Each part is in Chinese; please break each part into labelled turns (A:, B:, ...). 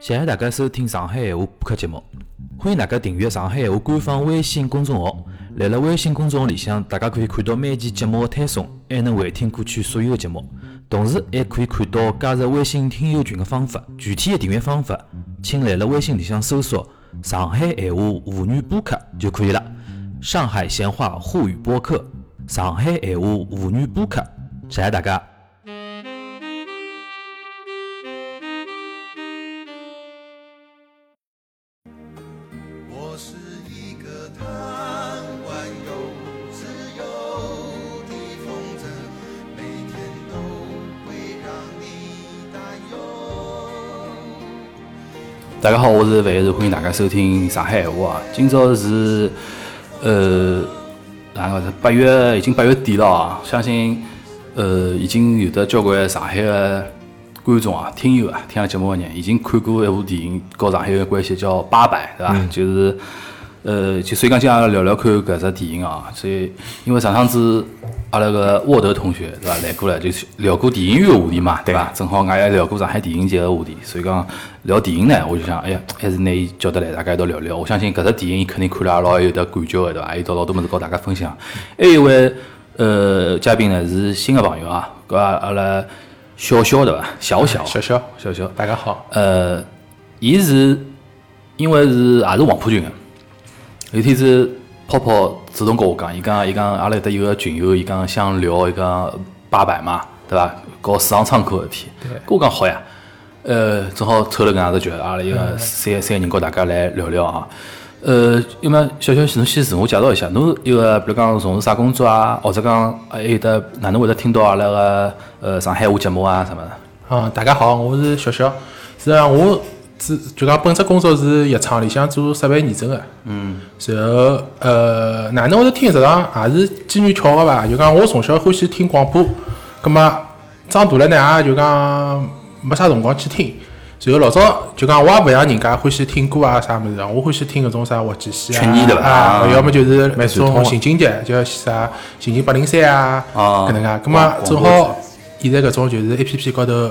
A: 谢谢大家收听上海闲话播客节目，欢迎大家订阅上海闲话官方微信公众号。辣辣微信公众号里向，大家可以看到每期节目的推送，还能回听过去所有的节目。同时，还可以看到加入微信听友群的方法。具体的订阅方法，请辣辣微信里向搜索“上海闲话沪语播客”就可以了。上海闲话沪语播客，上海闲话沪语播客。谢谢大家。
B: 我是一个贪玩又自由的风筝，每天都会让你担忧。
A: 大家好，我是范一欢迎大家收听上海闲话啊。今朝是呃，哪能讲是八月，已经八月底了啊。相信呃，已经有的交关上海的观众啊、听友啊，听了节目的人，已经看过一部电影，和上海有关系，叫《八佰》，对伐？就是呃，就所以讲，今朝阿拉聊聊看搿只电影啊。所以，因为上趟子阿拉个沃德同学对伐来过了，就是聊过电影院个话题嘛，对伐？正好俺也聊过上海电影节个话题，所以讲聊电影呢，我就想，哎呀，还是拿伊叫得来，大家一道聊聊。我相信搿只电影伊肯定看了阿拉老有得感觉个，对伐？还有得老多物事跟大家分享。还有一位呃嘉宾呢是新个朋友啊，搿阿拉小小对伐？小小
C: 小肖，
A: 小小，
C: 大家好。
A: 呃，伊是因为是也是黄浦群的，有一天是泡泡主动跟我讲，伊讲伊讲阿拉有得有个群友，伊讲想聊伊讲八佰嘛，对伐？搞市场窗口事体，跟我讲好呀。呃，正好抽了搿样子局，阿拉一个三三个人跟大家来聊聊啊。呃，要么小小侬先自我介绍一下，侬一个比如讲从事啥工作啊，或者讲还有得哪能会得听到阿拉个呃上海话节目啊什么的？
C: 嗯，大家好，我是小肖。实际上，我只就讲本职工作是药厂里向做设备验证的。嗯。然后，呃，哪能会得听？实际上也是机缘巧合吧。就讲我从小欢喜听广播，葛么长大了呢，也就讲没啥辰光去听。然后老早就讲我也勿像人家欢喜听歌啊啥物事啊，我欢喜听搿种啥滑稽戏啊，
A: 曲艺对伐
C: 啊，
A: 啊
C: 要么就是
A: 蛮
C: 那
A: 传统
C: 种
A: 的
C: 情景剧，就啥情景八零三啊，
A: 啊
C: 搿能介。
A: 广
C: 葛么
A: 广
C: 正
A: 播
C: 好现在搿种就是 A P P 高头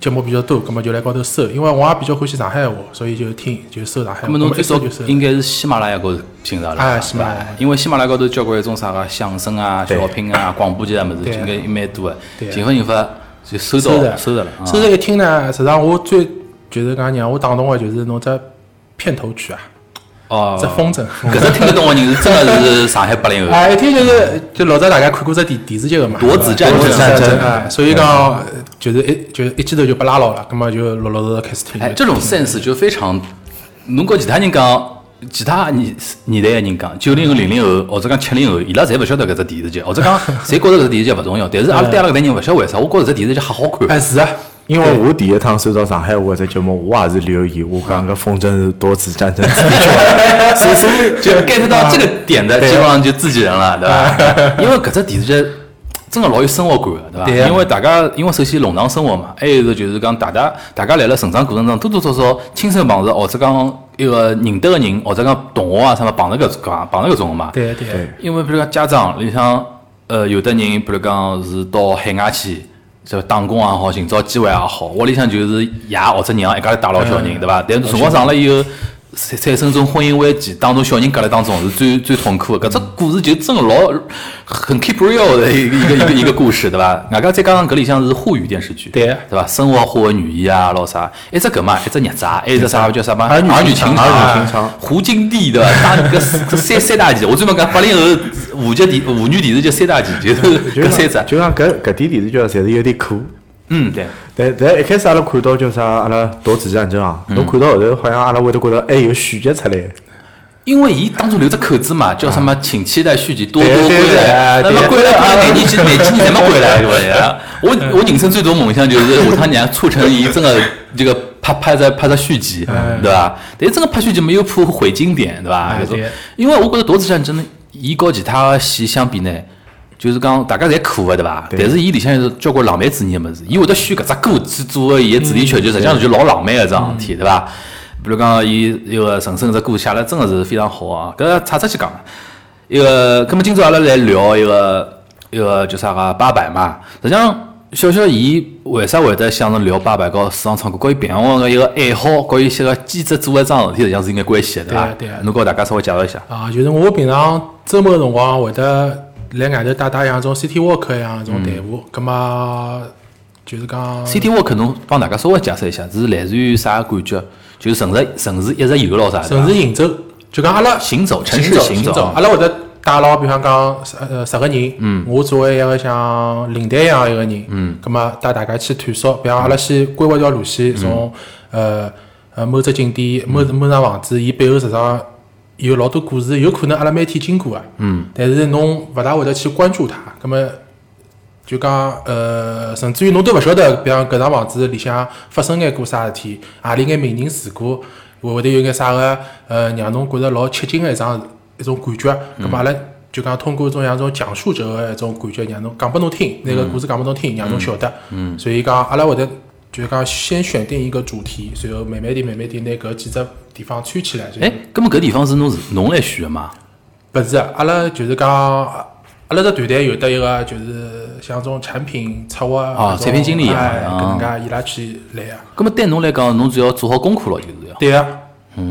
C: 节目比较多，葛么就来高头搜，因为我也比较欢喜上海话，所以就听就搜上海话。
A: 那么啊侬
C: 葛
A: 最
C: 一搜
A: 早
C: 就搜。
A: 应该是喜马拉雅高头寻到了，
C: 啊
A: 对吧
C: 喜马拉雅
A: 因为喜马拉雅高头交关一种啥个相声啊、小品啊、广播剧啊么子，
C: 对
A: 应该也蛮多的。
C: 对啊
A: 寻发寻发就收
C: 收
A: 到
C: 着
A: 收着了，啊
C: 收着一听呢，实际上我最就是讲让我打动的就是侬只片头曲啊，只
A: 哦，
C: 风筝。
A: 搿只听得懂的人是真的是上海八零后。
C: 啊，一听就是就老早大家看过只电电视剧个嘛，
A: 夺子战
C: 夺
A: 争
C: 子战
A: 对
C: 争啊，所以讲呃就是一就是一记头就被拉牢了，葛么就陆陆续续开始听。
A: 哎，这种 sense 就非常，侬跟其他人讲，其他年年代的人讲，九零后、零零后，或者讲七零后，伊拉侪勿晓得搿只电视剧，或者 讲侪觉得搿只电视剧勿重要。但是阿拉对阿拉搿代人勿晓得为啥，我觉着搿只电视剧瞎好看。
C: 哎是啊，
D: 因为我第一趟收到上海话这节目，我也是留言，我讲个风筝是多子战争自己决的，所以所以
A: 就 get 到这个
C: 啊
A: 点的，基本上就自己人了，对吧？ 因为搿只电视剧真的老有生活感的，对
C: 对
A: 吧？
C: 啊
A: 因为大家因为首先农场生活嘛，还有一个就是讲大家大家辣辣成长过程中多多少少亲身碰着，或者讲一个认得个人，或者讲同学啊什么碰着搿种碰着搿种嘛。
C: 对对啊
D: 对
A: 因为比如讲家长里向，呃，有的人比如讲是到海外去，就打工也好，寻找机会也好，屋里向就是爷或者娘一家头带牢小
C: 嗯
A: 人，对伐？但是辰光长了以后，产产生种婚姻危机，当中小人隔离当中是最最痛苦的。搿只故事就真的老很 keep real 的一个一个一个一个故事，对伐？外加再加上搿里向是沪语电视剧，
C: 对啊
A: 对伐？生活化的语言啊，老啥，一只搿嘛，一只日杂，还有一只啊哎啥叫啥嘛？
D: 儿女
A: 儿女
D: 情
A: 情
D: 长
A: 长
D: 儿女
A: 啊
D: 情长
A: 胡金帝对伐？打搿搿三三大件，我专门讲八零后五级电妇女电视剧三大件， 就是
D: 就
A: 搿
D: 是
A: 三
D: 讲
A: 只。
D: 就像搿搿点电视剧啊，侪是有点苦。
A: 啊嗯，对，
D: 但但一开始阿拉看到叫啥阿拉夺子战争啊，侬看到后头好像阿拉会得觉得还有续集出来。
A: 因为伊当初留只口子嘛，叫什么？请期待续集多多
D: 啊对对哎
A: 归来。那
D: 对对
A: 么归来
D: 对
A: 归来，哪年去哪几年才没归来？对不对啊？我我人生最大梦想就是下趟娘促成伊真个这个拍拍只拍只续集，对伐？但是真个拍续集没有破毁经典，对伐？
C: 哎
A: 搿种
C: 对
A: 因为我觉得《夺子战争》伊和其他个戏相比呢，就是讲大家侪苦个对伐？
D: 对
A: 但是伊里向有交关浪漫主义个物事，伊会得选搿只歌去作为伊个主题曲，就实际上就老浪漫个一桩事体，对伐？比如讲，伊一个陈升搿只歌写了真个是非常好啊！搿岔出去讲，一个，葛末今朝阿拉来聊一个一个叫啥个八佰嘛，实际上。小小伊为啥会得想着聊八佰和市场唱歌？跟伊平常个一个爱好，跟伊一个兼职做一桩事体，实际上是有眼关系的，
C: 对啊
A: 伐？
C: 对啊
A: 侬跟大家稍微介绍一下。
C: 啊，就是我平常周末个辰光会得来外头带带像种 City Walk 一样种队伍，葛么就是讲
A: 嗯 City Walk 侬帮大家稍微解释一下，是来自于啥感觉？就是城市城市一直有咯啥的？
C: 城市行走，就讲阿拉
A: 行走城市
C: 走
A: 行走嗯
C: 走，阿拉会得带牢，比方讲十呃十个人，我作为一个像领队一样的一个人，嗯，咁么带大家去探索，比
A: 嗯
C: 方阿拉先规划一条路线，从呃呃某只景点、
A: 嗯
C: 某某幢房子，伊背后实际上有老多故事，有可能阿拉每天经过啊，嗯，但是侬勿大会得去关注它，咁么。就讲呃，甚至于侬都勿晓得，比方搿幢房子里向发生眼过啥事体，何里眼啊名人事故，会会得有眼啥个呃，让侬觉着老吃惊个一桩一种感觉。咁么阿拉就讲通过一种像种讲述者个一种感觉，让侬讲拨侬听，那个故事讲拨侬听，让侬晓得。嗯。所以讲阿拉会得。就是讲先选定一个主题，随后慢慢地、慢慢地拿搿几只地方串起来。就是
A: 哎，搿么搿地方是侬自侬来选的嘛？
C: 不是，阿拉就是讲，阿拉只团队有得一个就是像种产品策划
A: 啊
C: 搿种
A: 产品经理
C: 哎，
A: 啊
C: 搿能介伊拉去来啊。
A: 搿么对侬来讲，侬只要做好功课咯，就是要。
C: 对啊，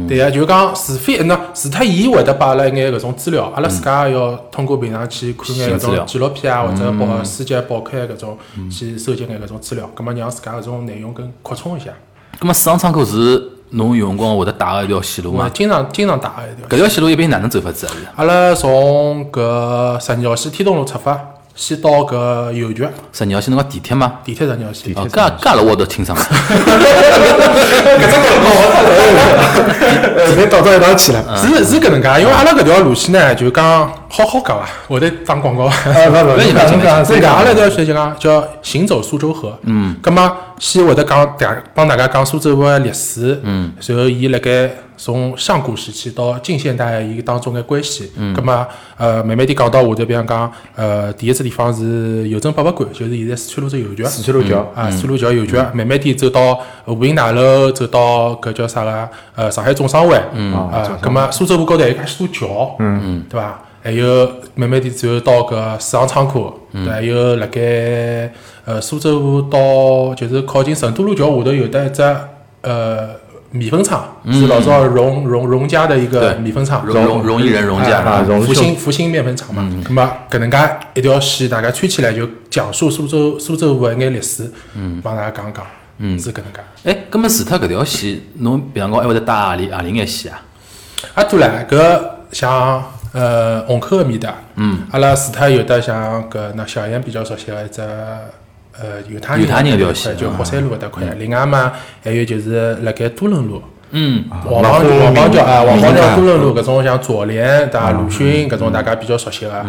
C: 对啊，就是讲，除非那除脱伊会得拨阿拉一眼搿种资料，阿拉自家也要通过平常去看眼
A: 寻
C: 搿
A: 资料嗯
C: 种纪录片啊，或者报书籍、报刊啊搿种去收集眼搿种资料，葛末让自家搿种内容更扩充一下。
A: 搿么市场窗口是侬有辰光会得打个一条线路
C: 我
A: 嘛？
C: 经常经常打个一条。
A: 搿条线路一般哪能走法子啊？
C: 阿拉从搿十二号线天东路出发，先到搿邮局
A: 十二号线侬讲地铁嘛？
C: 地铁十二号线。
A: 哦，搿搿阿拉我都听上了。
D: 直接倒到一道去了。
C: 是是搿能介，因为阿拉搿条路线呢，就讲好好讲伐，会得打广 告。
D: 哎，不不，
A: 你讲你讲
C: 所以讲阿拉搿条线就讲叫行走苏州河。嗯。葛末先会得讲大帮大家讲苏州个历史。嗯。然后伊辣盖从上古时期到近现代伊当中个关系。嗯。葛末呃慢慢地讲到下头，比方讲呃第一只地方是邮政博物馆，就是现在四川路只邮局。
D: 四川路桥，
C: 啊，丝路桥邮局，慢慢地走到呃武平大楼，走到搿叫啥个？呃，上海总商会，嗯啊，葛末苏州河高头还有介许多桥，嗯嗯，对伐？还有慢慢地最后到搿市场仓库，对，还有辣盖呃苏州河到就是靠近成都路桥下头有得一只呃米粉厂，是老早荣荣荣家的一哎个
A: 对
C: 米粉厂，
A: 荣荣荣一人荣家
D: 啊荣
C: 复
D: 秀
C: 兴复兴面粉厂嘛，
A: 嗯
C: 那么搿能介一条线大家圈起来就讲述苏州苏州河一眼历史，嗯，帮大家讲讲，嗯，是搿能介。
A: 哎，搿么除脱搿条线，侬比方讲还会得打何里何里眼线啊？
C: 啊，对了，搿像呃虹口搿面搭，嗯，阿拉除脱有得像搿那小杨比较熟悉个一只呃犹太人
A: 犹太人搿条
C: 搿块
A: 线
C: 就
A: 啊
C: 火山路搿搭块，另外嘛还有就是辣盖多伦路。啊
A: 嗯，
C: 黄浜
D: 老
C: 黄浜
D: 民
C: 桥啊，黄浜
D: 民
C: 桥
D: 啊
C: 多伦路搿种像左联、对伐？鲁
A: 嗯
C: 迅搿种大家比较熟悉个，啊，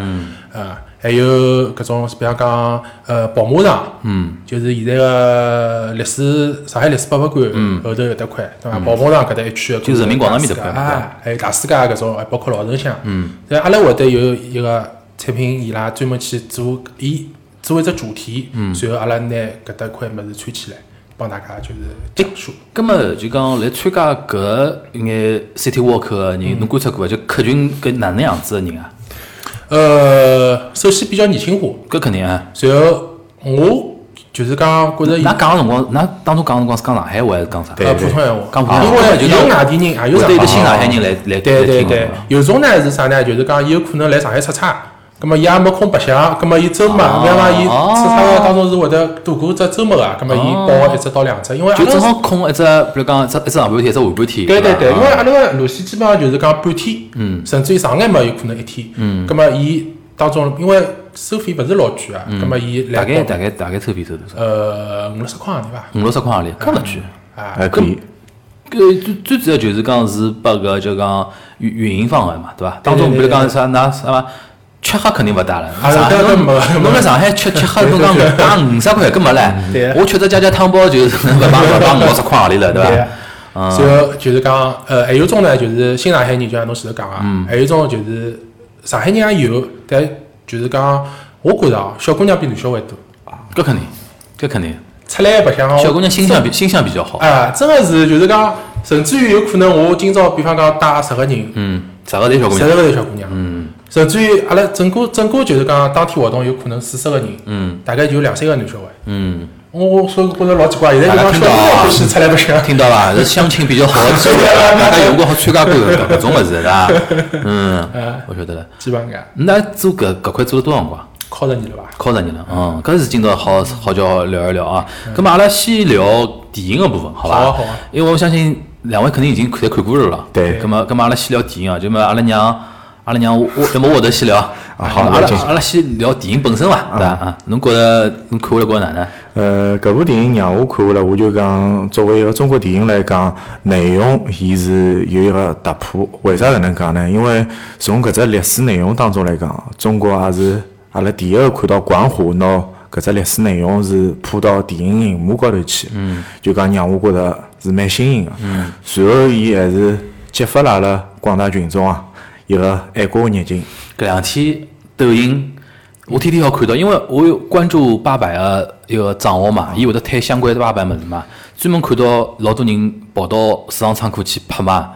C: 还有搿种比方讲呃宝马场，嗯，就是现在个历史上海历史博物馆后头有得块，对伐？宝马场搿搭一区，
A: 嗯就人民广场面搭块
C: 啊，还有大世界搿种，还包括老城厢，嗯，所以阿拉会得有一个产品伊拉专门去做伊做一只主题，嗯，然后阿拉拿搿搭块物事串起来，帮大家就是讲述。
A: 搿么就讲来参加搿眼 City Walk 个人，
C: 嗯
A: 侬观察过伐？就客群搿哪能样子个人啊？
C: 呃，首先比较年轻化，
A: 搿肯定啊。
C: 然后我就是讲觉着有
A: 㑚讲个辰光，㑚当初讲个辰光是讲上海话还是讲啥？
D: 对
C: 呃普通闲话，
A: 讲普通
C: 因
A: 闲话
C: 为
A: 就讲
C: 有外地人，啊也有
A: 会得有得
C: 上海人
A: 新上海人来来来
C: 对对
A: 听
C: 对
A: 个伐，
C: 有种呢是啥呢？就是讲伊有可能来上海出差，葛么伊也没空白相，葛么伊周末，
A: 哦
C: 比方讲伊出差个当中是会得度过只周末个，葛么伊报一只到两只，因为
A: 哦
C: 阿
A: 就
C: 拉
A: 正好空一只，比如讲一只一只上半天，一只下半天。
C: 对对
A: 伐
C: 对，
A: 啊
C: 因为阿拉个路线基本上就是讲半天，嗯，甚至于长眼嘛有可能一天，嗯，葛么伊当中因为收费勿是老贵啊，葛么伊
A: 嗯
C: 来
A: 大概
C: 报
A: 大概大概抽费抽多少？
C: 呃五六十块洋钿伐？
A: 五六十块行钿，搿勿贵。
C: 啊，
D: 还哎可以。
A: 搿最最主要就是讲是拨搿就讲运运营方案嘛，对伐？当中比如讲啥㑚啥嘛，吃喝肯定勿带了。
C: 啊
A: 上海
C: 对对
A: 侬
C: 没没
A: 侬辣上海吃吃喝，侬讲搿打五十块搿没唻
C: 对啊。
A: 我吃只家家汤包就是勿帮勿帮五十块行钿了，对伐？
C: 然后就是讲，呃，还有一种呢，就是新上海人，就像侬前头讲
A: 嗯
C: 啊，还有一种就是上海人也有，但就是讲，我觉着啊，小姑娘比男小孩多，
A: 搿肯定，搿肯定。
C: 出来白相哦
A: 小姑娘心向比心向比较好。
C: 啊，真的是就是讲，甚至于有可能我今朝比方讲带十个人，
A: 嗯，啥个侪小姑
C: 十
A: 娘？
C: 个都是小姑娘，嗯，甚至于阿拉整个整个就是讲当天活动有可能四十个人，
A: 嗯
C: 大概就两三个女小孩。
A: 嗯，
C: 我所以觉着老奇怪，现在就讲
A: 大家听
C: 小
A: 到啊
C: 孩欢喜出来白相。
A: 听到 伐？是相亲比较好的机会，大家有辰光好参加观搿搿种物事，是伐？
C: 啊
A: 嗯，我晓得了。
C: 基本上
A: 那做搿搿块做了多少辰光？
C: 靠着你了吧？
A: 靠着你了，嗯，搿是今朝好好叫聊一聊啊。咁么阿拉先聊电影个部分，好伐？
C: 嗯好啊好啊
A: 因为我相信两位肯定已经侪看过了了。
D: 对
A: 咁么咁么阿拉先聊电影啊，就么阿拉娘，阿拉娘我，我要么我头先聊。
D: 好
A: 阿拉
D: 那就是
A: 阿拉先聊电影本身伐，对伐？啊，侬觉着侬看下来觉着哪能？
D: 呃，搿部电影让我看下来，我就讲作为一个中国电影来讲，内容伊是有一个突破。为啥搿能讲呢？因为从搿只历史内容当中来讲，中国也是阿拉第一个看到管虎拿搿只历史内容是铺到电影荧幕高头去。嗯，就讲让我觉着是蛮新颖个。嗯，随后伊还是激发了阿拉广大群众啊一个爱国个热情。
A: 搿两天抖音，我天天要看到，因为我有关注八佰个一个账号嘛，伊会得推相关的八佰物事嘛，专门看到老多人跑到时尚仓库去拍嘛。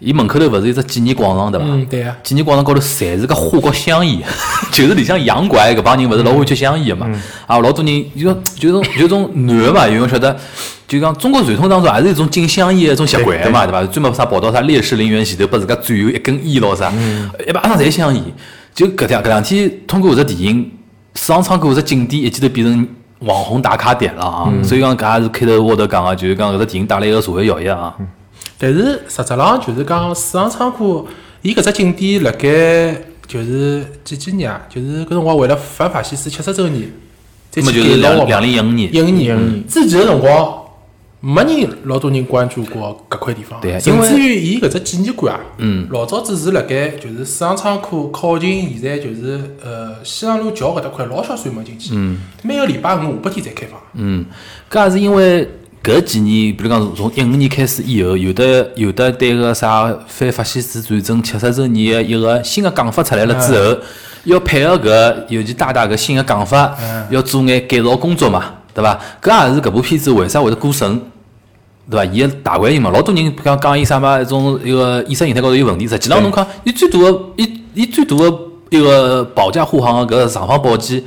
A: 伊门口头勿是有只纪念广场对伐？
C: 嗯，对啊。
A: 纪念广场高头侪是个花和香烟， 就是里向洋拐搿帮人勿是老欢喜香烟个嘛，啊老多人就讲就种就种男个嘛，因为晓得就讲中国传统当中也是一种禁香烟个一种习惯个嘛，对伐？专门啥跑到啥烈士陵园前头，拨自家转悠一根烟咯啥，一巴掌侪香烟。就搿两搿两天通过搿只电影，时尚仓库搿只景点一记头变成网红打卡点了啊！所以讲搿也是开头我头讲个，就是讲搿只电影带来一个社会效益啊。
C: 但是实质浪就是讲市场仓库，伊搿只景点辣盖就是几几年啊，就是搿辰光为了反法西斯七十周年，再
A: 那么
C: 去
A: 就是
C: 改造
A: 两两
C: 个嘛。
A: 零一五年
C: 一，五年，之前个辰光，没人老多人关注过搿块地方，
A: 对啊因
C: 甚
A: 为嗯
C: 至于伊搿只纪念馆啊，老早子是辣盖就是市场仓库靠近现在就是呃西洋路桥搿搭块老小扇门进去，每个礼拜五下半天才开放，
A: 嗯，搿也是因为搿几年，比如讲从一五年开始以后，有的有的对个啥反法西斯战争七十周年的一个新的讲法出来了之后，要配合搿尤其大大搿新的讲法，要做眼改造工作嘛，对伐？搿也是搿部片子为啥会得过审。对伐？伊个大环境嘛，老多人讲讲伊啥嘛，一种一个意识形态高头有问题。实际上侬看，伊最大个伊伊最大个一个保驾护航个搿上方宝剑，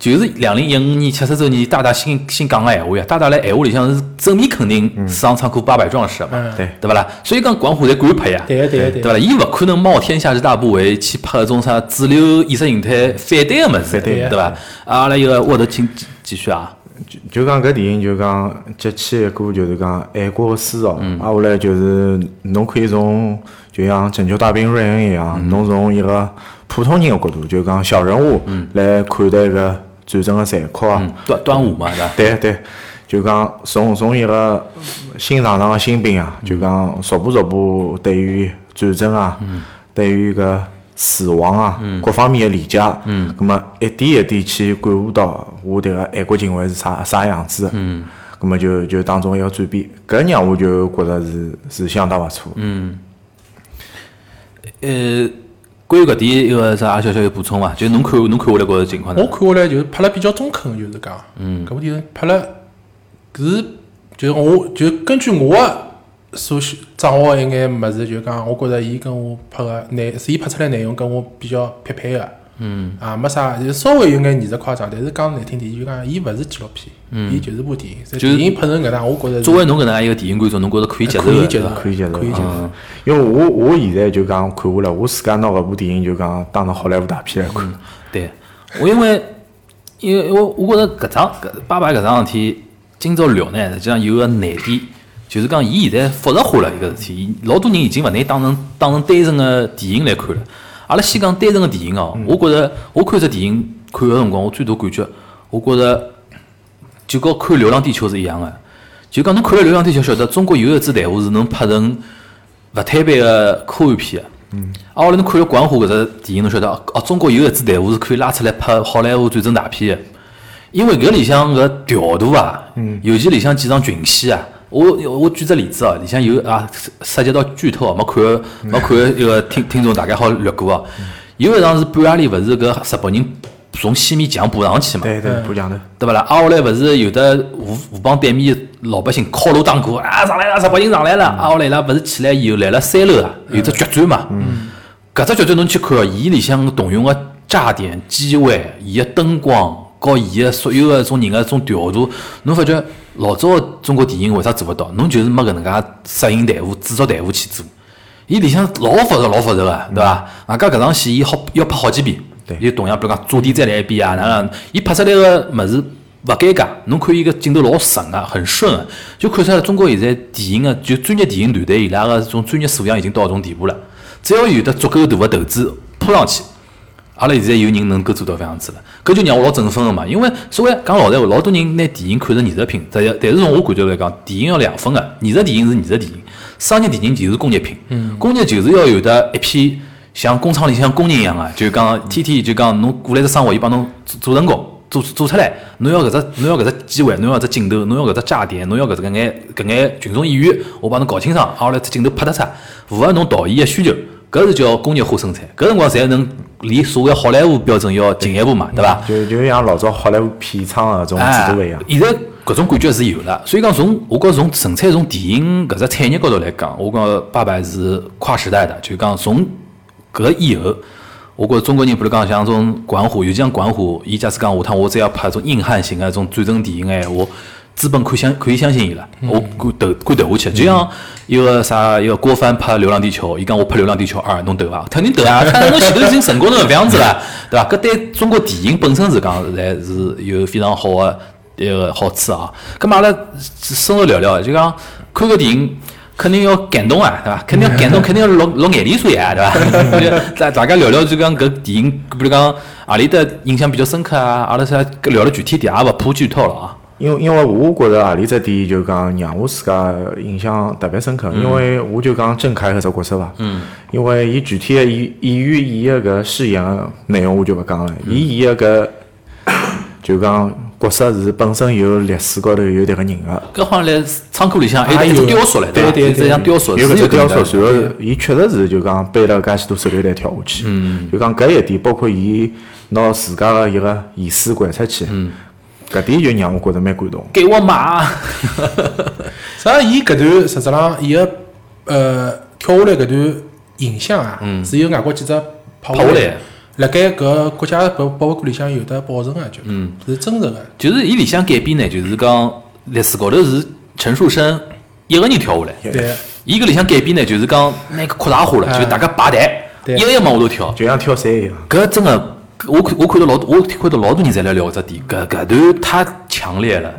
A: 就是两零一五年七十周年大大新新讲个闲话呀。大大辣闲话里向是正面肯定市场仓库八百壮士个嘛，
C: 嗯
D: 对
A: 对伐啦？所以讲管虎侪敢拍呀，
C: 对个对个对
A: 伐
C: 个
A: 啦？伊勿可能冒天下之大不韪去拍搿种啥主流意识形态反对个物事，
D: 对
A: 对伐？啊阿拉一个沃德请继继续啊，
D: 就就讲搿电影就讲激起一股就是讲爱国个思潮，啊，后来就是侬可以从就像拯救大兵瑞恩一样，侬从一个普通人个角度，就讲小人物来看待搿战争个残酷啊，
A: 嗯，端端午嘛，对伐？
D: 对对，就讲从从一个新上场个新兵啊，
C: 嗯
D: 就讲逐步逐步对于战争啊，
C: 嗯
D: 对于搿死亡啊，各方面个理解，嗯，葛末一点一点去感悟到我迭个爱国情怀是啥啥样子，嗯，葛末就就当中一个转变，搿让我就觉着是是相当勿错，嗯，
A: 呃，关于搿点，一个啥小小有补充伐？就是侬看侬看下来觉着情况呢
C: 我？看下来就是拍了比较中肯，就是讲，搿部电影拍了，搿是就是我就根据我个所需掌握的一眼物事，就讲我觉着伊跟我拍个内，是伊拍出来内容跟我比较匹配个。嗯，啊，没啥，就稍微有眼艺术夸张，但是讲难听点，就讲伊勿是纪录片，伊就是部电影。所以
A: 就是
C: 电影拍成搿能，我觉着
A: 作为侬搿能样一个电影观众，侬觉着可以接受
C: 可以
A: 的
C: 接
A: 对
C: 受
A: 伐？
D: 可以接受，
C: 可以接受
D: 嗯因为我我现在就讲看下来，我自家拿搿部电影就讲当成好莱坞大片来看。
C: 嗯
A: 对，我因为因为我我觉着搿桩搿爸爸搿桩事体，今朝聊呢，实际上有个难点，就是讲伊现在复杂化了一个事体，伊老多人已经勿拿伊当成当成单纯个电影来看了。阿拉先讲单纯个电影哦，我觉着我看只电影看个辰光，我最大感觉，我觉着就跟看《流浪地球》是一样的、就讲侬看了《流浪地球》，晓得中国有一支队伍是能拍成勿推版个科幻片的。嗯。啊，后来侬看了《管虎》搿只电影，侬晓得哦，中国有一支队伍是可以拉出来拍好莱坞战争大片的。因为搿里向搿调度啊，尤其里向几场群戏啊，我我举只例子哦，里向有啊涉涉及到剧透哦，没看的没看的一个听听众大概好略过哦。有一场是半夜里，勿是搿日本人从西面墙爬上去嘛？
D: 对对，不讲头。
A: 对勿啦？挨下来勿是有的河河浜对面老百姓敲锣打鼓啊，上来了，日本人上来了。挨下来伊拉勿是起来以后来了三楼啊，有只决战嘛。搿只剧团侬去看哦，伊里向动用个炸点、机位、伊个灯光，和伊个所有个种人个种调度，侬发觉老早中国电影为啥做勿到？侬就是没搿能介摄影队伍、制作队伍去做，伊里向老复杂、老复杂个，对伐？外加搿场戏伊好要拍好几遍，
D: 对
A: 伊同样比如讲坐垫再来一遍啊，哪能？伊拍出来个物事。勿尴尬，侬看伊个镜头老顺个，很顺个，就看出来中国现在电影个啊就专业电影团队伊拉个这种专业素养已经到搿种地步了。只要有得足够大个投资扑上去，阿拉现在有人能够做到搿样子了，搿就让我老振奋个嘛。因为所谓讲老实话，老多人拿电影看成艺术品，但是但是从我感觉来讲，电影要两分个，艺术电影是艺术电影，商业电影就是工业品。工业就是要有得一批像工厂里像工人一样个、啊就讲天天就讲侬过来只生活，伊帮侬做做成功。做做出来，侬要搿只，侬要搿只机会，侬要搿只镜头，侬要搿只炸点，侬要搿只搿眼搿眼群众演员，我帮侬搞清爽，挨下来只镜头拍得出，符合侬导演个需求，搿是叫工业化生产，搿辰光才能离所谓好莱坞标准要进一步嘛，对伐？
D: 就就像老早好莱坞片场搿种制啊度一样
A: 啊哎。现在搿种感觉是有了，所以讲从我觉着从纯粹从电影搿只产业高头来讲，我觉着爸爸是跨时代的，就讲从搿以后，我觉着中国人比如讲像种管虎，尤其像管虎，伊假使讲下趟我再要拍种硬汉型个种战争电影个闲话。资本可以相可以相信伊了，我敢投敢投下去，就像一个啥一个郭帆拍《流浪地球》，伊讲我拍《流浪地球二》，侬投伐？肯定投啊！看侬前头已经成功成搿样子了，对伐？搿对中国电影本身是讲来是有非常好个一个好处啊。咁嘛，阿拉深入聊聊，就讲看个电影。肯定要感动啊，对伐？肯定要感动，肯定要落落眼泪水啊，对 伐？就大大家聊聊，就讲搿电影，比如讲何里搭印象比较深刻啊，阿拉啥聊了具体点，也勿怕剧透了啊。
D: 因为因为我觉着何啊里只点就讲让我自家印象特别深刻，因为我就讲郑恺搿只角色伐，嗯，因为伊具体的演演员演的搿饰演的内容我就勿讲了，伊演的搿就讲角色是本身有历史高头有迭个人啊个，
A: 搿好像来仓库里向还有
C: 哎
A: 一只
C: 有
A: 雕塑来，伐？
C: 对对对
A: 一只像雕塑，
D: 有搿
A: 是
D: 只雕
A: 可能
D: 塑，
A: 的嗯
D: 随后伊确实是就讲背了介许多手榴弹跳下去，嗯，就讲搿一点，包括伊拿自家个一个遗书掼出去，嗯，搿点就让我觉着蛮感动。
A: 给我马，
C: 实际上，伊搿段实质上伊个呃跳下来搿段影像啊，是由外国记者拍下
A: 拍下
C: 来
A: 嗯来，
C: 辣盖搿国家博博物馆里向有得保存个，就是
A: 嗯
C: 是真实个。
A: 就是伊里向改编呢，就是讲历史高头是陈树生一个人跳下来，
C: 对，
A: 伊搿里向改编呢，就是讲那个扩大化了，
C: 哎
A: 就是大家排队，
C: 对
A: 一个一个往下头跳，
D: 就像跳伞一样。
A: 搿真个，我看我看到老多，我看到老多人在来聊搿只点，搿搿段太强烈了。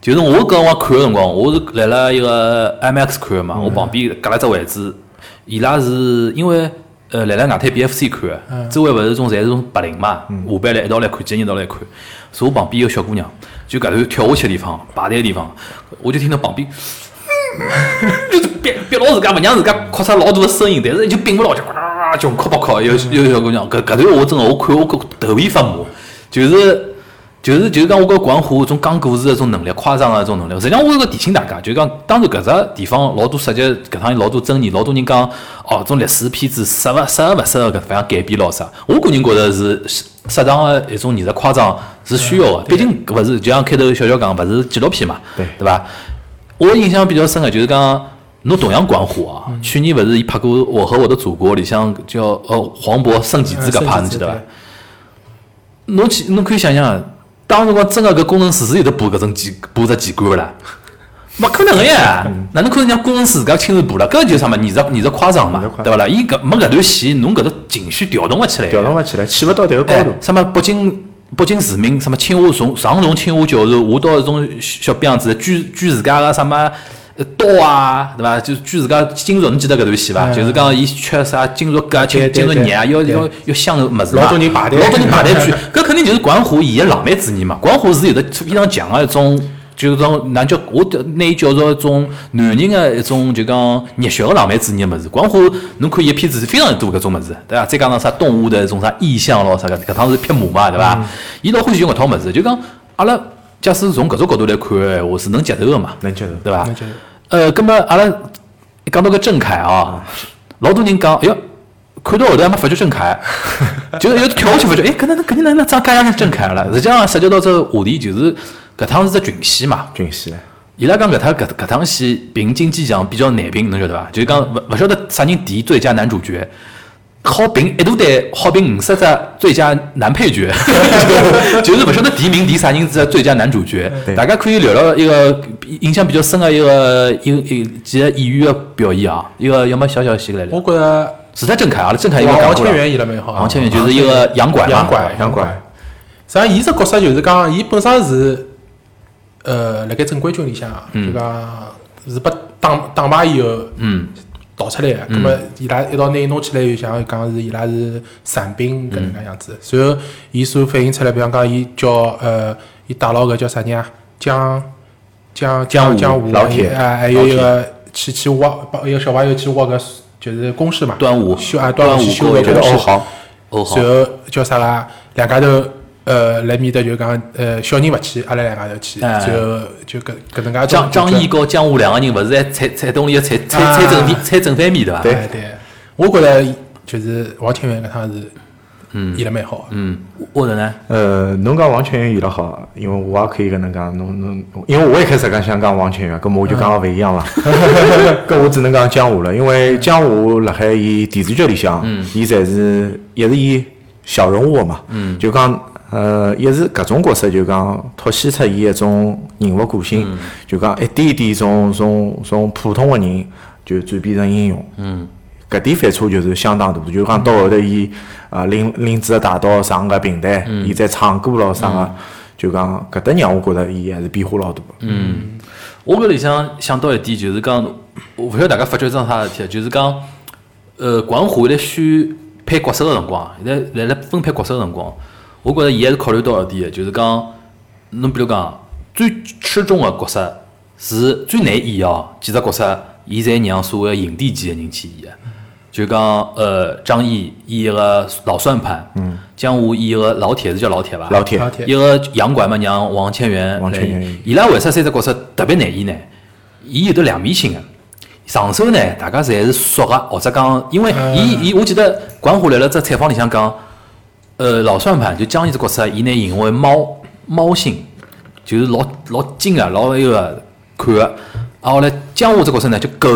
A: 就是我搿辰光看个辰光，我是来了一个 IMAX 看个
C: 嗯
A: 嘛，我旁边隔了只位置，伊拉是因为呃来了外滩 BFC 看
C: 嗯
A: 个，周围勿是种侪是种白领嘛，下班来一道来看，几个人一道来看，所以我旁边有个小姑娘，就搿段跳下去个地方，排队个地方，我就听到旁边。就是憋憋牢自家，勿让自家哭出老大个声音，但是就憋勿牢，就呱呱呱就哭不哭。有有小姑娘，搿搿段我真个，我看我搿头皮发麻，就是就是就是讲我搿管虎种讲故事个种能力，夸张个种能力。实际上我是个提醒大家，就是讲当然搿只地方老多涉及搿趟有老多争议，老多人讲哦，种历史片子适勿适合勿适合搿方改编咯啥。我个人觉着是适适当个一种艺术夸张是需要个，毕竟搿勿是就像开头小小讲，勿是纪录片嘛，
D: 对
A: 对伐？我印象比较深的就是讲，侬同样管虎啊，去年勿是伊拍过《我和我的祖国》里向叫呃黄渤升级子搿趴，
C: 嗯
A: 侬记得伐
C: 升级？
A: 侬去侬可以想想，当辰光真个搿工程师是有得补搿种机补只机关个啦。勿可能个呀！哪能可能让工程师自家亲自补了？搿就是啥嘛？艺术艺术夸张嘛
D: 艺术，夸张
A: 对勿啦？伊搿没搿段戏，侬搿个情绪调动勿起来。
D: 调动勿起来，去勿到迭个高
A: 哎
D: 度。
A: 什么北京北京市民，什么清华从上从清华教授，下到一种小小样子，举举自家个什么呃刀啊，对伐？就是举自家金属，侬记得搿段戏伐？
C: 嗯
A: 就是讲伊啊缺啥金属革、金
C: 对
A: 金属
C: 对
A: 镊啊，要
C: 对
A: 要要镶物事嘛。
C: 老多人排队
A: 老多人排队去，搿肯定就是管虎伊个浪漫主义嘛。管虎是有的非常强个一种。就是种，哪叫我拿伊叫做一种男人个一种，就讲热血个浪漫主义个物事。光虎，侬看伊片子是非常多搿种物事，对伐？再加上啥动物的一种啥意象咯，啥个搿趟是匹马嘛，对伐？伊老欢喜用搿套物事，就讲阿拉假使从搿种角度来看个闲话，是能接受个嘛，
D: 能接受
A: 对伐
C: 能接受？
A: 呃，葛末阿拉讲到搿郑恺啊，老多人讲，哎哟，看到后头还没发觉郑恺， 就是有跳下去发觉，哎，搿能搿能哪能长介像郑恺了？实际上涉及到这个话题，就是搿趟是只群戏嘛，
D: 军戏嘞，
A: 伊拉讲搿趟搿搿趟戏评金鸡奖比较难评，侬晓得伐？就是讲勿勿晓得啥人提最佳男主角，好评一大堆，好评五十只最佳男配角， 就是勿晓得提名提啥人是最佳男主角。
D: 对
A: 大家可以聊聊一个印象比较深的一个一一几个演员的表演啊，一个要么小小先来聊
C: 我。觉着
A: 除脱郑恺阿拉郑恺应该
C: 王
A: 讲
C: 哦王
A: 过
C: 千
A: 了。
C: 源演了蛮好啊。
A: 王千源就是一个啊洋拐嘛，
C: 洋拐，
D: 洋拐。
C: 实际上，伊只角色就是讲，伊本身是，呃，辣盖正规军里向，就讲是被打打败以后
A: 嗯
C: 逃出来的。那么伊拉一道拿伊弄起来，就像讲是伊拉是散兵搿能介样子。
A: 嗯
C: 随后，伊所反映出来，比方讲，伊叫呃，伊打牢搿叫啥人啊？江江
A: 江
C: 江江
A: 湖
C: 湖
A: 老铁
C: 哎，还有一个去去挖，帮一个小朋友去挖搿就是公事嘛。
A: 端午
C: 修啊，
A: 端
C: 端
A: 午
C: 去修
A: 过
C: 个
A: 一阵
C: 公事
A: 欧。豪，欧豪
C: 随，后叫啥啦？两家头呃来面搭就讲呃小人勿去，阿拉两家头去，
A: 哎
C: 最后就搿搿能介
A: 张张
C: 译
A: 译和江湖两个人勿是在菜菜东里要菜菜
C: 啊
A: 菜正面菜正反面对伐？
C: 对哎对，我觉着就是王千源搿趟是演了蛮好的，
A: 嗯，我的呢？
D: 呃，侬讲王全源演了好，因为我也可以搿能讲，侬侬，因为我一开始讲想讲王全源，搿么我就讲勿一样了，搿我只能讲江湖了，因为江湖辣海伊电视剧里向，伊侪是一是演小人物的嘛，就讲呃，一是搿种角色就讲凸显出伊一种人物个性，就讲一点一点从从从普通的人就转变成英雄，搿点反差就是相当大，就是讲到后头伊啊拎拎子大刀上个平台，伊在唱歌咯啥个，就讲搿搭让我觉着伊还是变化老大。
A: 我搿里向想到一点，就是讲，我勿晓得大家发觉一桩啥事体啊，就是讲，呃，管虎在选配角色个辰光，现在辣辣分配角色个辰光，我觉着伊还是考虑到一点的，就是讲，侬比如讲，最吃重个角色是最难演哦，几只角色，伊侪让所谓影帝级个人去演的。就讲呃，张译演一个老算盘，嗯，江湖演一个老铁是叫老铁吧？
D: 老铁
C: 老，铁
A: 一个洋拐嘛，让王千源
D: 王
A: 来
D: 千源
A: 演，伊拉为啥三只角色特别难演呢？伊有得两面性个。啊上手呢，大家侪是熟个，或者讲，因为
D: 嗯
A: 伊伊，我记得管虎来了只采访里向讲，呃，老算盘就江一只角色，伊拿形容为猫猫性，就是老老精个，老那个看个。啊，后来江湖这角色呢，就狗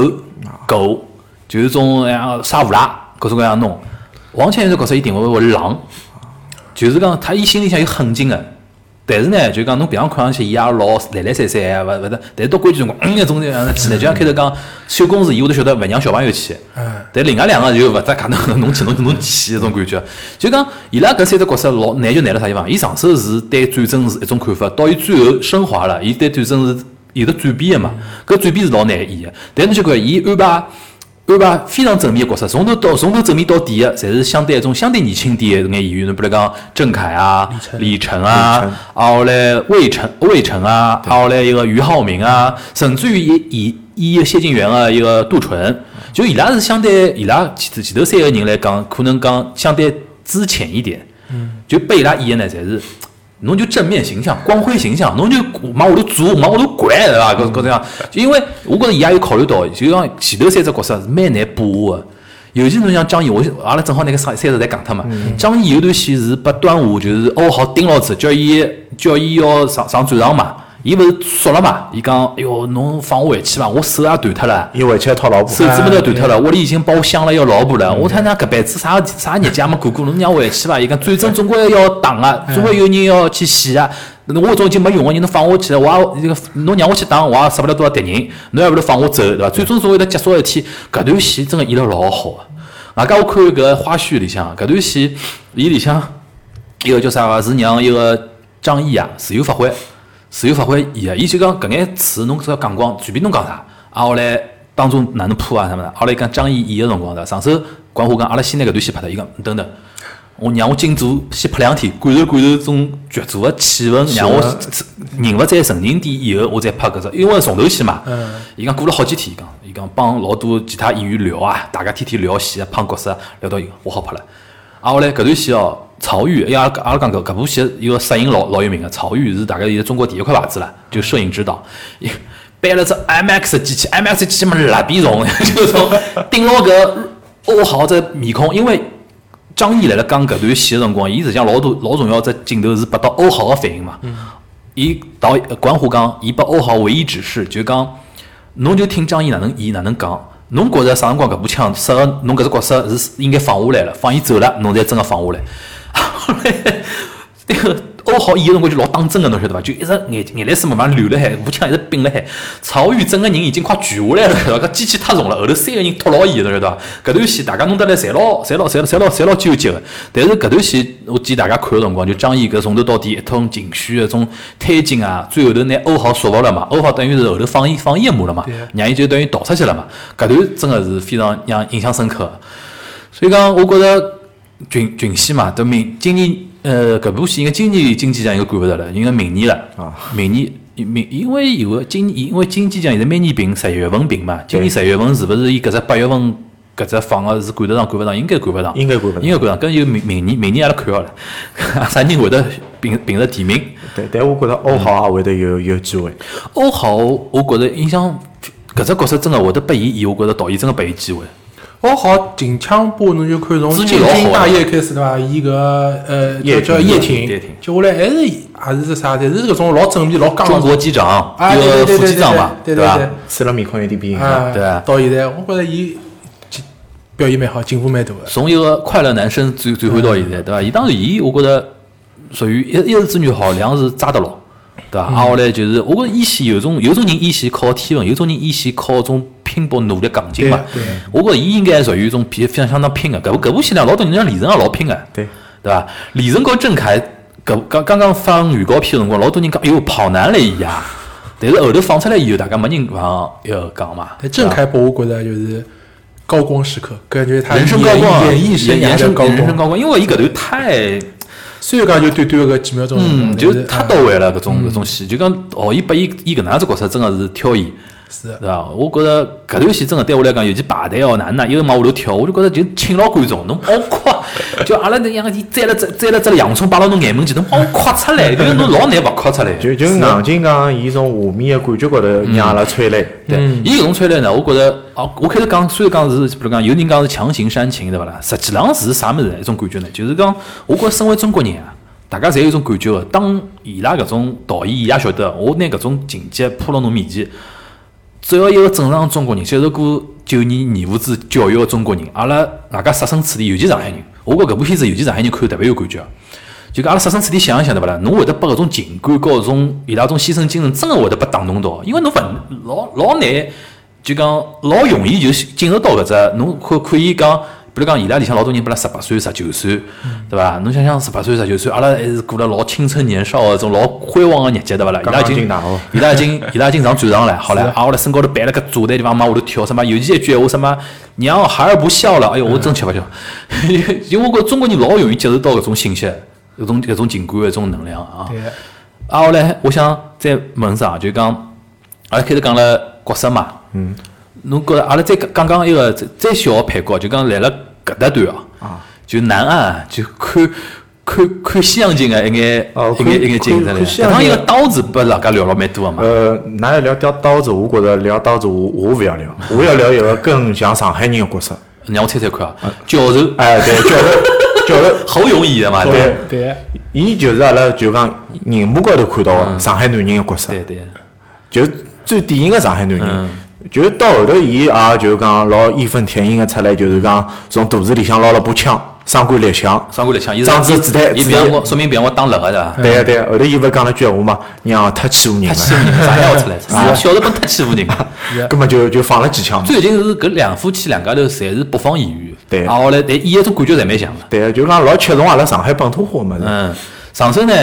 D: 啊
A: 狗，就是种哎呀杀无赖，各种各样弄。王千源这角色伊定位为狼，就是讲他伊心里向有狠劲个，但是呢，就讲侬别样看上去伊也老懒懒散散啊，勿勿得，但是到关键辰光，嗯，一种这样子去呢，就像开头讲修公司，伊会得晓得勿让小朋友去，
C: 嗯
A: 但另外两个就勿搭嘎侬侬去侬侬去，搿种感觉，就讲伊拉搿三只角色老难就难辣啥地方？伊上手是对战争是一种看法，到伊最后升华了，伊对战争是有得转变个嘛，搿转变是老难演个，但侬就看伊安排。安排非常正面的角色，从头到从头正面到底的，侪是相对一种相对年轻点的搿眼演员，侬比如讲郑恺啊、李晨啊
D: 李晨、
A: 啊后来魏晨、魏晨啊，啊后来一个俞灏明啊，甚至于伊伊伊谢晋元啊，一个杜淳，就伊拉是相对伊拉前前头三个人来讲，可能讲相对资浅一点，就被伊拉演的呢，侪是。侬就正面形象、光辉形象，侬就往下头做，往下头拐，对伐？搿搿种样，就因为我觉着伊也有考虑到，就像前头三只角色是蛮难把握的，尤其侬像张译，我阿拉正好那个三三只侪讲脱嘛。张译有段戏是把端午就是哦欧豪盯牢子，叫伊叫伊要上上战场嘛，伊勿是说了嘛，伊讲哎哟，侬放我回去伐，我手也断脱了。
D: 伊回去还套老婆，
A: 手指拇头断脱了，屋里已经把我想了要老婆了。我他娘搿辈子啥啥日子也没过过，侬让我回去伐？伊讲战争总归要打啊，总归有人要去死啊。那我种已经没用个人，啊侬放我去，我也这个侬让我去打，我也杀勿了多少敌人。侬还勿如放我走，对伐？最终总归得结束的一天。搿段戏真个演了老好啊！外加我看搿花絮里向，啊搿段戏伊里向一个叫啥个，是让一个张译啊自由发挥，自由发挥伊啊，伊就讲搿眼词侬只要讲光，随便侬讲啥，啊后来当中哪能铺啊什么的，后来讲张译演个辰光对伐？上手管虎讲阿拉先拿搿段戏拍脱，伊讲嗯等等。我让我进组先拍两天，感受感受种剧组个气氛，让我人物再成人点以后，我再拍搿只，因为从头戏嘛。伊讲过了好几天，伊讲伊讲帮老多其他演员聊啊，大家天天聊戏啊，拍角色啊，聊到伊讲我好拍了。啊，后来搿段戏哦，曹禺，哎呀，阿拉讲搿搿部戏一个摄影老老有名个，曹禺是大概现在中国第一块牌子了，就摄影指导。伊搬了只 IMAX 机器，IMAX 机器嘛蜡笔虫， 就是从顶牢搿欧豪只面孔，因为张译来了讲搿段戏个辰光，伊实际上老多老重要只镜头是拨到欧豪个反应嘛。伊导演呃管虎讲，伊拨欧豪唯一指示就是讲，侬就听张译哪能演哪能讲，侬觉着啥辰光搿部枪适合侬搿只角色是应该放下来了，放伊走了，侬才真个放下来。后来 那个欧豪演个辰光就老当真个，侬晓得伐？就一直眼眼泪水慢慢流了海，步枪一直并了海。曹禺整个人已经快举下来了，晓得伐？搿机器太重了，后头三个人拖牢伊，侬晓得伐？搿段戏大家弄得来侪老侪老侪老侪老侪老纠结个。但是搿段戏我建议大家看个辰光，就张译搿从头到底一通情绪个种推进啊，最后头拿欧豪说服了嘛，欧豪等于是后头放伊放伊个马了嘛
C: 对，
A: 让伊就等于逃出去了嘛。搿段真个是非常让印象深刻的。所以讲，我觉着群群戏嘛，都明今年呃搿部戏应该今年金鸡奖应该赶勿着了，应该明年了。
D: 啊，
A: 明年明因为有个今因为金鸡奖现在每年评十一月份评嘛，今年十一月份是勿是伊搿只八月份搿只放个是赶得上赶勿上？应该赶勿上，
D: 应该赶勿上
A: 应该赶上。搿就明明年明年阿拉看好了， 啥人会得评评着提名？
D: 啊但但我觉着欧豪也会得有有机会。
A: 欧豪，哦我觉着印象搿只角色真个会得拨伊演，我觉着导演真个拨伊机会。
C: 哦，好，秦腔部侬就看从
A: 资
C: 《
A: 金
C: 金
A: 老好
C: 金
A: 啊
C: 大业》开始对伐？伊搿呃叫
D: 叶
C: 叫
D: 挺
C: 叶
A: 叶
C: 挺
A: 挺，
C: 接下来还是还是啥？侪哦是搿种老正面、老刚
A: 中
C: 的。
A: 国机长，
C: 啊，
A: 一
C: 对
A: 个
C: 对
A: 副
C: 对
A: 机长嘛，
C: 对
A: 伐？
C: 对
D: 死了面孔有点变
C: 对，
D: 形了。
C: 啊，
A: 对啊
C: 到现在，我觉着伊进表现蛮好，进步蛮大个。
A: 从一个快乐男生转转换到现
C: 嗯
A: 在，对伐？伊当然，伊我觉得属于一一是子女好，两是扎得牢，对
C: 嗯
A: 伐？挨下来就是，我觉着演戏有种有种人演戏靠天分，有种人演戏靠种拼搏努力杠劲嘛
C: 对对。
A: 我觉着伊应该属于一种比非常相当拼个，搿部搿部戏呢，老多人像李晨啊也老拼个，
D: 对
A: 对伐？李晨和郑恺搿刚刚刚放预告片个辰光，老多人讲，哎哟，跑男了伊啊！但是后头放出来以后，大家没人往要讲嘛。
C: 但郑恺拨我觉着就是高光时刻，感觉他
A: 人生高光，啊
C: 演艺生
A: 人
C: 涯
A: 人
C: 的
A: 生
C: 高
A: 人生
C: 光。
A: 高光，因为伊搿段太
C: 虽然讲就短短个几秒钟的辰光，
A: 嗯，
C: 但
A: 就是太
C: 啊
A: 到位了，搿种搿种戏，就讲哦，伊把伊伊搿能样子角色真个是挑伊，
C: 是
A: 对伐？我觉着搿段戏真个对我来讲，尤其排队哦，哪能哪一个往下头跳，我就觉着就请牢观众，侬包括就阿拉那样伊摘了摘摘了只洋葱摆到侬眼门前，侬包哭出来，就是侬老难勿哭出来。
D: 就就硬劲讲，伊从下面的感觉高头让阿拉催泪。
A: 嗯对，伊搿种穿来呢，我觉着啊，我开始讲，虽然讲是，比如讲有人讲是强行煽情，对勿啦？实际浪是啥物事呢？一种感觉呢，就是讲，我觉着身为中国人啊，大家侪有一种感觉个。当伊拉搿种导演，伊也晓得，我拿搿种情节铺辣侬面前，只要一个正常中国人接受过九年义务制教育的中国人，阿拉外加设身处地，尤其上海人，我觉搿部片子尤其上海人看特别有感觉。就讲阿拉设身处地想一想，对勿啦？侬会得把搿种情感和搿种伊拉种牺牲精神，真个会得被打动到，因为侬勿老老难，就讲老容易就进入到搿只，侬可可以讲，比如讲伊拉里向老多人，本来十八岁、十九岁，
D: 嗯
A: 对伐？侬想想十八岁、十九岁，阿拉还是过了老青春年少的种老辉煌个日节，对勿啦？伊拉已
D: 刚刚进
A: 经
D: 大学
A: 伊拉已经 伊拉已经上战场了，好了，挨下来身高头摆了个炸弹地方往下头跳什么，尤其一句闲话什么“娘孩儿不笑了”，哎
D: 嗯
A: 哟，我真吃勿消， 因为我觉得中国人老容易接受到搿种信息，搿种搿种情感搿种能量啊。
C: 对，
A: 挨下来，我想再问啥，就讲阿拉开头讲了角色嘛，嗯，侬觉着阿拉再讲讲一个再再小个配角，就讲来了搿搭段
D: 啊
A: 哦，就南岸就看。看看西洋景个一眼
D: 哦
A: 一
D: 看
A: 眼一眼景色
D: 看
A: 嘞，
D: 看西
A: 搿
D: 洋
A: 趟一
D: 景
A: 个
D: 啊
A: 刀子拨大家聊了蛮多个嘛。
D: 呃，哪要聊掉刀子？我觉着聊刀子，我我勿要聊，我要聊一个更像上海人的角色。
A: 让我猜猜看啊，教授，
D: 哎，对，叫了叫了，
A: 侯勇演的嘛，对
D: 对，
C: 对，
D: 伊就是阿拉就讲荧幕高头看到的上海男人的角色，
A: 对对，
D: 就是最典型的上海男人。就是到后头，伊也就是讲老义愤填膺的出来，就是讲从肚子里向捞了把枪，伤官立枪。
A: 上过来抢，伊是
D: 上次子弹
A: 伊
D: 子
A: 别
D: 弹
A: 我说明别我当乐个的，
D: 对个对个，后头伊勿是讲了句闲话嘛，娘太欺负人
A: 他
D: 了，
A: 欺负人，啥也要出来， 啊
D: 啊
A: 是小时候本太欺负人。
D: 根本就就放了几枪嘛。
A: 最近是搿两夫妻两家头侪是北方演员，
D: 对
A: 啊，后来但演一种感觉侪蛮像的。
D: 对啊个，就讲老吃重阿拉上海本土化个物事。
A: 嗯，上手呢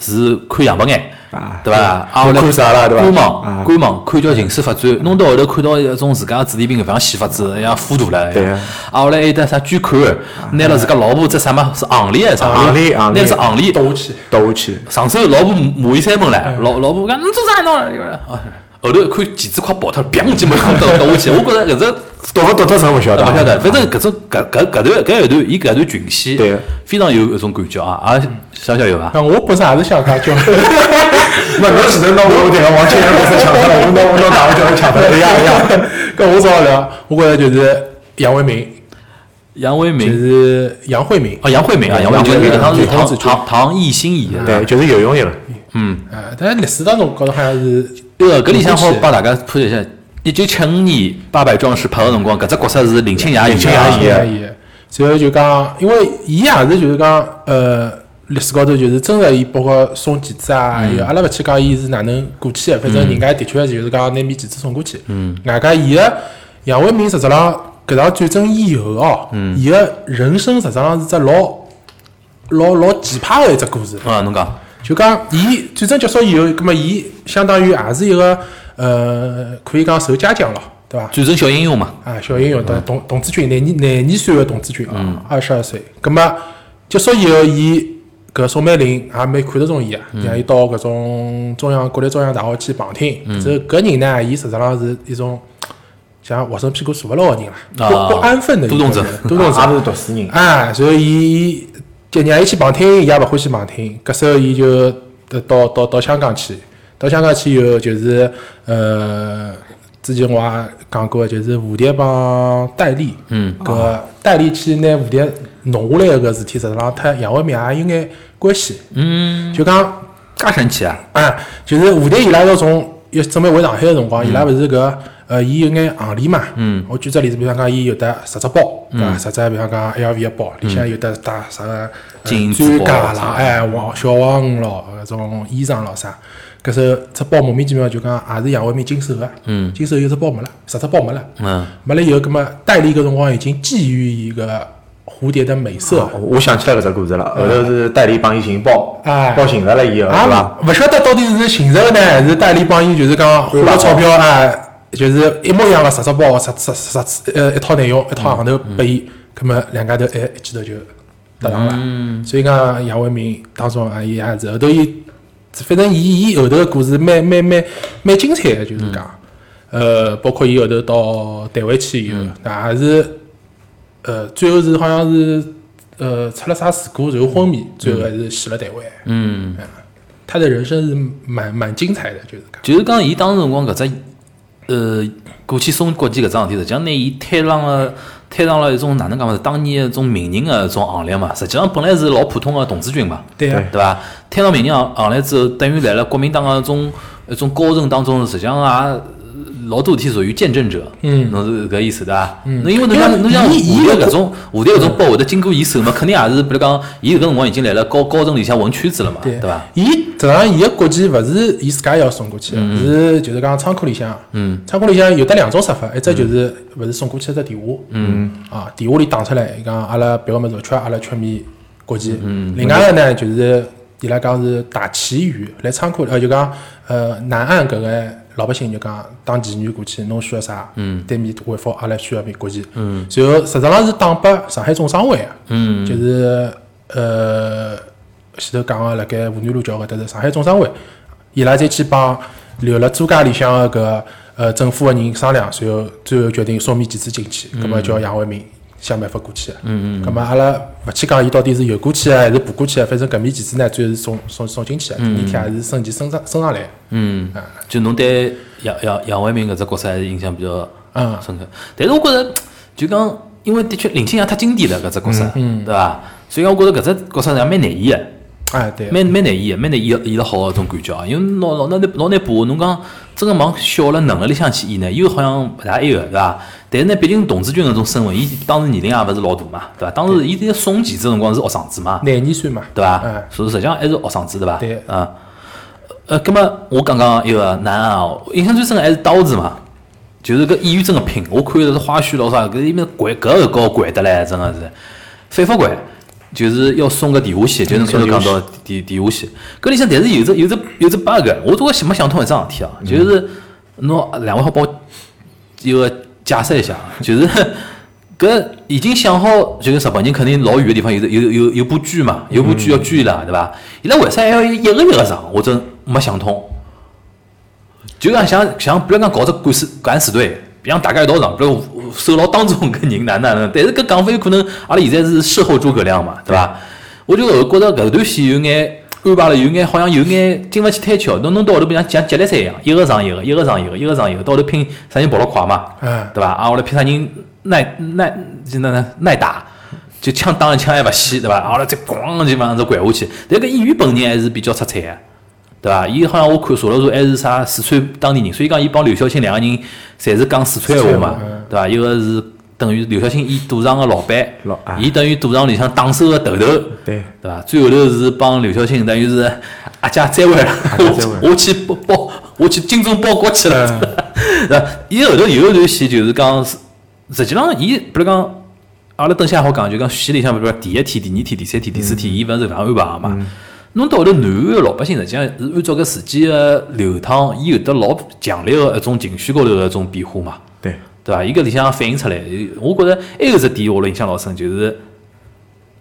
A: 是看样板眼
D: 啊，
A: 对伐？啊，
D: 就
A: 后来
D: 看啥啦对伐
A: 观
D: 啊嗯
A: 望，观望，看叫形势发展，弄到后头看到一种自家的子弟兵搿方戏法子，像糊涂了。
D: 对
A: 啊
D: 啊。
A: 后来还有得啥捐款，拿了自家老婆只啥嘛是行钿还是啥？啊
D: 行钿行钿
A: 拿了是行钿
C: 倒下去。
D: 倒下去，
A: 上手老婆骂伊三门来，
D: 嗯
A: 老老婆讲侬做啥弄了？啊后头一看旗子快爆脱了，砰！几门倒倒下去，我觉 着搿只。
D: 倒勿倒脱啥勿晓得啊，
A: 勿晓 得，反正搿种搿搿搿段搿一段，伊搿段群戏
D: 对
A: 非常有一种感觉啊！啊，小小有伐？
C: 那我本身也是想 讲叫。
D: 那侬只能拿我这个王千源公司抢出来，我拿我拿哪个叫抢 出来？一样一样。
C: 搿我只好聊，我觉着就是杨伟民，
A: 杨伟
C: 就
A: 明
C: 是杨惠民，
A: 啊，杨惠明啊，杨
D: 杨
A: 惠明
D: 惠
A: 就是
D: 民
A: 搿趟是
C: 对
A: 唐
C: 唐子嗯
A: 唐唐艺昕演的。
D: 对，就是游泳去了。
C: 啊，但是历史当中高头好像是
A: 对个，搿里向好帮大家普及一下，一九七五年《八百壮士》拍个辰光，搿只角色是林青霞演
D: 林青霞
A: 的。
D: 演
C: 也也，然后就讲，因为伊也是就是讲，呃，历史高头就是真个，伊包括送棋子啊，还有阿拉勿去讲伊是哪能过去的，反正人家的确就是讲拿面棋子送过去。嗯，外加伊个杨伟民实质上搿场战争以后哦，伊个人生实质上是只老老老奇葩个一只故事。
A: 啊，侬讲，
C: 就讲伊战争结束以后，葛末伊相当于也是一个呃，可以讲受嘉奖咯，对伐？
A: 战争小英雄嘛，
C: 啊，小英雄
A: 嗯
C: 的董董子军，廿二廿二岁的董子军啊，二十二岁。葛么结束以后，伊搿宋美龄也蛮看得中伊啊，
A: 嗯
C: 让伊到搿种中央国立中央大学去旁听。
A: 嗯
C: 这搿人呢，伊实质上是一种像活生屁股坐勿牢个人啦，
A: 啊
C: 不不安分的一
A: 多
C: 个
A: 动症
C: 人多动症，
D: 也是读书人。
C: 啊，所以伊就让伊去旁听，伊也勿欢喜旁听。搿时候伊就呃到到到香港去，到香港去以后就是呃，之前我也讲过，就是蝴蝶帮戴笠，嗯，搿戴笠去拿蝴蝶弄下来搿事体，实际上他杨伟民也有眼关系，嗯，就讲
A: 介神奇啊！
C: 啊，就是蝴蝶伊拉要从要准备回上海个辰光，伊拉勿是搿呃，伊有眼行李嘛。嗯。我举只例子，比方讲，伊有得十只包，对
A: 嗯
C: 伐？十只比方讲 LV 个包，里向有得带啥个呃
A: 金银珠
C: 钻
A: 宝
C: 戒
A: 啥
C: 啦，哎，黄小黄鱼咯，搿种衣裳咯啥。搿时候只包莫名其妙就讲也是杨伟民经手个，嗯，经手有只包没了，十只包没了，
A: 嗯，
C: 没了以后，葛末戴笠搿辰光已经觊觎伊个蝴蝶的美色，
A: 啊
D: 我想起来搿只故事了，后头是戴笠帮伊寻宝，
C: 哎
D: 包寻着了以后，
C: 啊，
D: 是伐？
C: 勿晓得到底是寻着个呢，还是戴笠帮伊就是讲花了钞票啊，就是一模一样个十只包、十十十十呃一套内
D: 嗯
C: 容、一套行头拨伊，葛末两家头哎一记头就搭上了。
D: 嗯
C: 所以讲杨伟民当中啊，伊也是后头伊，反正伊伊后头个故事蛮蛮蛮蛮精彩个，就是讲，
D: 嗯
C: 呃，包括伊后头到台湾去以后，那也是呃，最后是好像是呃出了啥事故，然后昏迷，最后还是死了台湾。嗯，他的人生是蛮蛮精彩的，就是讲。
A: 就是讲伊当时辰光搿只，呃，过去送国旗搿桩事体，实际上拿伊推上了推上了一种哪能讲嘛，是当年一种名人个一种行列嘛。实际上本来是老普通个童子军嘛，
C: 对呀
A: 对啊伐？推上名人行行列之后，等于来了国民党个一种一种高层当中，实际上也呃老多体属于见证者，嗯，侬是搿意思对伐？嗯，因为侬
C: 因为
A: 像侬像
C: 伊伊嗯
A: 蝴蝶
C: 的
A: 搿种蝴蝶搿种包会得经过伊手嘛，肯定也是比如讲，伊搿辰光已经来了高高层里向混圈子了嘛，对伐？
C: 伊实际上伊个国旗勿是伊自家要送过去的，
A: 嗯
C: 是就是讲仓库里向，仓库里向有得两种说法，一只就是勿是送过去一只电话，
A: 嗯
C: 啊，电话里打出来，伊讲阿拉别个物事勿缺，阿拉缺面国旗。
A: 嗯
C: 另外个呢，就是伊拉讲是打旗语，来仓库呃就讲呃南岸搿个老百姓就讲打旗语过去，侬需要啥，
A: 嗯
C: 对面回复阿拉需要面国旗。然后实质上是打拨上海总商会啊，
A: 嗯
C: 就是呃。前头讲个，辣盖妇女路桥搿搭是上海总商会，伊拉再去帮留辣租界里向个搿呃政府个人商量，随后最后决定送面几次进去，葛末叫杨惠民想办法过去。嗯嗯嗯。葛末阿拉勿去讲伊到底是游过去啊，还是爬过去啊，反正搿面几次呢，最后是送送送进去啊，第二天也是升旗升上升上来。
A: 嗯
C: 啊，
A: 就侬对杨杨杨伟民搿只角色还是印象比较
C: 嗯
A: 深刻。但是我觉着，就讲因为的确林青霞太经典了搿只角色，
C: 嗯
A: 对伐？所以讲我觉着搿只角色也蛮难演的。
C: 哎，对。
A: 蛮蛮难演，蛮难演演了好搿种感觉啊！因为老老难老难把握，侬讲真个往小了能力里向去演呢，又好像勿大一个，对伐？但是呢，毕竟童子军搿种身份，伊当时年龄也勿是老大嘛，对伐？当时伊在送旗子辰光是学生子嘛，
C: 廿二岁嘛，
A: 对伐
C: 哎？
A: 所以实际上还是学生子，对伐？
C: 对
A: 啊。呃，葛么我刚刚一个男啊，印象最深个还是刀子嘛，就是搿抑郁症个拼，我看的是花絮咯啥，搿里面掼搿个高掼得来，真个是反复掼，就是要送个地下
C: 嗯
A: 线，就是刚才讲到地地下线，搿里向但是有只有只有只 bug，我总归想没想通一桩事体啊，
C: 嗯
A: 就是侬两位好帮我一个解释一下，就是搿已经想好，就是日本人肯定老远个地方有有有有部剧嘛，有部剧要剧啦，对伐？伊拉为啥还要一个一个上？我真没想通。就讲想想，比如讲搞只敢死敢死队，比方大家一道上，比如守牢当中搿人哪能哪能，但是搿讲法有可能，阿拉现在是事后诸葛亮嘛，对伐？我就后觉着搿段戏有眼安排了，有眼好像有眼经勿起推敲，侬弄到后头不像像接力赛一样，一个上一个，一个上一个，一个上一个，到后头拼啥人跑得快嘛，
C: 嗯
A: 对伐？啊，后来拼啥人耐耐就哪能耐打。就枪打一枪还勿死，对伐？啊后来再咣就往上子掼下去，但搿演员本人还是比较出彩个，对伐？伊好像我看查了查，还是啥四川当地人，所以讲伊帮刘晓庆两个人侪是讲四川
C: 四
A: 话
C: 川
A: 嘛
C: 话嗯，
A: 对伐？一个是等于刘晓庆伊赌场个老板
D: 老
C: 哎
D: 啊，
A: 伊等于赌场里向打手个头头，
D: 对
A: 对伐？最后头是帮刘晓庆等于是 啊阿姐再会了， 我我去报报，我去精忠报国去了。 对伐？伊后头有一段戏就是讲是，实际上伊比如讲。阿拉等下好讲，就讲戏里向，比如讲第一天、第二天、第三天、第四天，伊勿是搿样安排个嘛。弄到后头，南安个老百姓实际上是按照搿时间个流淌，伊有得老强烈个一种情绪高头个一种变化嘛，
D: 对，
A: 对伐？伊搿里向反映出来，呃我觉着还有一只点我辣印象老深，就是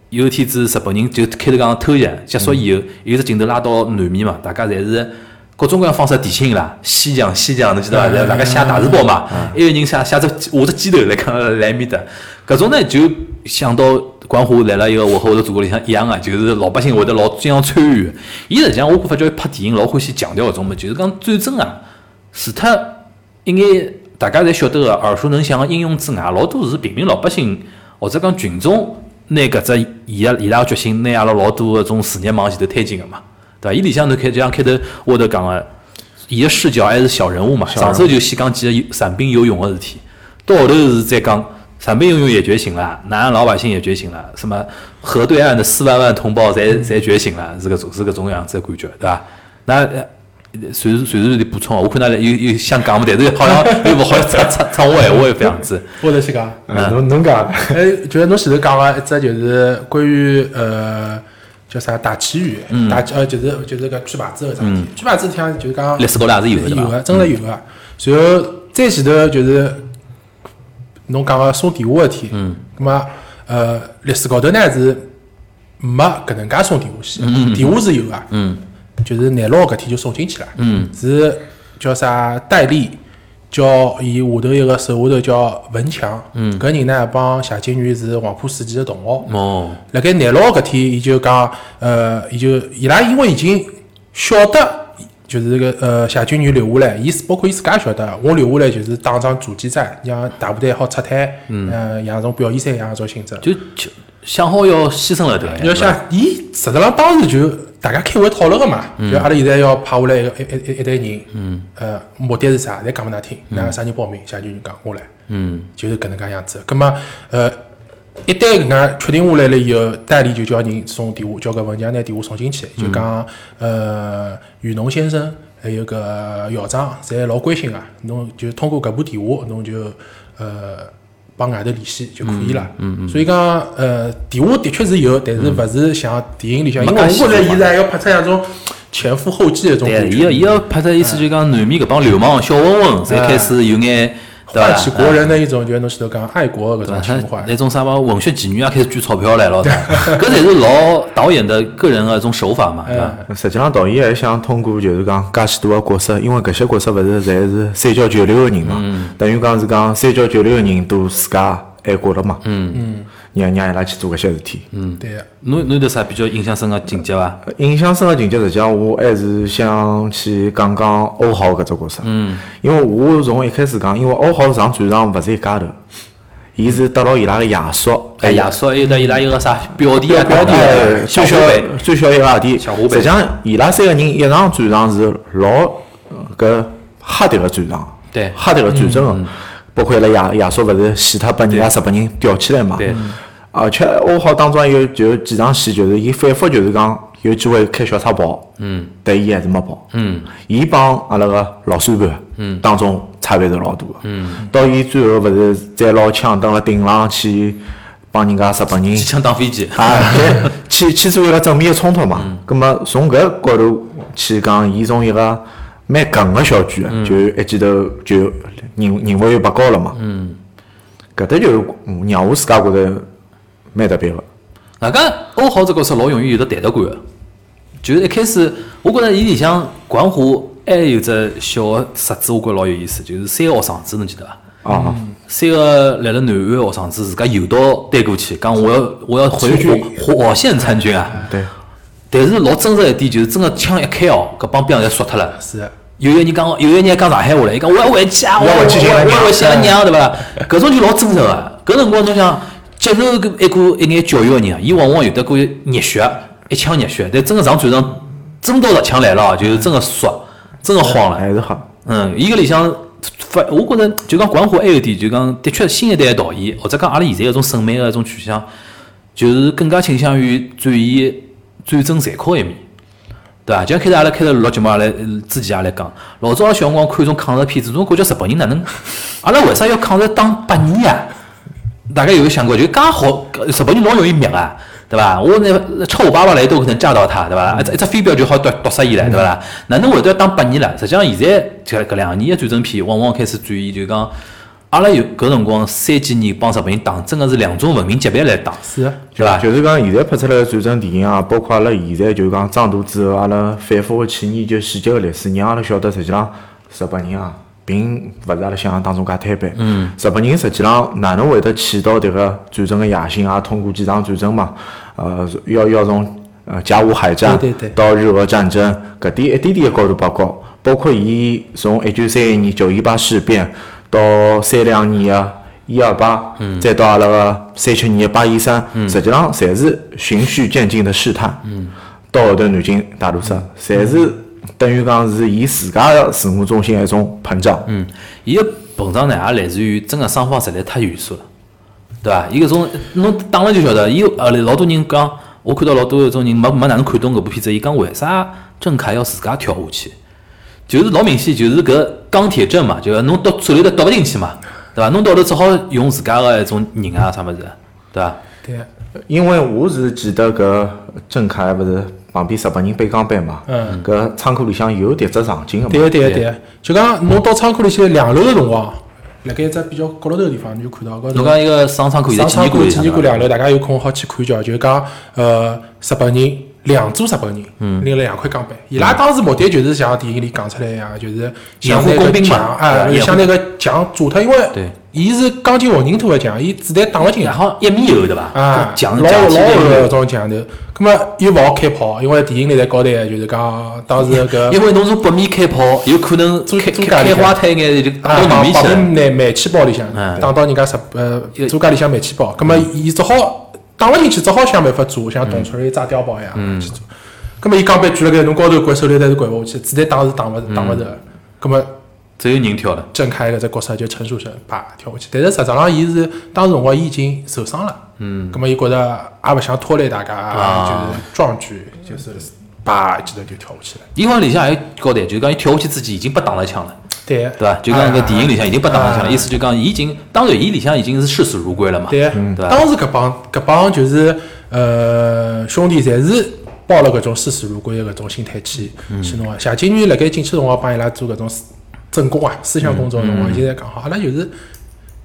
A: 有一天子日本人就开头讲偷袭，结束以后，有一只镜头拉到南面嘛，大家侪是各种各样方式提醒伊拉，西墙西墙，侬记得伐？大家写大字报嘛，还有人写写只画只鸡头来讲来埃面搭，搿种呢就想到管虎来了以后，我和我的祖国里向一样啊，就是老百姓会得老经常参与。伊实际上我发觉拍电影老欢喜强调搿种物事，就是讲战争啊，除脱一眼大家侪晓得个耳熟能详个应用之外，老多是平民老百姓或者讲群众拿搿只伊拉伊拉个决心拿阿拉老多个种事业往前头推进个嘛，对伐？伊里向头开就像开头我头讲个，伊个视角还是小人物嘛，上手就先讲几个有散兵游勇个事体，到后头是再讲。散兵游勇也觉醒了，南岸老百姓也觉醒了，什么河对岸的四万万同胞侪侪觉醒了，是搿种是搿种样子个感觉，对伐？那呃随时随时有点补充啊，我看那里有有想讲嘛，但是 好像又勿好插插插我闲话搿样子。
C: 我来去讲。
D: 啊侬侬讲，
C: 哎，就是侬前头讲个一只就是关于呃叫啥大旗语，
A: 嗯
C: 大旗呃就是就是搿举牌子搿桩事体，举牌子听就是讲
A: 历史高头也是有的对嗯
C: 有
A: 伐？
C: 个，真的有个。然后再前头就是侬讲个送电话个体，嗯，那么呃历史高头呢是没搿能介送电话线，电话是有个，嗯，就是廿六号搿天就送进去了，嗯，是叫啥戴笠。叫伊下头一个手下头叫文强，嗯，搿人呢帮谢金玉是黄埔书记的同学，
A: 哦，
C: 辣盖廿六号搿天，伊就讲，呃，伊就伊拉因为已经晓得，就是搿呃谢军女留下来，伊包括伊自家也晓得，我留下来就是打桩阻击战，让大部队好撤退，嗯，呃，像种表演赛一样搿种性质。
A: 就就想好要牺牲了对伐？
C: 你要想，伊实质上当时就大家开会讨论个嘛，就阿拉现在要派下来一个一一一队人，嗯，呃，目的是啥？侪讲拨㑚听，㑚啥人报名，谢军女讲我来，嗯，就是搿能介样子。葛末呃。一旦搿能确定下来了以后，代理就叫人送电话，叫搿文强拿电话送进去，就讲呃，雨农先生还有搿校长，侪老关心个，啊侬就通过搿部电话，侬就呃帮外头联系就可以了。嗯嗯所以讲呃，电话的确是有，但是勿是像电影里向，因为我觉着伊是还要拍出像种前赴后继的一种
A: 对，嗯
C: 感
A: 伊要
C: 觉，
A: 伊要拍出意思就讲南面搿帮流氓小混混，侪开始有眼对伐？
C: 唤起国人的一种就是侬前头讲爱国的搿种情怀
D: 啊
A: 那。种啥嘛文学妓女也啊开始捐钞票来了，对 伐搿才是老导演的个人的一种手法
D: 哎
A: 嘛，对伐？
D: 实际上导演还想通过就是讲介许多个角色，因为搿些角色勿是侪是三教九流个人嘛，等于讲是讲三教九流个人都自家爱国了嘛，嗯嗯，让让伊拉去做搿些事体，嗯。
C: 对个。
A: 侬侬有得啥比较印象深个情节伐？
D: 印象深个情节，实际上我还是想去讲讲欧豪搿只角色。嗯，因为我从一开始讲，因为欧豪上战场勿是一家头，伊是得牢伊拉个爷叔，
A: 哎，亚叔还有得伊拉一个啥表弟啊，
D: 表弟
A: 啊，
D: 哎最小最小一个阿弟，实际上伊拉三个人一场战场是老呃搿黑的个战场，
A: 对
D: 黑的个战争个，包括伊拉爷爷叔勿是死脱，把人家日本人吊起来嘛，
A: 对，
D: 而且欧豪当中有就几场戏，就是伊反复就是讲有机会开小差跑，嗯，但伊还是没跑，嗯，伊帮阿拉个老三班，嗯，当中差别是老大个，嗯，到伊最后勿是再拿枪登了顶浪去帮人家日本人
A: 机枪打飞机，
D: 啊，对，去去做一个正面的冲突嘛。咁么从搿角度去讲，伊从一个蛮戆个小句，就一记头就人人位又拔高了嘛。嗯，搿搭就嗯让我自家觉着蛮特别个。
A: 外加欧哦豪这角色老容易有得代入感个，就是一开始我觉着伊里向管虎还有只小个设置，我觉着老有意思，就是三个学生子侬记得伐？
D: 哦，
A: 三个来了南安学生子自家游到带过去，讲我要我要回华华县参军啊！
D: 对，
A: 但是老真实一点，就是真个枪一开哦，搿帮兵侪杀脱了。
C: 是的
A: 有一个人讲，有一个人还讲上海话来，伊讲我要回去啊，我要回去，我要回去啊，娘对 伐？搿种就老真实个。搿辰光侬想接受搿一股一眼教育个人啊，伊往往有得股热血，一腔热血，但真个上战场真到十强来了啊，就是真个刷，真个慌了。
D: 还是好。
A: 嗯，伊搿里向发，我觉着就讲管虎还有一点，就讲的确新一代的导演，或者讲阿拉现在搿种审美个一种取向，就是更加倾向于展现战争残酷一面，对伐？就像开头阿拉开头录节目也来呃之前也来讲，老早小辰光看一种抗日片子，总感觉日本人哪能，阿拉为啥要抗日打八年啊？大家有没有想过，就刚好日本人老容易灭啊，对伐？我那吃我爸爸来都可能炸到他，对伐？一只一只飞镖就好毒毒死伊了，对伐啦？哪能会得当八年了？实际上现在搿搿两年的战争片，往往开始转移，就讲阿拉有搿辰光三几年帮日本人打，真个是两种文明级别来打，
C: 是啊
A: 对伐？
D: 就是讲现在拍出来的战争电影啊，包括阿拉现在就是讲长大之后，阿拉啊反复去研究细节个历史，让阿拉晓得实际上日本人啊，并勿是阿拉想象当啊中介贪婪。嗯，日本人实际上哪能会得起到迭个战争个野心啊？通过几场战争嘛，呃，要要从呃甲午海战
C: 对对对
D: 到日俄战争，搿点一点点个高度报告，包括伊从一九三一年九一八事变到三两年个一二八，再到阿拉个三七年个八一三，实际上侪是循序渐进的试探。嗯，到后头南京大屠杀，侪是等于讲是伊自家个自我中心的一种膨胀。嗯，
A: 伊个膨胀呢，也来自于真个双方实在太悬殊了，对伐？伊搿种侬打了就晓得，伊呃老多人讲，我看到老多搿种人没没哪能看懂搿部片子，伊讲为啥郑恺要自家跳下去？就是老明显，就是搿钢铁镇嘛，就是侬到手里头搭勿进去嘛，对伐？侬到头只好用自家个一种人啊啥物事，对伐？
C: 对，
D: 因为我是记得搿郑恺勿是旁边日本人背钢板嘛，
C: 嗯
D: 搿仓库里向有迭只场景个嘛。
C: 对个对个对个，就讲侬到仓库里去两楼个辰光，辣盖一只比较角落头个地方，你就看到高头
A: 侬。讲一个上仓库现在
C: 上
A: 纪
C: 仓
A: 念
C: 库
A: 馆
C: 纪念
A: 里向，
C: 馆两楼，大家有空好去看一瞧，就是讲呃，日本人两组日本人拎了两块钢板，伊拉当时目的就是像电影里讲出来一样，就是
A: 掩
C: 像
A: 护
C: 那
A: 工
C: 个
A: 兵嘛
C: 墙，哎，
A: 对吧
C: 像那个墙炸脱，因为
A: 对
C: 伊是钢筋混凝土个墙，伊子弹打勿进来
A: 然。后一米厚对伐
C: 啊？，
A: 墙
C: 老
A: 墙
C: 老
A: 体
C: 厚
A: 对
C: 的
A: 伐
C: 搿种墙头，葛末又勿好开炮，因为电影里侪交代，就是讲当时搿
A: 因为侬从北面开炮，有可能
C: 猪
A: 开
C: 猪
A: 开
C: 家里
A: 开
C: 向
A: 花太眼就
C: 啊
A: 打到，里面
C: 把
A: 去
C: 把
A: 了。
C: 煤煤气包里向
A: 嗯，
C: 打到人家十呃猪家里向煤气包，葛末伊只好打勿进去，只好想办法做，
A: 嗯
C: 像动车里炸碉堡一样去做。葛末伊钢板举辣盖，侬高头掼手榴弹是掼勿下去，子弹打是打
A: 嗯
C: 勿打勿着。葛末
A: 只有人跳了。
C: 郑恺搿只角色就陈树生，啪跳下去，但是实质上伊是当时辰光伊已经受伤了，嗯，葛末伊觉着也勿想拖累大家，
A: 啊
C: 就是壮举，就是啪一记头就跳下去了。
A: 伊好像里向还有交代，就是讲伊跳下去之前已经被打了一枪了，
C: 对，
A: 对伐？就讲搿电影里向已经被打了一枪了，
C: 啊
A: 意思就讲伊已经，当然伊里向已经是视死如归了嘛。
C: 对，
A: 啊对吧
C: 当时搿帮搿帮就是呃兄弟，侪是抱了搿种视死如归的搿种心态去去弄啊。谢金玉辣盖进去辰光帮伊拉做搿种思正工啊、思想工作的辰光，现在讲好，阿拉就是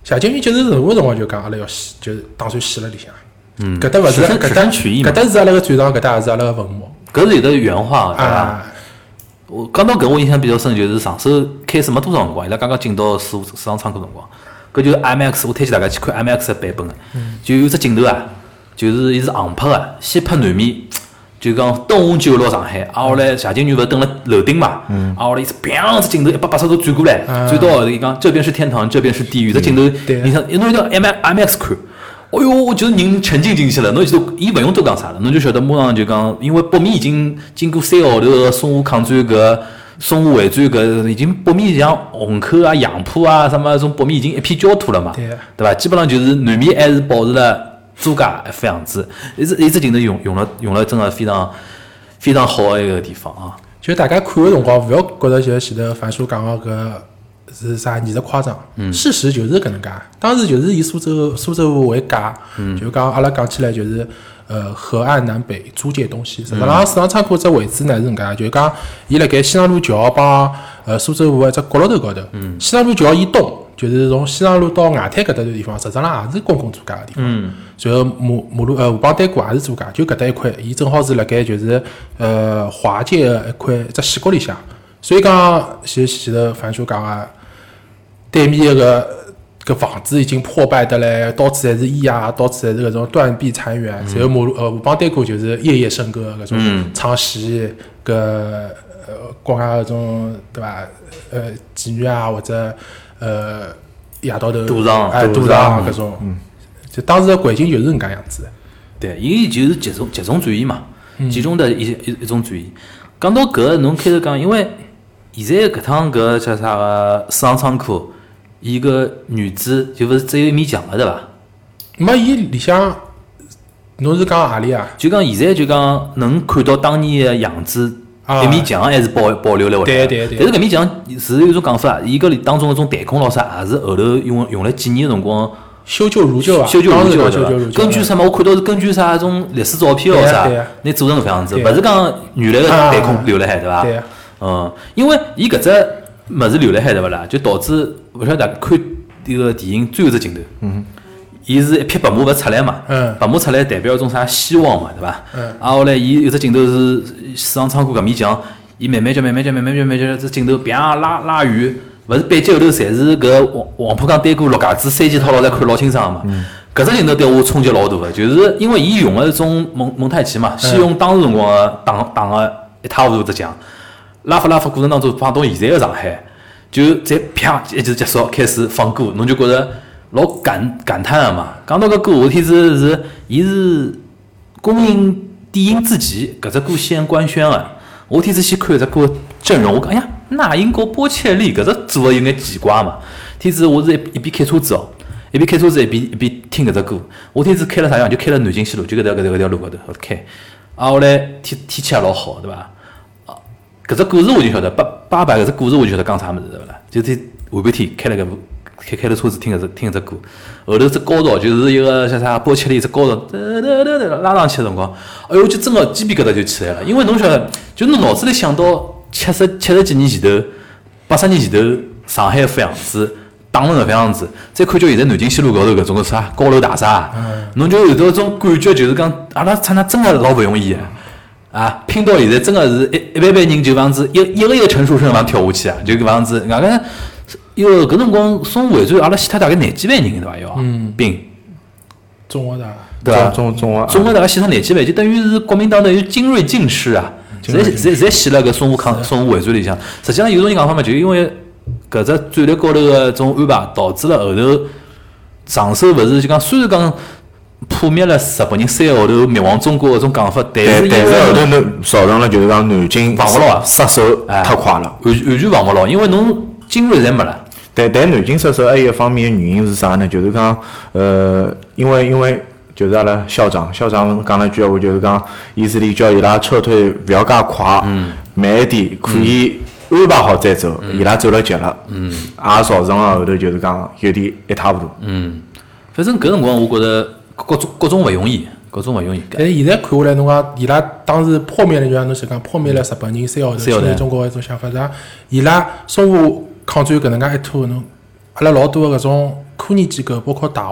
C: 谢金玉接受任务的辰光就讲阿拉要死，就是打算死了里向。嗯，搿搭勿是
A: 舍身
C: 搿
A: 舍
C: 搭
A: 身取义嘛
C: 搿搭是阿拉个战场，搿搭也是阿拉个坟墓
A: 搿是有的原话，对伐？
C: 啊。
A: 我讲到搿，我印象比较深就是上首开始没多少辰光，伊拉刚刚进到市市场仓库辰光，搿就是 IMAX，我推荐大家去看 IMAX 的版本的，就有只镜头啊，就是伊是航拍的，先拍南面，就讲东吴九落上海，啊后来谢金女勿是蹲辣楼顶嘛，啊后来一只砰，只镜头一百八十度转过来，转到后头伊讲这边是天堂，这边是地狱，这镜头
C: 对
A: 你想，侬一定要 IMAX IMAX 看。哦哟，我觉得人沉浸进去了，侬就伊勿用多讲啥了，侬就晓得马上就讲，因为北面已经经过三个号头个淞沪抗战搿淞沪会战搿，已经北面像虹口啊、杨浦啊什么，种北面已经一片焦土了嘛，
C: 对
A: 对伐？基本上就是南面还是保持了租界一副样子，一直一直镜头用用了用了真个非常非常好的一个地方啊。
C: 就大家看个辰光，勿要觉着就是前头樊叔讲个搿是啥艺术夸张，事实就是搿能介。当时就是以苏州苏州府为界，就讲阿拉讲起来就是呃河岸南北租界东西。实际上，市场仓库只位置呢是搿能介，就是讲伊辣盖西藏路桥帮呃苏州府一只角落头高头，西藏路桥以东。就是从西藏路到外滩搿搭段地方，实质上也是公共租界个地方。然后马马路呃河浜单库也是租界，就搿搭一块，伊正好是辣盖就是呃华界个一块一只死角里向。所以讲，前前头樊叔讲个，对面个搿房子已经破败得来，到处侪是衣啊，到处侪是搿种断壁残垣。
A: 嗯
C: 然后马路呃河浜单库就是夜夜笙歌搿种唱戏搿呃国外搿种对伐？呃妓女啊或者呃夜到头
A: 赌场嗯
C: 哎
A: 赌
C: 赌场搿种，就当时个环境就是搿能介样子的。
A: 对，伊就是集中集中转移嘛，集中的一一一种转移。讲到搿，侬开头讲，因为现在搿趟搿叫啥个商仓库，伊搿女主就勿是只有一面墙了对伐？
C: 没伊里向，侬是讲何里啊？
A: 就讲现在就讲能看到当年的样子，
C: 啊
A: 一面墙还是保保留了回来。
C: 对对对
A: 但是搿面墙是有一种讲法，伊搿里当中搿种弹孔老啥，也是后头用用了几年的辰光
C: 修旧如旧啊，
A: 修旧
C: 当
A: 如
C: 时
A: 旧
C: 讲
A: 对
C: 修旧如
A: 伐？
C: 旧啊。
A: 根据什么？我看到是根据啥种历史照片哦
C: 对呀
A: 啥
C: 对呀，
A: 你做成搿副样子，
C: 对呀
A: 勿是讲原来的
C: 啊
A: 弹孔留辣海对伐？
C: 对啊呀
A: 嗯，因为伊搿只物事留辣海对勿啦，就导致勿晓得大家看迭个电影最后只镜头，嗯，伊是一匹白马勿出来嘛，
C: 嗯
A: 白马出来代表一种啥希望嘛，对伐？
C: 嗯
A: 啊，后来伊有只镜头是市场仓库搿面墙，伊慢慢叫慢慢叫慢慢叫慢慢叫，只镜头别拉拉远，勿是背景后头侪是搿黄黄浦江对过陆家嘴三件套牢在看老清爽嘛。
C: 嗯
A: 搿只镜头对我冲击老大个，就是因为伊用个是种蒙蒙太奇
C: 嗯
A: 嘛，先用当时辰光个打打个一塌糊涂只墙，拉发拉发过程当中放到现在个上海，就再啪一就结束开始放歌，侬就觉着老感感叹个嘛。讲到搿歌，我天是是伊是公映电影之前，搿只歌先官宣个、我天子先看只歌阵容，我讲哎呀，那英和波切利搿只组合有眼奇怪嘛。天子我是一一边开车子哦，一边开车子一边一边听搿只歌。我天子开了啥样？就开了南京西路，就搿条搿条搿条路高头我开。啊，后来天天气也老好，对伐？搿只故事我就晓得，八八百搿只故事我就晓得讲啥物事对勿啦？就是下半天开了个部开开了车子听搿只听搿只歌，后头只高潮就是一个像啥波切利只高潮，哒哒哒哒拉上去个辰光，哎哟，就真个鸡皮疙瘩就起来了，因为侬晓得，就侬脑子里想到七十七十几年前头，八十年前头上海副样子。打成搿副样子，再看叫现在南京西路高头搿种个啥高楼大厦，侬就有得种感觉，就是讲阿拉刹那真个老勿容易个。啊，拼到现在真个是一一般般人就搿样子一一个一个陈树生搿样跳下去啊，就搿样子，外加哟搿辰光送回转阿拉死脱大概廿几万人对啊伐？要
D: 嗯
A: 兵
C: 中国的，
A: 对伐？
D: 中中啊，
A: 中国大概死脱廿几万，就等于是国民党等于精锐尽失啊，侪侪侪死辣搿淞沪抗淞沪会战里向。实际上有种人讲法嘛，就因为搿只战略高头个种安排，导致了后头长寿勿是就讲虽然讲破灭了日本人三个号头灭亡中国搿种讲法，但
D: 但
A: 是
D: 但
A: 因
D: 是
A: 为
D: 后头侬造成了就是讲南京
A: 防不牢啊
D: 失守
A: 哎
D: 太快了。
A: 完完全防勿牢，因为侬精锐侪没了。
D: 但但南京失守还有一方面的原因是啥呢？就是讲，呃，因为因为就是阿拉校长，校长讲了一句闲话，就是讲，意思里叫伊拉撤退不要介快，
A: 嗯
D: 慢一点，可以安排好再走。伊拉走了急了，
A: 嗯
D: 也造成了后头就是讲有点一塌糊涂。
A: 嗯反正搿辰光，我觉着各种各种勿容易，各种勿容易。
C: 但是现在看下来，侬讲伊拉当时破灭了，就像侬所讲破灭了日本人三个号头，
A: 三个号头
C: 侵略中国的一种想法，实际上伊拉淞沪抗战搿能介一拖，侬阿拉老多的搿种科研机构，包括大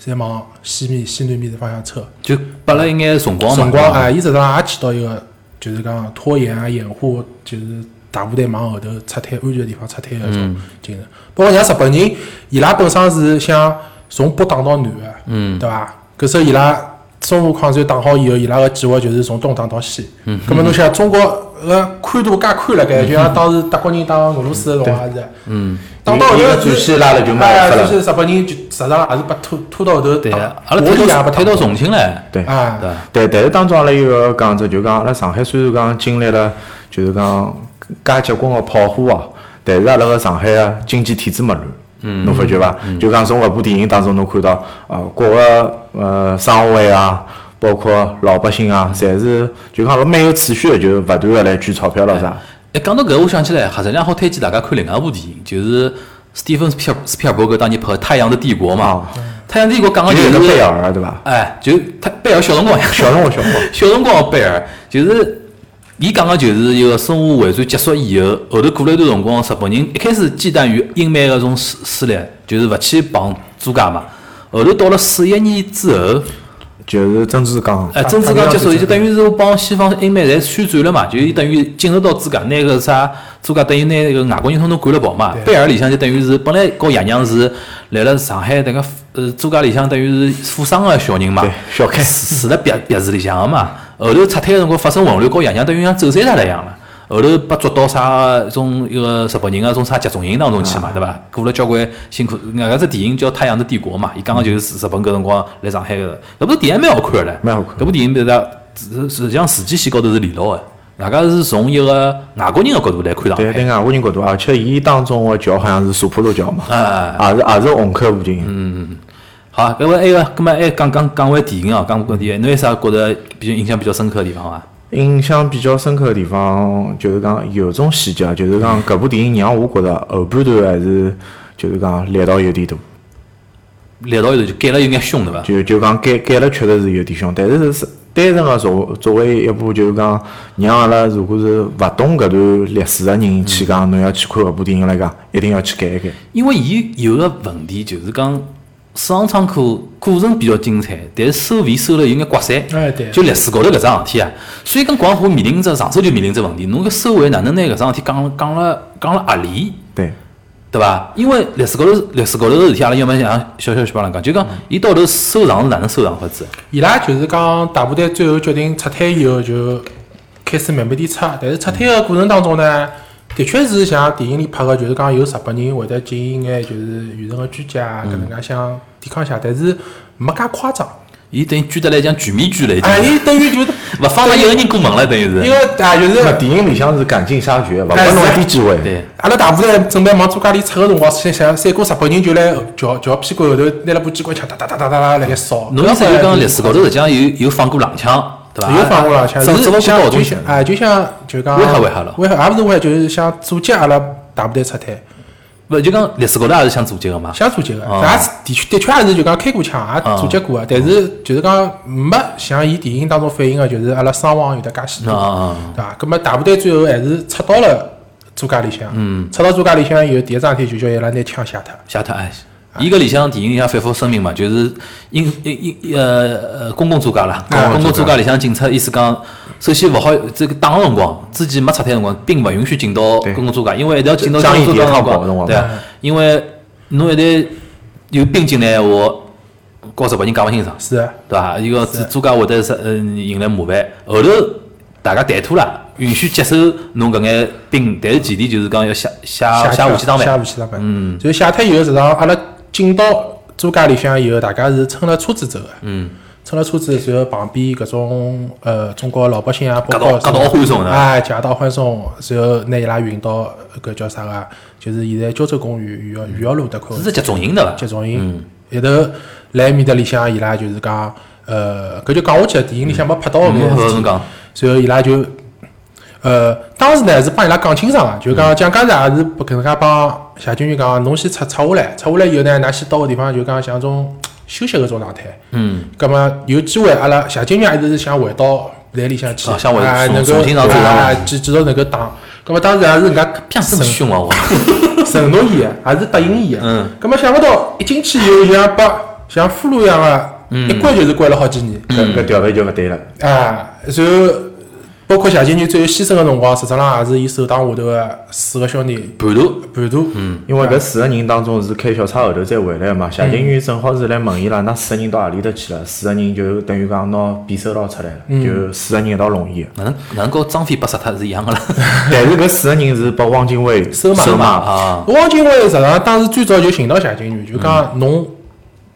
C: 学，侪往西面、西南面的方向撤。
A: 就拨了一眼辰光嘛。
C: 辰光啊，伊实际上也起到一个，就是讲拖延啊、掩护，就是大部队往后头撤退、安全的地方撤退的一
A: 嗯
C: 种精神。包括像日本人，伊拉本身是想从北打到南的，嗯，对伐？搿时候伊拉淞沪抗战打好以后，伊拉个计划就是从东打到西。嗯，葛末侬想，中国个宽度介宽了，该就像当时德国人打俄罗斯个辰光也是，嗯，打到后
D: 一
C: 头
D: 个战线拉了就没办法
C: 哎
D: 了
C: 就是日本人就实际上也是被拖拖到后头打，
A: 对啊，阿拉
C: 我
A: 推
C: 理解也
A: 到
C: 被
A: 推到重庆来，
D: 对
C: 啊，
A: 对
D: 但但是当中阿拉有个讲者，就讲阿拉上海虽然讲经历了就是讲介结棍个炮火哦，但是阿拉个上海个经济体制没乱。嗯，侬发觉伐？就讲从搿部电影当中，侬看到，呃，各个呃商会啊，包括老百姓啊，侪是就讲蛮有秩序的，就勿断个来捐钞票咯啥。
A: 哎，讲到搿，我想起来，实际上好推荐大家看另外一部电影，就是斯蒂芬斯皮尔斯皮尔伯格当年拍的《太阳的帝国》
C: 哦
A: 嘛，太阳帝国》讲个
D: 就
A: 就
D: 有
A: 是
D: 个贝尔啊，对伐？
A: 哎，就他贝尔小辰光呀，
D: 小辰光小辰光
A: 小辰光的贝尔就是。伊讲个就是一个淞沪会战结束以后，后头过了一段辰光，日本人一开始忌惮于英美个种势势力，就是勿去帮租界嘛。后头到了四一年之后，
D: 就是曾志刚。
A: 哎，曾志刚接手，伊就等于是帮西方英美侪宣战了嘛，就伊等于进入到自家那个啥，自家等于拿那个外国人统统赶了跑嘛。贝尔里向就等于是本来和爷娘是来了上海那个呃租界里向等于是富商个小人嘛，
D: 小开
A: 住了别别墅里向个嘛。后头撤退个辰光发生混乱，和爷娘等于像走散脱了一样了。后头被捉到啥种一个日本人啊，种啥集中营当中去嘛，对伐？过了交关辛苦，外加只电影叫《太阳的帝国》嘛，伊讲个就是日本搿辰光来上海个，搿部电影蛮好看个唻，
D: 蛮好看
A: 搿部电影比如讲，实实际上时间线高头是连牢个，大家是从一个外国人的角度来看上
D: 对，
A: 海。
D: 对哎外国人角度，而且伊当中个桥好像是索普罗桥嘛，也是也是虹口附近。啊嗯，
A: 好，搿么埃个，搿么还讲讲讲回电影哦，讲回电影，侬有啥觉得比较印象比较深刻的地方啊伐？
D: 印象比较深刻个地方就是讲有种细节，就是讲搿部电影让我觉着呃后半段还是就是讲力道有点大，
A: 力道有点就改了有眼凶对伐？
D: 就就讲改改了确实是有点凶，但是是单纯个作作为一部就是讲让阿拉如果是勿懂搿段历史个人去讲，侬要去看搿部电影来讲，一定要去改一改。
A: 因为伊有个问题就是讲，商场课过程比较精彩，但是收费收了有眼刮散。
C: 哎对
A: 就历史高头搿桩事体啊，所以讲广府面临着上手就面临着问题，侬搿收回哪能拿搿桩事体讲了讲了讲了合理？
D: 对，
A: 对伐？因为历史高头历史高头个事体，阿拉要么像小小去帮人讲，就
C: 嗯
A: 讲伊到头收场是哪能收场法子？
C: 伊拉就是讲大部队最后决定撤退以后，就开始慢慢点撤。但是撤退个过程当中呢，的确是像电影里拍个，就是讲有日本人会得进行眼就是原生个居啊
A: 嗯
C: 家搿能介想抵抗一下，但是没介夸张。
A: 伊等于举得来讲全面举了，已经
C: 哎，伊等 于就
A: 勿放了一个人过门了，等于
C: 一
A: 是。
C: 个啊，就是
D: 那电影里向是赶尽杀绝，勿拨侬一点机会。
A: 对，
C: 阿拉大部队准备往朱家里撤个辰光，想想三个日本人就来桥桥屁股后头拿了把机关枪哒哒哒哒哒哒辣盖扫。
A: 侬意思就讲历史高头实际上有有放过浪枪，对伐？
C: 有放过了，像
A: 只只勿
C: 是
A: 过
C: 像
A: 搞
C: 就
A: 东西
C: 像。哎，就像就讲
A: 威吓威吓了
C: 威吓也勿是威吓，就是想阻击阿拉大部队撤退，
A: 勿就讲历史高头也是想阻击个嘛。
C: 想阻击个。
A: 哦
C: 但也是的确的确也是就讲开过枪，也阻击过个，但是就是讲没像伊电影当中反映个，就是阿拉伤亡有得介许
A: 啊
C: 多，
A: 啊啊
C: 对伐？葛末大部队最后还是撤到了朱家里向，
A: 嗯
C: 撤到朱家里向以后，第一桩事体就叫伊拉拿枪卸脱。
A: 下特哎，伊搿里向电影里向反复声明嘛，就是因因因呃呃公共租界啦，
D: 啊
A: 公共租界里向警察意思讲，首先勿好这个打个辰光，之前没撤退辰光，并勿允许进到
D: 对
A: 公共租界，因为一定要进到
D: 仗义
A: 公共租界
D: 抵
A: 辰
D: 抗跑的辰
A: 光，
D: 光
A: 对啊，因为侬一旦有兵进来，我告日本人讲勿清爽，
C: 是的，
A: 对伐？伊个租租界会得是嗯引来麻烦，后头大家谈妥了，允许接受侬搿眼兵，但是前提就是讲要下下下武器装备，
C: 下武器装备。嗯，所以下脱以后，实际上阿拉进到朱家里向以后，大家是乘了车子走的。嗯，乘了车子，然后旁边搿种呃中国老百姓啊，包括
A: 夹道夹道欢送的
C: 啊，夹道欢送，然后拿伊拉运到搿叫啥个，就是现在胶州公园余姚余姚路搭块
A: 是集中营对伐？
C: 集中
A: 嗯
C: 营，一头来面搭里向伊拉就是讲，呃，搿就讲下去了，电影里向没拍到搿
A: 嗯
C: 个
A: 我
C: 事
A: 侬
C: 体
A: 讲。
C: 然后伊拉就，呃，当时呢是帮伊拉讲清爽个，啊就讲蒋介石也是搿能介帮谢军玉讲，侬先撤撤下来，撤下来以后呢，㑚先到个地方就讲像种休息搿种状态。嗯。葛末有机会，阿拉谢军玉一直是想回到队里向去，
A: 啊想回
C: 啊
A: 重
C: 能够
A: 重新上战场
C: 啊继继续能够打。葛末当时也是人家
A: 这样这么凶啊！我
C: 承诺伊个，还是答应伊个。
A: 嗯。
C: 咁么想勿到一进去以后，像把像俘虏一样个，
A: 嗯
C: 一关就是关了好几年。
D: 搿搿调头就勿对了。
C: 啊，然后包括谢金女最后牺牲个辰光，实质上也是伊手挡下头个四个小人
A: 叛徒
C: 叛徒。嗯。
D: 因为搿四个人当中是开小差后头再回来的嘛，谢金玉正好是来问伊拉，那四个人到何里头去了？四个人就等于讲拿匕首捞出来了，就四个人一道弄伊的。
A: 哪能哪能跟张飞被杀脱是一样个啦？
D: 但是搿四个人是被汪精卫
C: 收买
D: 收
A: 嘛
D: 买，
A: 啊，
C: 汪精卫实质上当时最早就寻到谢金女，就
A: 嗯
C: 讲侬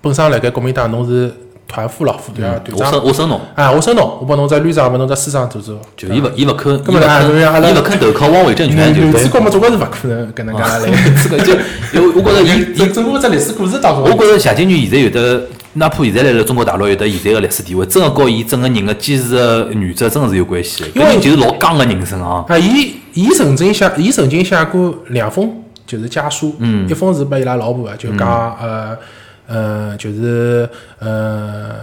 C: 本身辣盖国民党侬是团副老副队啊，
A: 嗯我
C: 团
A: 收
C: 长。
A: 我收侬，
C: 啊，我收侬，我帮侬只旅长，帮侬只师长组织。
A: 就伊勿伊勿肯，伊
C: 根本
A: 勿
C: 啊就是阿拉
A: 肯，伊勿肯投靠汪伪 政权，就
C: 南
A: 对
C: 南。国嘛，总归是勿可能搿能介来。
A: 这个就，因为我觉着伊
C: 中
A: 伊，
C: 中国只历史故事当中，啊
A: 我觉着谢金女现在有的，哪怕现在来了中国大陆有的现在个历史地位，真个跟伊整个人个坚持个原则真个是有关系的。因
C: 因为
A: 为就是老刚个人生啊，
C: 啊，伊伊曾经写，伊曾经写过两封就是家书，一封是拨伊拉老婆的，就讲、呃呃，就是呃，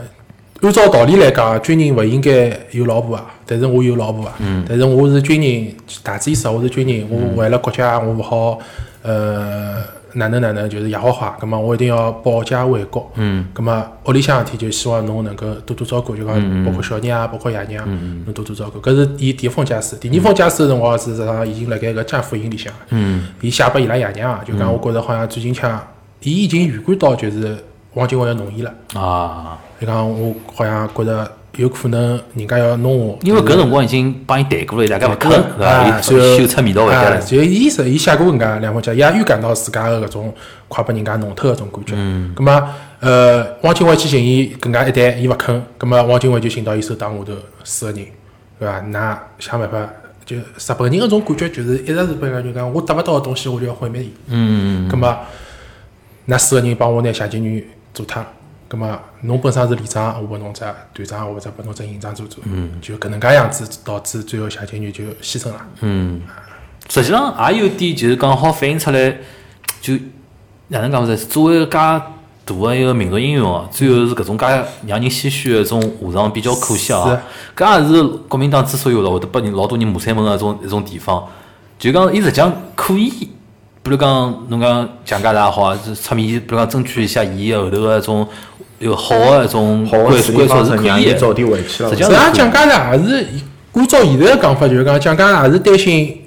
C: 按照道理来讲，军人勿应该有老婆啊，但是我有老婆啊，但是我是军人，大致意思我是军人，我为了国家我勿好呃。哪能哪能就是野花花，葛么我一定要保家卫国。嗯，葛么屋里向事体就希望侬能够多多照顾，就
A: 嗯
C: 讲包括小人啊，包括爷娘，侬多多照顾。搿是伊第一封家书，第二封家书个辰光是实际上已经辣盖搿战俘营里向。嗯，伊写拨伊拉爷娘啊，就讲我觉着好像最近腔，伊已经预感到就是汪精卫要弄伊了。
A: 啊，
C: 就讲我好像觉着有可能人家要弄我，
A: 因为搿辰光已经帮伊谈过了，大家勿肯，对伐？
C: 啊，
A: 伊
C: 所以
A: 秀出味道回家
C: 啊，
A: 了。
C: 所以伊是伊写过搿能介两封家，伊也预感到自家个搿种快被人家弄透搿种感觉。嗯。葛末呃，汪精卫去寻伊搿能介一谈，伊勿肯，葛末汪精卫就寻到伊手打下头四个人，对伐？㑚想办法就日本人搿种感觉，就是一直是被人就讲我得勿到个东西，我就要毁灭伊。嗯，葛末㑚四个人帮我拿夏金女做脱，葛末侬本身是连长，我拨侬只团长，我或者拨侬只营长做做。嗯，就搿能介样子，导致最后夏金女就牺牲了。嗯，
A: 实际上也有点就是讲好反映出来，就哪能讲法子？作为介大个一个民族英雄哦，最后是搿种介让人唏嘘的一种下场比较可惜
C: 是
A: 啊。搿也是国民党之所以老会得拨人老多人骂三门个一种一种地方，就讲伊实际上可以，比如讲侬讲蒋介石也好啊，是出面比如讲争取一下伊后头个一种有好个一种
D: 好
A: 归
D: 个
A: 归
D: 处理
A: 属
D: 方
A: 是
D: 式，
A: 可
D: 让
A: 以
D: 伊
A: 的。
D: 早点回去了
A: 实。际
C: 实
A: 上
C: 际
A: 是可
C: 上
A: 以
C: 蒋介石也是按照现在个讲法，就是讲蒋介石也是担心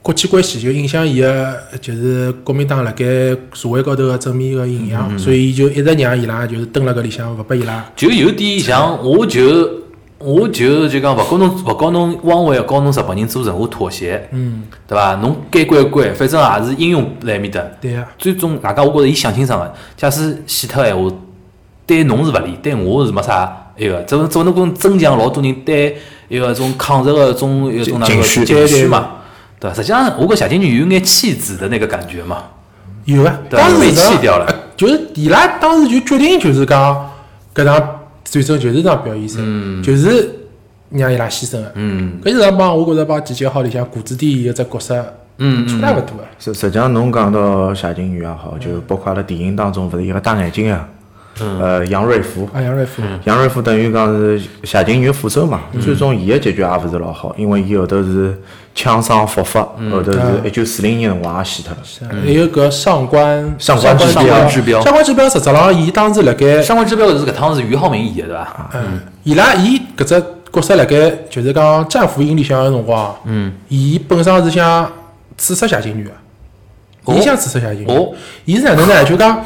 C: 国际关系就影响伊个，就是国民党辣盖社会高头个正面个影响，所以伊就一直让伊拉就是蹲辣搿里向，勿拨伊拉。
A: 就有点像，我就我就就讲，勿告侬勿告侬汪伪，告侬日本人做任何妥协，嗯，对伐？侬该乖乖，反正也是英勇辣埃面搭。
C: 对啊呀、
A: 最终，大家我觉着伊想清爽个，假使死脱闲话，对侬是勿利，对我是没啥埃个。只不只不过增强老多人对一个种抗日个种一种哪
D: 情
A: 个
D: 绪
A: 情绪嘛，对伐？实际上，我觉夏金女有眼弃子的那个感觉嘛。
C: 有啊，
A: 对
C: 当时
A: 被
C: 实际上
A: 弃掉了
C: 呃就是伊拉当时就决定就是讲搿场战争就是场表演赛，
A: 嗯
C: 就是让伊拉牺牲个。嗯，搿实际上帮我觉着帮集结号里向谷子地一只角色，嗯，差大勿多个。
D: 实实际上，侬讲到夏金玉也好，就包括阿拉电影当中，勿是一个戴眼镜个，呃，杨瑞福，
C: 啊阿杨瑞夫，
A: 嗯
D: 杨瑞福等于讲是夏金玉副手嘛，最终伊个结局也勿是老好，因为伊后头是枪伤复发，后头是一九四零年辰光也死脱了。
C: 啊还有搿上官
D: 上
C: 官
D: 官
A: 上
D: 标
A: 官之标
C: 上，官之标实质浪伊当时辣盖，
A: 上官之标是搿趟是俞灏明演的，对伐？
C: 嗯，伊拉伊搿只角色辣盖就是讲战俘营里向个辰光，嗯，伊本身是想刺杀夏金女个，伊想刺杀夏金女
A: 哦，
C: 伊是哪能呢？就讲，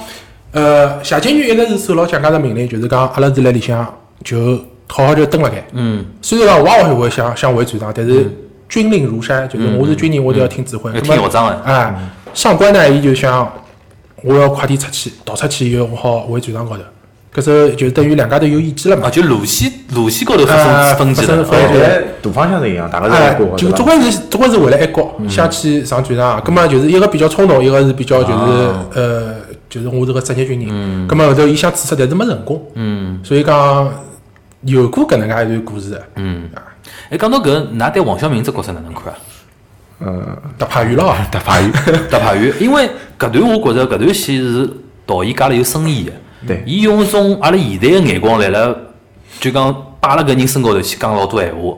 C: 呃，夏金女一直是受牢蒋介石命令，就是讲阿拉是辣里向就好好就蹲辣盖，嗯，虽然讲我也会想想回船长，但是军令如山，就是我是军人，嗯我就要听指挥，
A: 要
C: 那么
A: 听学长的
C: 哎，上官呢，伊就想我要快点出去，逃出去以后我好回船上高头。搿时候就等于两家头有意见了嘛
A: 啊，，就路线路线高头发
C: 啊
A: 生分歧
C: 发生
A: 了。
C: 分歧
A: 哦
D: 但是大方向是一样，大家是爱
C: 哎
D: 国的，
C: 就
D: 对
C: 总
D: 吧？
C: 归是总归是为了爱国，想去上战场。葛么就是一个比较冲动，一个是比较就是呃，就是我是个职业军人。葛么后头伊想自杀，但是没成功。嗯，所以讲有过搿能介一段故事的。嗯，
A: 哎，讲到搿，㑚对王晓明这角色哪能看啊？
C: 特派员咯，
D: 特 派员，
A: 特派员，因为搿段我觉着搿段戏是导演加了有深意的。
D: 对
A: 伊用一种阿拉现在的眼光来了，就讲摆辣搿人身高头去讲老多闲话，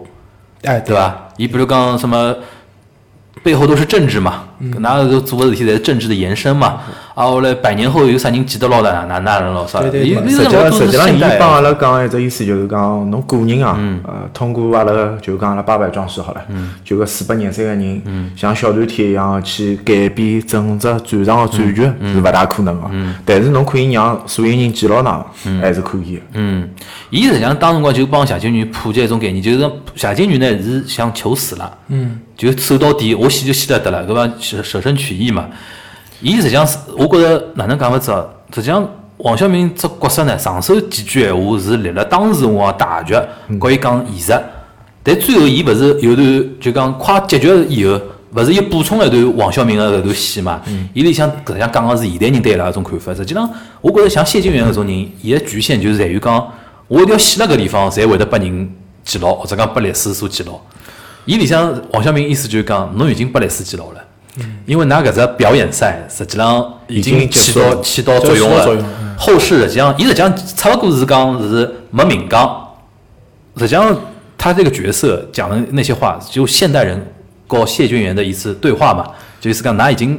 C: 哎，
A: 对？伐？伊比如讲什么。背后都是政治嘛，
D: 嗯
A: 搿哪个都做个事体侪是政治的延伸嘛。啊，后来百年后有啥人记得牢的哪哪哪人咯啥？
C: 对对
A: 伊
C: 对
A: 伊
D: 实
A: 是
D: 际
A: 老
D: 上，
A: 多
D: 实
A: 是
D: 际上，
A: 现
D: 伊
A: 代
D: 帮
A: 的。
D: 阿拉讲一只意思，就是讲侬个人啊，呃，通过阿拉就讲阿拉八百壮士好了，就搿四百廿三个人，像小团体一样去改变整只战场个战局是勿大可能个。但是侬可以让所有人记牢㑚，还是可以的。
A: 嗯，伊实际上当辰光就帮夏金女普及一种概念，就是夏金女呢是想求死了，嗯，就走到底，我死就死了得了，搿伐？舍舍身取义嘛。伊实际上是，我觉着哪能讲法子啊？实际上，王晓明这角色呢，上手几句闲话是立了当时辰光大局，和伊讲现实。但最后，伊勿是有段就讲快结局以后，勿是又补充了一段王晓明的搿段戏嘛？
D: 嗯
A: 伊里向搿样讲个是现代人对伊拉搿种看法。实际上，我觉着像谢金元搿种人，伊个局限就是在于讲，我一定要死辣搿地方，才会得被人记牢，或者讲被历史所记牢。伊里向王晓明意思就是讲，侬已经被历史记牢了，因为㑚搿只表演赛实际上已经
D: 嗯已经结
A: 起
D: 束
A: 到
D: 了
A: 起到
C: 就
A: 作
C: 起
A: 用
C: 到作
A: 了
C: 用嗯。
A: 后世实际上，伊实际上只不过是讲是没明讲，实际上他这个角色讲的那些话，就现代人和谢军元的一次对话嘛，就是讲㑚已经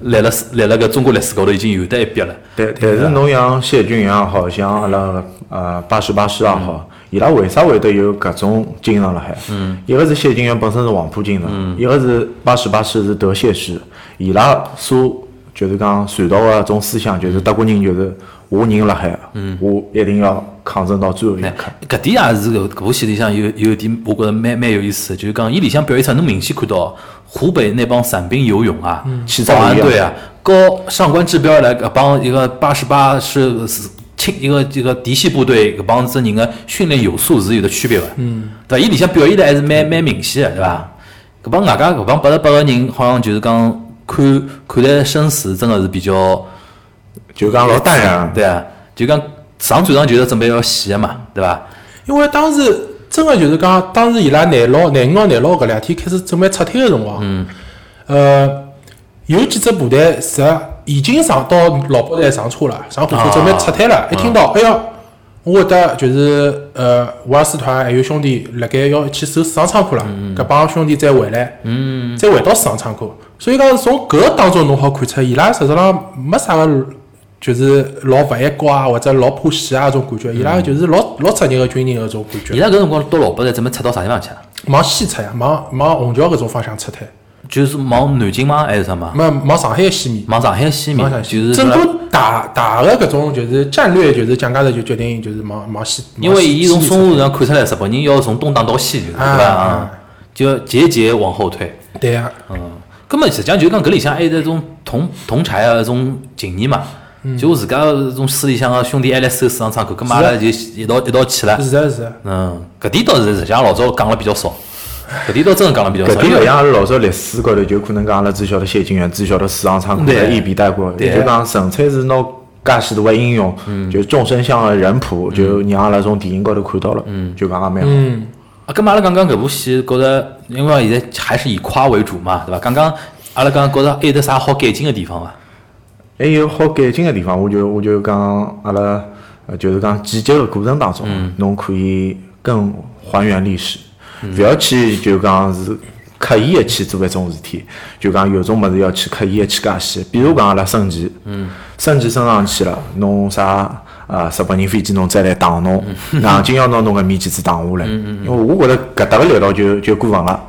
A: 来了来了个中国历史高头已经有得一笔了。
D: 但但是侬像谢军也好，像阿拉呃八十八师也好，伊拉为啥会得有搿种精神辣海？嗯，一个是谢军员本身是黄埔精神，一个是八十八师是德械师，伊拉所就是讲传导个种思想，就是德国人就是我人辣海，嗯，我一定要抗争到最后一
A: 哎
D: 刻。
A: 搿点也是搿搿部戏里向有有一点，我觉着蛮蛮有意思的，就是讲伊里向表现出侬明显看到湖北那帮散兵游勇啊，
D: 气
A: 保
D: 质不
A: 安
D: 嗯哦一样
A: 队啊，和上官志标来搿帮一个八十八是是亲一个这个嫡系部队搿帮子人个训练有素是有的区别个，嗯，对伐？伊里向表现的还是蛮蛮明显的，对伐？搿帮外加搿帮八十八个人，好像就是讲看看待生死真的是比较。
D: 就讲老淡然。
A: 对啊，就讲上战场就是准备要死的嘛，对伐？
C: 因为当时真个就是讲，当时伊拉廿老、廿五号、廿六号搿两天开始准备撤退个辰光，嗯，呃，有几只部队是已经上到老北站上车了，上火
A: 啊
C: 车准备撤退了。一听到，哎呀，我会得就是呃，瓦尔斯团还有兄弟辣盖要去守市场仓库了，
A: 嗯
C: 搿帮兄弟再回来，嗯，再回到市场仓库。所以讲，从搿个当中侬好看出，伊拉实质上没啥个。就是老勿爱国啊，或者老怕死啊，搿种感觉，伊拉就是老老职业个军人搿种感
A: 嗯
C: 觉。
A: 伊拉搿辰光到老北站准备撤到啥地方去啊？
C: 往西撤呀，往往虹桥搿种方向撤退，
A: 就是往南京吗？还是什么？
C: 没往上海西面。
A: 往上海西面
C: 往，上
A: 就是
C: 整个大大的搿种就是战略，就是蒋介石就决定就是往往西。
A: 因为伊从
C: 淞
A: 淞沪上看出来，日本人要从东打到西，就是对伐？
C: 啊
A: 啊就节节往后退。
C: 对啊，
A: 嗯，根本实际上就是讲搿里向还有一种同同柴个一种情谊嘛。就自家搿种私里向啊个兄弟还来收市场仓库，搿么阿拉就一道一道去了。
C: 是的是的，
A: 嗯，搿点倒是实际上老早讲了比较少，搿点倒真的讲了比较
D: 搿
A: 少。
D: 点
A: 因
D: 勿
A: 为
D: 像阿拉老早历史高头，就可能讲阿拉只晓得谢晋元，只晓得市场仓库
A: 对
D: 一笔带过，
A: 对嗯
D: 也就讲纯粹是拿介许多个英雄，就众生相的人谱，就让阿拉从电影高头看到了，就讲也蛮好。
C: 嗯，
A: 啊，咁阿拉讲讲搿部戏，觉着因为现在还是以夸为主嘛，对伐？刚刚阿拉讲觉着还有得啥好改进的地方伐？
D: 还有好改进的地方，我就我就讲阿拉，呃就是讲剪辑的过程当中，侬可以更还原历史，勿要去就讲是刻意的去做一种事体，就讲有种物事要去刻意的去解释，比如讲阿拉升旗，升旗升上去了，侬啥？啊，日本人飞机侬再来打侬，硬劲要拿侬个面旗子打下来，因为我觉得搿搭个力道就就过分了，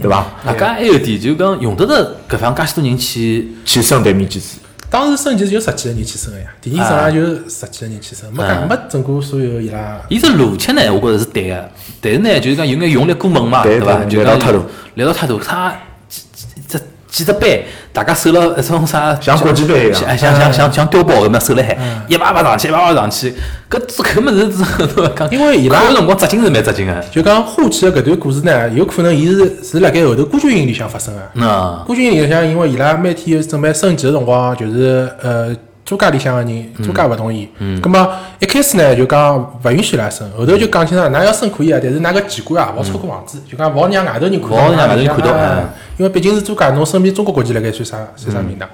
D: 对伐？
A: 啊，搿还有一点就是讲用得着搿方介许多人去，
D: 去升对面旗子，
C: 当时升旗是有十几个人去升的呀，第一场就十几个人去升，没
A: 啊
C: 讲没整过所有伊拉。
A: 伊这逻辑呢，我觉着是对个，但是呢，就是讲有眼用力过猛嘛，
D: 对
A: 伐？
D: 对
A: 就
D: 力
A: 讲
D: 道太大，
A: 力道太大，他几几几几只班，大家手了一种啥，
D: 像国际杯一样
A: 像
D: 嗯
A: 像像像像碉堡搿么手辣海，一排排上去，一排排上去，搿这搿物事是 对伐？讲
C: 因为伊拉
A: 看个辰光扎劲是蛮扎劲个，
C: 就讲花旗的搿段故事呢，有可能伊是是辣盖后头孤军营里向发生的。
A: 嗯。
C: 孤军营里向，因为伊拉每天准备升级的辰光，就是呃租界里向个人租界勿同意，嗯，咁么一开始呢就讲勿允许伊拉升，后头就讲清爽，㑚要升可以啊，但是㑚个旗杆啊勿好超过房子，就讲勿好让外头人看
A: 嗯勿
C: 到，
A: 好让外头人看到
C: 啊
A: 哎
C: 因为毕竟是租界，侬身边中国国籍辣盖算啥算
A: 嗯
C: 啥名堂？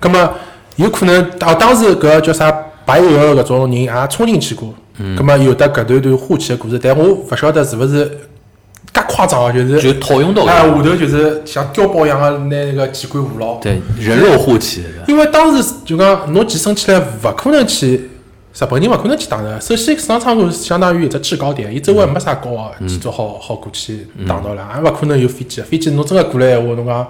C: 咁么有可能啊，当时搿叫啥白俄搿种人也冲进去过，
A: 嗯
C: 咁么有得搿段段花旗个故事，但我勿晓得是勿是介夸张啊，就是
A: 就套用到
C: 哎，下
A: 搿
C: 头
A: 个
C: 就是像碉堡一样的拿那个机关糊牢。
A: 对人肉护旗，对吧
C: 因为当时就讲侬寄生起来，勿可能去日本人勿可能去打的。首先，市场仓库相当于一只制高点，伊周围没啥高啊，建筑好好过去打到了，
A: 嗯
C: 也勿可能有飞机。啊飞机侬真个过来闲话，侬讲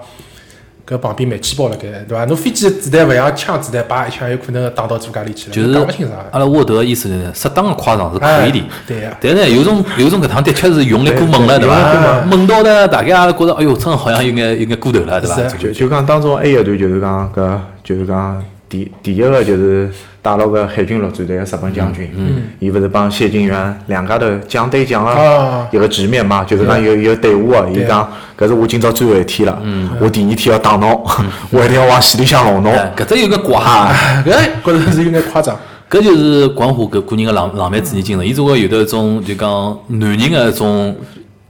C: 搿旁边煤气包辣盖，对伐？侬飞机子弹勿像枪子弹，叭一枪有可能打到主家里去了，
A: 就是啊
C: 讲勿清爽。
A: 阿拉沃德的意思就是，适当的夸张是可以的
C: 哎。对呀
A: 但呢，有种有种搿趟的确是用力过猛了，对
D: 用力过
A: 伐？
C: 猛
A: 猛到呢，大家也觉着，哎哟，真的好像有眼有眼过头了，对伐？
C: 是啊
A: 就
D: 就就讲当中还有一段就是讲搿就是讲第第一个就是带牢个海军陆战队个日本将军，
A: 嗯
D: 伊勿是帮谢晋元两家头将对将
C: 啊
D: 个一个局面嘛，就是讲有有对话个，伊
C: 对嗯
D: 讲搿是我今朝最后一天了，
A: 嗯
D: 我第二天要打侬， 我一定要往死里向弄侬。
A: 哎搿只有眼怪啊，
C: 搿觉着是有眼夸张。
A: 搿就是管虎搿个人个浪浪漫主义精神，伊总归有得一种就讲男人个一种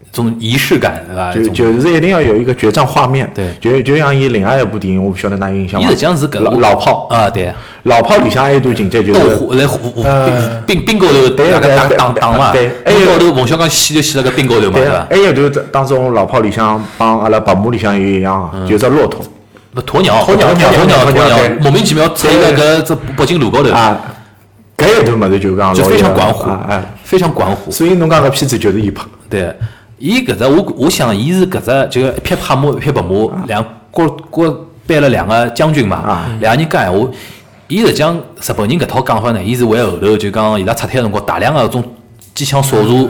A: 一种仪式感，对伐？
D: 就
A: 一种
D: 就是一定要有一个决战画面，
A: 对
D: 就就像伊另外一部电影，我不晓得哪有印象
A: 伊
D: 伐？
A: 实际上是搿
D: 老老炮，
A: 啊，对，
D: 老炮里向还有一段情节就
A: 斗
D: 是
A: 火来火火
C: 嗯
A: 冰冰冰高头，
D: 呃对
A: 大家
D: 对
A: 打打
D: 对
A: 打嘛，
D: 对哎
A: 冰高头冯小刚死就死辣搿冰高头嘛，
D: 对
A: 对
D: 啊
A: 伐，？
D: 还有就是当中老炮里向帮阿拉白马里向有一样
A: 嗯
D: 啊，就是駱驼
A: 不鸵鸟，
D: 鸵鸟
A: 鸵
D: 鸵鸟
A: 鸵
D: 鸵鸟
A: 鸟
D: 对，
A: 莫名其妙踩在搿这北京路高头，
D: 啊，搿一段物事就讲
A: 就
D: 老
A: 非常
D: 有
A: 管虎
D: 啊哎，，
A: 非常管虎。
D: 所以侬讲搿片子就是伊拍，
A: 对，伊搿只我我想伊是搿只就是一匹帕马一匹白马，两各各扮了两个将军嘛
D: 啊，
A: 两个人讲闲话。伊实际上日本人搿套讲法呢，伊是为后头就讲伊拉撤退个辰光大量个种机枪扫射
D: 啊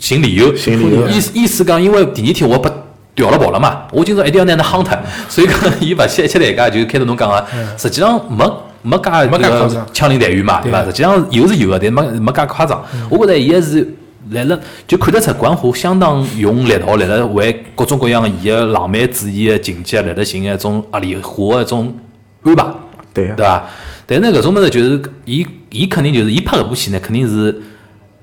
A: 寻理由，
D: 寻理由
A: 意思意思讲，因为第二天我被调了跑了嘛，我今朝一定要拿侬夯脱，所以讲伊勿惜一切代价，就是开头侬讲个，实际上没没介
C: 嗯没介
A: 这个
C: 夸张嗯
A: 枪林弹雨嘛，对伐？实际上有是有个，但没没介夸张。我觉着伊还是来了就看得出管虎相当用力道，来了为各种各样伊个浪漫主义个情节来了寻一种啊合理化个一种安排，
D: 对
A: 对啊
D: 呀
A: 伐？但是呢，搿种物事就是伊伊肯定就是伊拍搿部戏呢，肯定是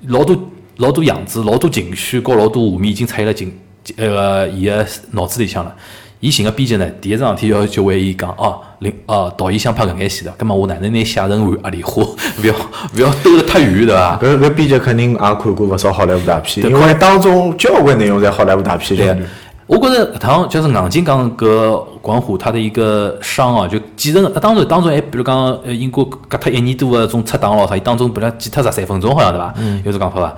A: 老多老多样子、老多情绪和老多画面已经出现了进呃伊个脑子里向了。伊寻个编剧呢，第一桩事体要就为伊讲哦，领哦导演想拍搿眼戏的，葛末我哪能拿写成合理 化，勿要勿要兜得太远，对伐？
D: 搿搿编剧肯定也看过勿少好莱坞大片，
A: 对
D: 因为当中交关内容在好莱坞大片
A: 对啊
D: 里。，
A: 我觉得趟就是硬劲讲搿管虎他的一个伤啊，就继承了。当然，当中还比如讲，呃，英国隔脱一年多呃的种出档咯啥，伊当中本来记脱十三分钟好像对伐？有这讲法伐？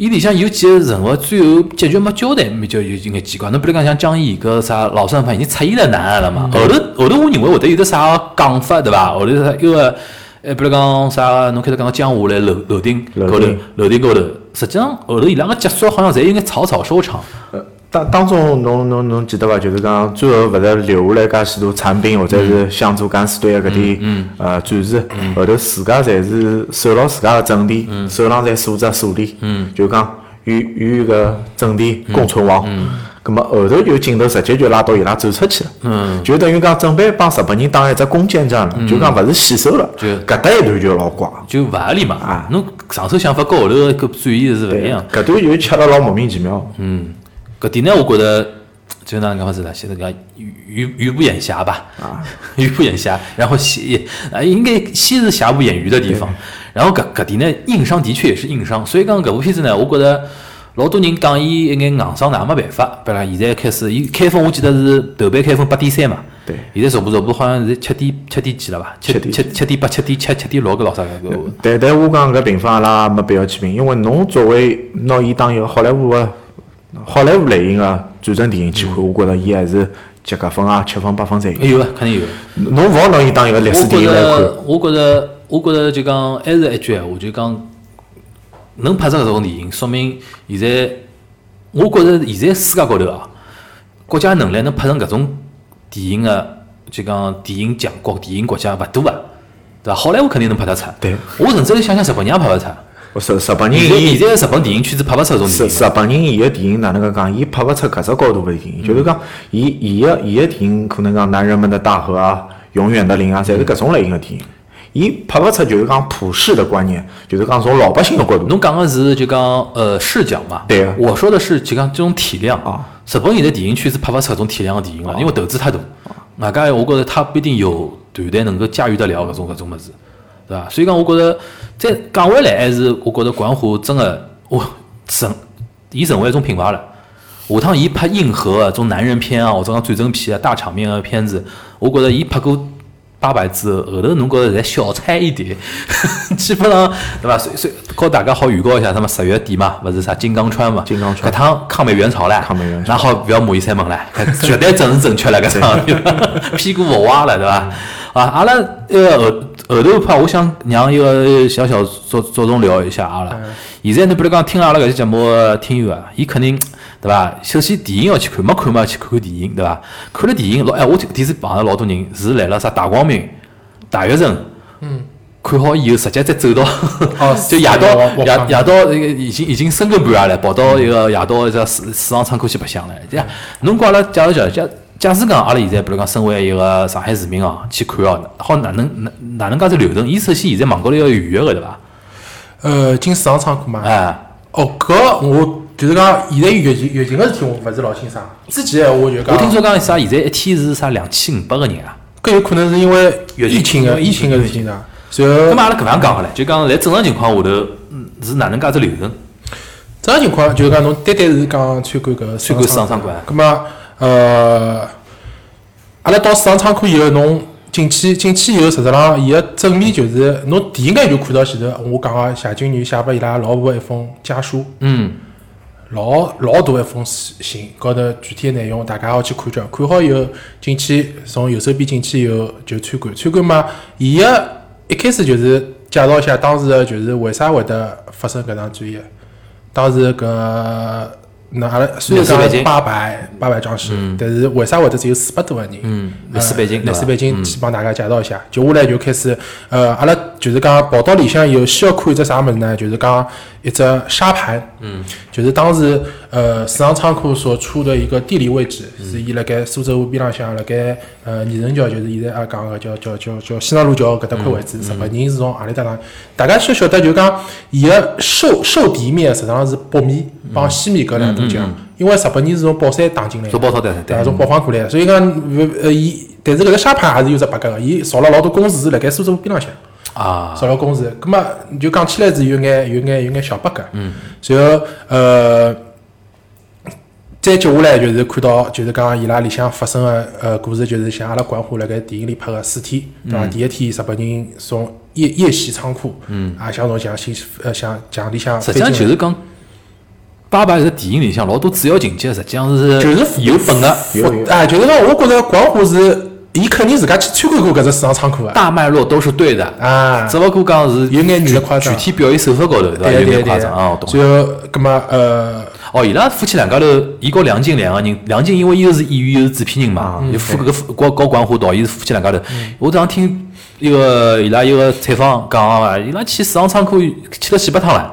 A: 伊里向有呃几个人物最后结局没交代，比较有有眼奇怪。侬比如讲像江毅搿啥老三番已经出现了男二了嘛，后头后头我认为会得有得啥讲法对伐？后头啥一个。呃，比如讲啥，侬开头讲江湖来楼楼顶
D: 楼
A: 高头
D: 顶，
A: 楼顶高头，实际上后头伊拉个结束好像侪有眼草草收场。
D: 呃当当中侬侬侬记得伐？就是讲最后勿是留下来介许多残兵或者是想做敢死队
A: 嗯
D: 的搿点呃战士，后头自家侪是守牢自家的阵地，
A: 嗯
D: 手上侪竖着锁链，就讲与与搿阵地
A: 嗯
D: 共存亡。咁么后头就镜头直接就拉到伊拉走出去了，
A: 嗯
D: 就等于讲准备帮日本人打一只攻坚战了，就讲勿是死守了，
A: 就
D: 搿搭一段就老怪。
A: 就勿合理嘛
D: 啊。
A: 侬上头想法跟后头搿转移是勿一样。
D: 搿段就吃了老莫名其妙。
A: 搿点呢，我觉得就哪能讲法子啦，现在讲鱼鱼不眼瞎吧，
D: 啊
A: 鱼不眼瞎，然后戏啊应该先是瑕不掩瑜的地方，然后搿搿点呢硬伤的确也是硬伤，所以讲搿部片子呢，我觉得。老多人讲伊一眼硬伤，哪没办法，对伐？现在开始，伊开封我记得是头版开封八点三嘛，
D: 对
A: 现在逐步逐步好像是七点七点几了伐？七
D: 七点
A: 七七点八、七点七、七点六搿老啥搿个。
D: 但但我讲搿评分阿拉也没必要去评，因为侬作为拿伊当一个好莱坞个好莱坞类型个战争电影去看，我觉着伊还是及格分啊，七分八分侪
A: 嗯
D: 有
A: 哎。有啊，肯定有。
D: 侬勿好拿伊当一个历
A: 我
D: 史
A: 觉
D: 电影来看
A: 着，，我觉着，我觉着就讲，还是一句闲话，就讲，能拍出搿种电影，说明现在，我觉着现在世界高头啊，国家能力能拍成搿种电影个，就讲电影强国、电影国家勿多啊，对伐？好莱坞肯定能拍得出，
D: 对
A: 我甚至于想想日本人也拍勿出。
D: 日日本人
A: 现在
D: 伊
A: 现在日本电影圈子拍勿出搿种电影，
D: 日日本人伊个电影哪能介讲，伊拍勿出搿只高度个电影，就是
A: 嗯
D: 讲伊伊个伊个电影可能讲《男人们的大河》啊，《永远的零》啊，侪是搿种类型个电影。伊拍勿出就是讲普世的观念，就是讲从老百姓个角度。
A: 侬讲个是就讲呃视角嘛，
D: 对啊
A: 我说的是就讲这种体量
D: 啊。
A: 日本现在电影圈是拍勿出搿种体量的电影了，因为投资太大。外加我觉着他不一定有团队能够驾驭得了搿种搿种物事，对伐？所以讲，我觉着再讲回来，还是我觉着管虎真的哇成，伊成为一种品牌了。下趟伊拍硬核啊，种男人片啊，或者讲战争片啊，大场面个片子，我觉着伊拍过八百之后，后头侬觉着侪小菜一碟， 基本上对伐？所以所以，告大家好预告一下，什么十月底嘛，勿是啥金刚川嘛，
D: 金刚川
A: 搿趟抗美援朝唻，
D: 抗美援朝
A: 那好，不要骂伊三门了， 绝对正是正确了，搿场 屁股勿歪了，对伐？啊，阿拉呃后后头怕，我想让一个小小着着重聊一下阿拉。现在侬比如讲听阿拉搿期节目的听友啊，伊肯定对伐？首先电影要去看，没看嘛去看看电影，对伐？看了电影，老哎，我第一次碰到老多人是来了啥大光明、大学城，
C: 嗯，
A: 看好以后直接再走到，
C: 哦
A: 就夜到
C: 我
A: 夜
C: 我看嗯
A: 夜到那个已经已经深更半夜了，跑到一个夜到一只市市场仓库去白相了。这样，侬讲阿拉假如讲假假使讲阿拉现在比如讲身为一个上海市民哦，去看哦，好哪能哪哪能介只流程？伊首先现在网高头要预约个对伐？
C: 呃，进市场仓库嘛。
A: 哎，
C: 哦，搿我就是讲，现在疫情疫情个事体，我勿是老清爽。之前闲话就
A: 我
C: 讲，嗯
A: 听说讲啥现在一天是啥两千五百个人啊。
C: 搿有可能是因为
A: 疫
C: 疫情嗯个疫情啊个事体呢。然
A: 咁
C: 后
A: 么阿拉搿能样讲好唻，就讲辣正常情况下头，嗯是哪能介只流程？
C: 正常情况就是讲，侬单单是讲参观搿个
A: 参观市场仓库啊
C: 咁么呃，阿拉到市场仓库以后，侬进去进去以后，实质上伊个正面就是侬第一眼就看到前头我讲个谢金女写拨伊拉老婆一封家书，
A: 嗯，
C: 老老大一封信，高头具体内容大家好去看叫，看好以后进去，从右手边进去以后就参观，参观嘛，伊个一开始就是介绍一下当时个就是为啥会得发生搿场战役，当时搿那阿拉虽
A: 廿
C: 然
A: 四倍
C: 讲
A: 金
C: 八百八百壮士，但是为啥会得只有四百多个人？嗯，
A: 廿嗯四倍金
C: 廿
A: 对
C: 四
A: 伐
C: 倍金去帮大家介绍一下。接下来就开始，呃，阿拉就是讲跑到里向以后，先要看一只啥物事呢？就是讲一只沙盘，嗯，就是当时呃市场仓库所处的一个地理位置，是伊辣盖苏州河边浪向，辣盖呃二城桥，就是现在阿拉讲个叫叫叫叫西南路桥搿搭块位置，日本人是从何里搭上？大家先晓得就是讲伊个受受敌面实际上是北面帮西面搿两堵墙，因为日本人是嗯从宝山打进来的。
A: 做包套的，
C: 对
A: 对
C: 伐？，啊从北方过来的，所以讲，勿呃，伊，但是搿个沙盘还是有只 bug 个，伊造了老多公司是辣盖苏州边浪向
A: 啊，
C: 造了公司，葛末就讲起来是有眼有眼有眼小 bug。嗯。然后呃，再接下来就是看到就是讲伊拉里向发生个呃故事，就是像阿拉管虎辣盖电影里拍个四天，对
A: 嗯
C: 伐？第一天日本人从夜夜袭仓库，嗯，啊，想从墙新呃想墙里向
A: 实
C: 飞
A: 际
C: 进来，
A: 上就是讲。爸爸是电影里向老多主要情节，实际上是
C: 就是
A: 有本的
D: 有有
C: 哎啊，就是讲我觉着管虎是，伊肯定自家去参观过搿只市场啊仓库个。
A: 大脉络都是对的，
C: 啊，
A: 只不过讲是
C: 有眼
A: 具
C: 女的夸张
A: 具体表演手法高头，对吧？
C: 对
A: 有
C: 对
A: 眼
C: 对，
A: 夸张啊，我懂了。
C: 然后，葛么呃，
A: 哦，伊拉夫妻两家头，伊和梁静两个人，梁静因为伊又是演员又是制片人
C: 啊
A: 嘛，就夫搿个夫高高管虎导演是夫妻两家头。
C: 嗯
A: 我当听一个伊拉一个采访讲啊，伊拉去市场仓库去了几百趟 了，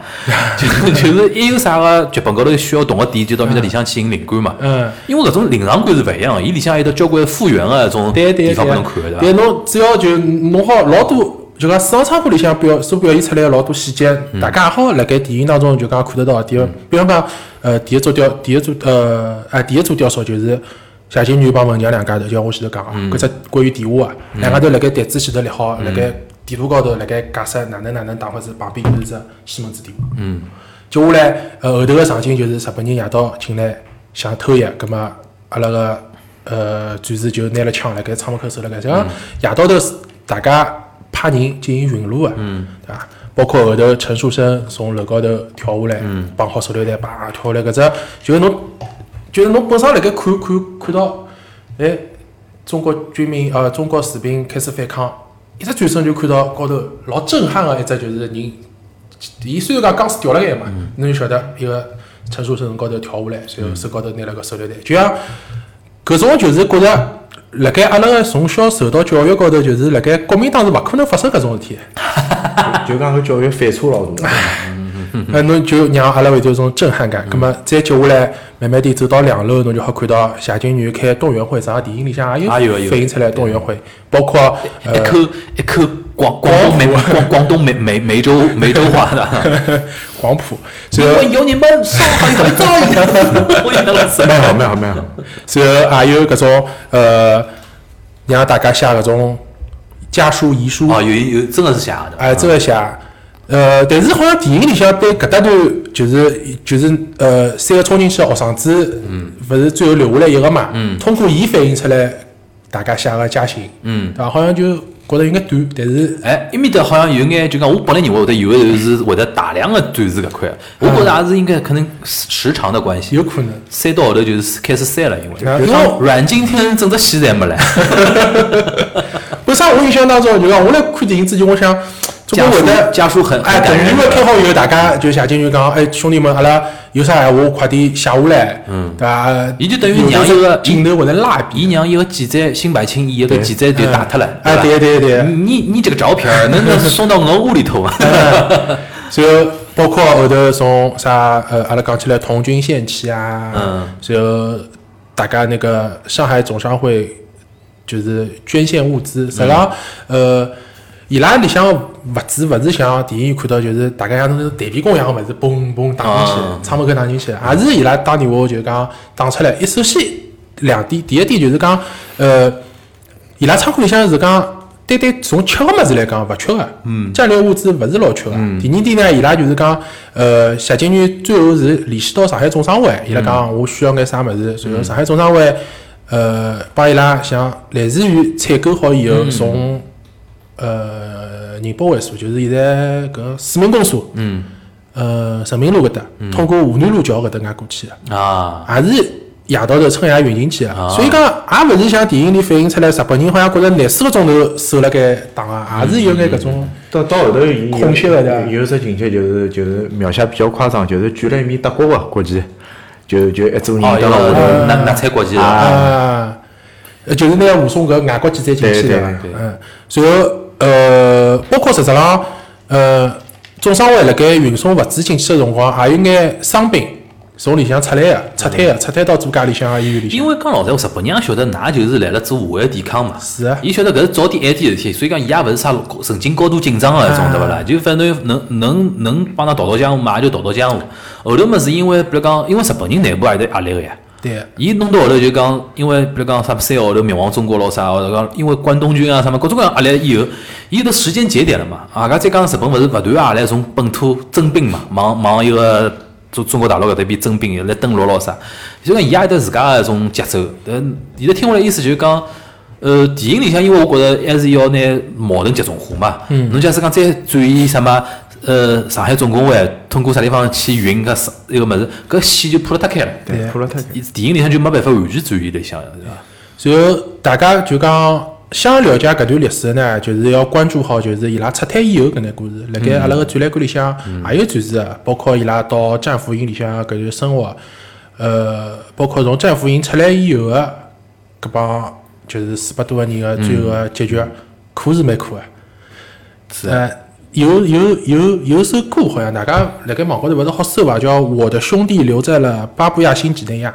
A: 就就是一有啥个剧本高头需要动个点，就到面搭里向去寻灵感嘛。
C: 嗯，
A: 因为搿种临场感是勿一样的，伊里向还有得交关复原个种
C: 对对
A: 地
C: 对
A: 方拨侬看的，对
C: 对
A: 伐？
C: 侬只要就弄好老多，就讲市场仓库里向表所表现出来的老多细节，
A: 嗯
C: 大家也好辣盖电影当中就讲看得到。第二，比方讲，呃，第一组雕，第一组呃，啊，第一组雕塑就是。谢金女帮文强两家头，就像我前头讲个，
A: 嗯
C: 搿只关于电话啊，两家头辣盖台子前头立好，辣盖地图高头辣盖解释哪能哪能打法子，旁边就是只西门子电话。嗯，接下来呃后头个场景就是日本人夜到进来想偷袭，葛么阿拉个呃战士就拿了枪辣盖窗门口守辣盖，就讲夜到头是大家派人进行巡逻个，对伐？包括后头陈树生从楼高头跳下来，绑好手榴弹，叭跳下来，搿只就是侬就是侬本身辣盖看看看到，哎，中国军民呃中国士兵开始反抗，一只转身就看到高头老震撼个一只就是人伊虽然讲钢丝吊辣盖嘛，侬就晓得一个陈树生从高头跳下来，然后手高头拿了个手榴弹，就像搿种就是觉着。辣盖阿拉个从小受到教育高头，就是辣盖国民党是勿可能发生搿种事体的，
D: 就讲搿教育反差老 大。
A: 嗯
C: 那呃侬就让阿拉会得有种震撼感。葛末再接下来，慢慢地走到两楼，侬就好看到谢金女开动员会，实际上电影里向也
A: 啊有
C: 有
A: 啊有啊
C: 反映出来动员会，包括
A: 一
C: 呃
A: 口一口广广东梅广广东梅梅梅州梅州话 的，
C: 黄埔，
A: 因
C: 然后
A: 为有 你们上海人在， 我赢了什
D: 蛮好，蛮好，蛮好。
C: 然后也有搿种呃，让大家写搿种家书遗书
A: 哦，有有真的是假的。
C: 哎，这个写，呃，但是好像电影里向对搿搭段就是就是呃三个冲进去的学生子，嗯，勿是最后留下来一个嘛，嗯，通过伊反映出来大家写个家信，嗯，对伐？好像就觉得有眼短，但是
A: 哎，埃面搭好像有眼，就讲我本来认为会得有的人是会得大量的展示搿块，啊我觉着也是应该可能时长的关系
C: 有，可能。
A: 删到后头就是开始删了，因
C: 啊
A: 为
C: 因为
A: 阮经天整只戏侪 没来，
C: 为啥我印象当中就讲我来看电影之前，我想总
A: 家
C: 归会
A: 属
C: 得
A: 家属很
C: 哎，
A: 很
C: 等
A: 感人
C: 音乐开好以后，大家就写进去讲，哎，兄弟们，阿拉有啥闲话快点写下来，嗯，对伐？
A: 伊就等于
C: 有的
A: 让一个
C: 镜头会得拉一遍，
A: 伊让一个记者辛柏青演一个记者就打脱了，嗯
C: 哎，对
A: 吧？
C: 对对，
A: 你你这个照片儿能不能送到我屋里 头啊？
C: 然后包括后头从啥呃，阿拉讲起来童军献旗啊，
A: 嗯，
C: 然后大家那个上海总商会就是捐献物资，实际上呃。伊拉里向物资勿是像电影看到，就是大家像那种弹皮工一样个物事，嘣嘣打进去
A: 啊，
C: 窗门口打进去，也是伊拉打电话就是讲打出来。一首先两点，第一点就是讲，呃，伊拉仓库里向是讲，单单从吃个物事来讲勿缺个，嗯，战略物资勿是老缺个。第二点呢，伊拉就是讲，呃，谢金女最后是联系到上海总商会，伊拉讲我需要眼啥物事，然后上海总商会，呃，帮伊拉像类似于采购好以后从。呃，宁波会所，就是现在搿市民公所，嗯，呃，人民路搿搭，通过湖南路桥搿搭眼过去的，
A: 啊，
C: 也是夜到头趁夜运进去
D: 啊
C: 的。所以讲，也勿是像电影里反映出来，日本人好像觉着廿四个钟头守辣盖打啊，也是有眼搿种，
D: 到到后头，伊有
C: 空隙了对吧
D: 有一只情节就是就是描写比较夸张，就是举了一面德国个国旗，就就一组人
C: 嗯
A: 哦，要
D: 蹲辣下头。
A: 拿拿菜国际
D: 嗯
A: 了，
C: 啊，呃就是拿武松搿外国记者进去
D: 对
C: 的
D: 对，
C: 嗯，然后呃，包括实质上，呃，总商会辣盖运送物资进去的辰光，也有眼伤兵从里向出来的、撤退
D: 嗯
C: 的、撤退到主家里向啊、医院里向
A: 因。为讲老实闲话，日本人也晓得㑚就是来了做户外抵抗嘛，
C: 是啊
A: 伊晓得搿是早点晚点的事体，所以讲伊也勿是啥神经高度紧张啊
C: 啊
A: 的那种，对勿啦？就反正能能能帮㑚逃逃江湖嘛，也就逃逃江湖。后头么是因为比如讲，因为日本人内部也有得压力个呀。
C: 对，
A: 伊弄到后头就讲，因为比如讲啥三个号头灭亡中国咯啥，或者讲因为关东军啊啥么各种各样压力以后，伊有得时间节点了嘛。啊，噶再讲日本勿是勿断也来从本土征兵嘛，往往一个中中国大陆搿搭边征兵来登陆咯啥，就讲伊也有得自家个一种节奏。但现在听下来意思就是讲。呃，电影里向，因为我觉着还是要拿矛盾集中化嘛。嗯。侬假使讲再转移什么，呃，上海总工会通过啥地方去运搿啥一个物事，搿线就铺了太开了。
D: 对
C: 对
D: 铺了太开。
A: 电影里向就没办法完全转移里向，是吧？
C: 然后大家就讲想了解搿段历史呢，就是要关注好，就是伊拉撤退以后搿眼故事。辣盖阿拉个展览馆里向也有展示的，包括伊拉到战俘营里向搿段生活，呃，包括从战俘营出来以后个搿帮就是四百多个人个最后个结局，苦是蛮苦个。是。呃有有有有首歌好像大家辣盖网高头勿是好搜伐，叫《我的兄弟留在了巴布亚新几内亚》，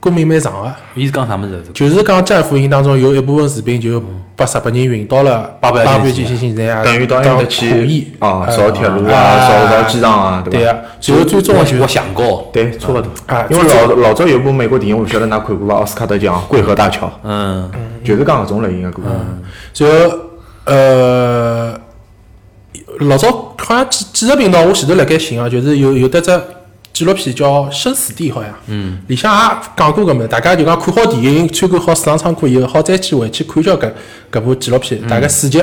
C: 歌名蛮长个、
A: 伊是讲啥么啊子？
C: 就是讲战俘营当中有一部分士兵就把日本人运到了
A: 巴
C: 巴
A: 布亚
C: 布亚
A: 新
C: 新
A: 几内亚
C: 几内亚，
D: 等于到埃
C: 啊当
D: 面
C: 苦
D: 去
C: 役
D: 啊，
C: 呃
D: 造铁路啊，
C: 啊
D: 造造机场啊，
C: 对
D: 吧？
C: 啊，然后最终的就
A: 我
C: 是
A: 想过，
D: 对，差不多
C: 啊
D: 因为
C: 这
D: 老老早有部美国电影，我不晓得㑚看过伐？奥斯卡得奖《桂河大桥》，
A: 嗯，
D: 就是讲搿种类型的啊故事。
C: 然后呃，老早好像几几个频道，我前头辣盖寻啊，就是有有得只纪录片叫《生死地》，好像，嗯，里向也讲过搿物事，大家就讲看好电影，参观好市场仓库以后，好再去回去看叫搿搿部纪录片，大概四集，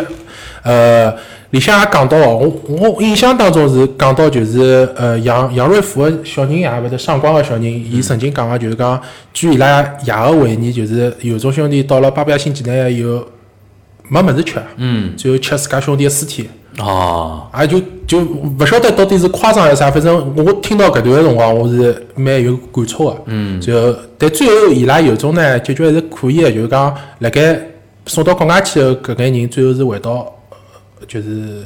C: 呃。里向也讲到哦，我我印象当中是讲到就是呃杨杨瑞福个小人啊，勿是上官个小人，伊曾经讲个就是讲，据伊拉爷个回忆，就是有种兄弟到了巴布亚新几内亚以后，没物事吃，嗯，最后吃自家兄弟的尸体，
A: 哦，
C: 啊就就勿晓得到底是夸张还是啥，反正我听到搿段个辰光，我是蛮有感触个，嗯，最后但最后伊拉有种呢，结局还是可以个，就是讲辣盖送到国外去个搿眼人，最后是回到呃就是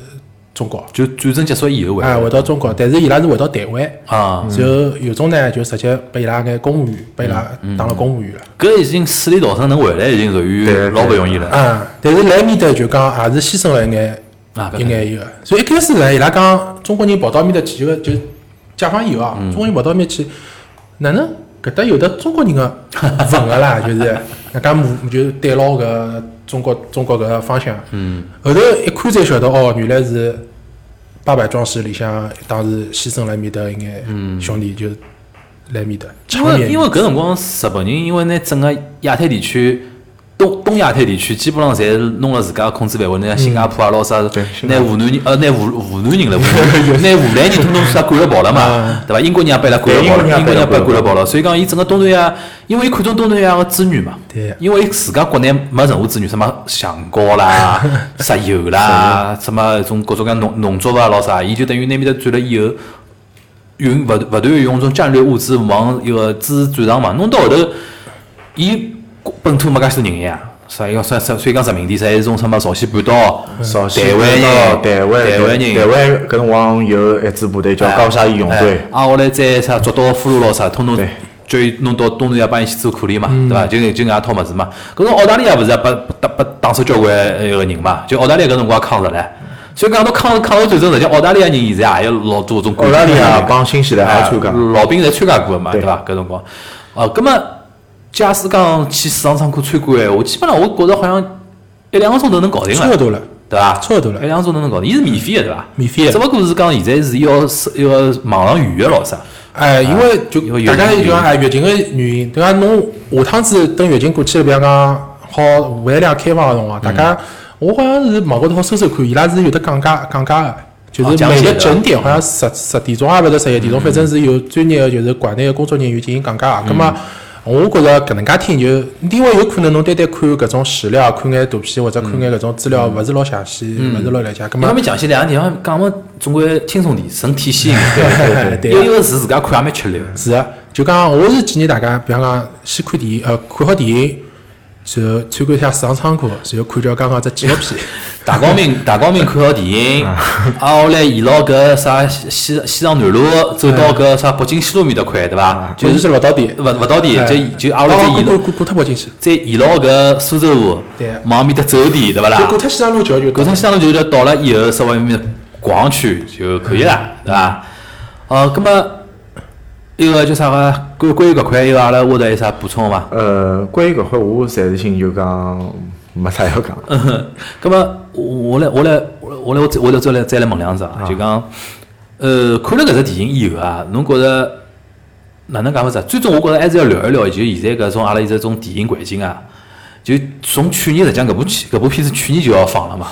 C: 中国，
A: 就战争结束以后回
C: 啊回嗯到中国，但是伊拉是回到台湾，
A: 啊，
C: 然后有种呢就直接拨伊拉眼公务员，拨伊拉当了公务员了。
A: 搿已经死里逃生能回来，已经属于
D: 对
A: 老不容易了。
C: 啊，但是来面搭就讲也是牺牲了一眼
A: 嗯啊搿
C: 一眼有个。所以一开始呢，伊拉讲中国人跑到埃面搭去，就就解放以后
A: 嗯
C: 啊，中国人跑到埃面去，哪能搿搭有的中国人个文个啦， 就是人家母就对牢搿中国中国搿个方向。嗯。后头一看才晓得哦，原来是八百壮士里向当时牺牲了埃面搭一眼兄弟，就来埃面搭。
A: 嗯因为因为搿辰光日本人因为拿整个亚太地区。东东亚太地区基本上侪弄了自家控制范围，拿新加坡啊咯啥，拿湖南人呃，拿湖湖南 人了，湖南拿湖南人通通啥赶了跑了嘛，啊对伐？英国人也被伊拉赶了跑了，
D: 对
A: 英国
D: 英国
A: 人
D: 人
A: 也
D: 也
A: 被
D: 被伊拉赶了跑了
A: 赶了跑了，所以讲伊整个东南亚，因为伊看中东南亚个资源嘛，
C: 对
A: 因为伊自家国内没任何资源，什么橡胶 啦、石油啦、什么种各种各样农农作物啊咯啥，伊就等于那面搭转了以后。运勿勿断用种战略物资往一个资转让嘛，弄到后头，伊本土没介许多人呀，所以讲所以所以讲殖民地侪是种什么朝鲜半岛、
D: 嗯朝
A: 台
D: 鲜
A: 湾人、
D: 啊台湾
A: 台湾
D: 台
A: 人。
D: 湾搿辰光有一支部队叫高沙义勇队
A: 哎，，啊，后来再啥捉到俘虏咯啥，通通
D: 对嗯
A: 就弄到东南亚帮伊去做苦力嘛，对伐？就就搿能介套物事嘛。搿种澳大利亚勿是也拨打拨打死交关一个人嘛，就澳大利亚搿辰光也抗日唻。所以讲到抗抗日战争，实际上澳大利亚人现在也有老多种
D: 澳大利亚
A: 帮。
D: 帮新西兰也参加
A: 哎。老兵侪参加过的嘛，对
D: 对
A: 伐？搿辰光，哦，葛么，假使讲去市场仓库参观闲话，基本上我觉着好像一两个钟头能搞定
C: 差不
A: 了，
C: 多了，
A: 对伐？
C: 差不多了
A: 一两个钟头能搞定，伊是免费的，对伐？
C: 免费的
A: 只不过是讲现在是要是要网上预约咯啥？
C: 哎，因为就
A: 啊因为
C: 大家
A: 月经原
C: 就
A: 因
C: 讲哎，月经个原因，对伐？侬下趟子等月经过去了，比方讲好户外量开放个辰光，大
A: 嗯
C: 家我好像是网高头好搜搜看，伊拉是有得讲价讲价个，就
A: 哦
C: 是
A: 讲解
C: 每
A: 的嗯
C: 个整点啊好像十十点钟啊，勿得十一点钟，反正是有专业个就是馆内个工作人员进行讲价个。咁么我觉着搿能介听就，因为有可能侬单单看搿种史料、看眼图片或者看眼搿种资料，
A: 嗯
C: 勿是老详细，勿是老了解。搿
A: 一
C: 么
A: 方面讲起来，两个地方讲嘛，总归轻松点，成体 系一点。
C: 对啊
A: 一个是自家看也蛮吃力的。
C: 是的，就讲我是建议大家，比方讲先看电影，呃，看好电影，然后参观一下市场仓库，然后看叫刚刚只纪录片。
A: 大光明，大光明看好电影，啊，后来沿牢搿啥西西西藏南路走到搿啥北京西路面搭块，对伐？就
C: 就是勿到底，
A: 勿勿到
C: 哎
A: 底，就就啊，后
C: 阿拉
A: 来再
C: 过
A: 沿
C: 哦过
A: 牢
C: 过过脱北京去，
A: 再沿牢搿苏州河
C: 对
A: 往面搭走点，对勿啦
C: 就？过脱西藏路桥就
A: 搿趟西藏路就到了以后，稍微面逛上去就可以了，
C: 嗯
A: 对伐？哦，葛么一个叫啥个关关于搿块，一个阿拉沃头有啥补充伐？
D: 呃，关于搿块，我暂时性就讲没啥要 讲。
A: 咁么我来我来我来我再我来再来再来问两只啊，就讲，呃，看了搿只电影以后啊，侬觉着哪能讲法子啊？最终我觉着还是要聊一聊，就现在搿种阿拉现在种电影环境啊，就从去年实际上搿部片搿部片子去年就要放了嘛，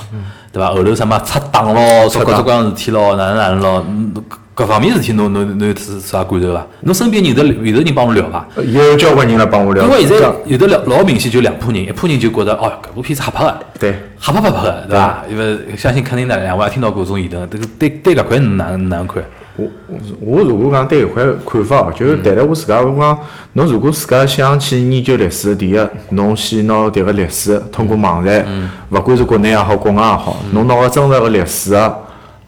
A: 对伐？后头什么拆嗯档咯，做各种各样的事体咯，哪能哪能咯，嗯搿方面事体侬侬侬有是啥感受伐？侬身边有得有得人帮侬聊伐？
D: 呃有交关人来帮我聊，
A: 因为现在
D: 讲
A: 有的老老明显就两拨人，一拨人就觉得哦，搿部片子瞎拍个，
D: 对
A: 瞎拍拍拍个，对伐？因为相信肯定哪两位也听到过这种言论，这个对对搿块哪能哪能看？
D: 我我我如果讲对搿块看法哦，就是谈了我自家，我讲侬如果自家想去研究历史，第一，侬先拿迭个历史通过网站，勿管是国内也好，国外也好，侬拿个真实个历史个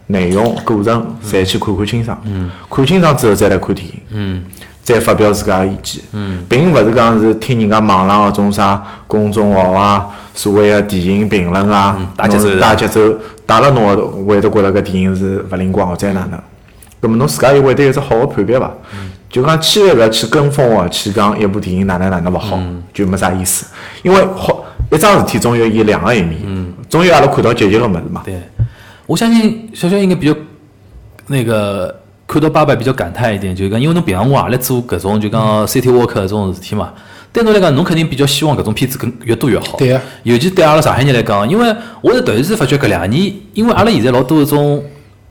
D: 内容过程，侪去看看清爽，看清爽之后再来看电影。再发表自家的意见，并勿是讲是听人家网浪搿种啥公众号啊，所谓的电影评论啊，
A: 打节奏
D: 侬
A: 的
D: 打节奏，打了侬会会得觉着搿电影是勿灵光或者哪能，葛末侬自家又会得有只好个判别伐？就讲千万勿要去跟风哦、去讲一部电影哪能哪能勿好，就没啥意思，因为好一桩事体总有伊两个一面，总有阿拉看到积极个物事嘛。
A: 对，我相信小肖应该比较那个看到爸爸比较感叹一点，就是讲因为侬平常辰光也来做搿种就讲 city walk 搿种事体嘛。对侬来讲，侬肯定比较希望搿种片子更越多越好。
C: 对啊
A: 尤其对阿拉上海人来讲，因为我是突然之间发觉搿两年，因为阿拉现在老多搿种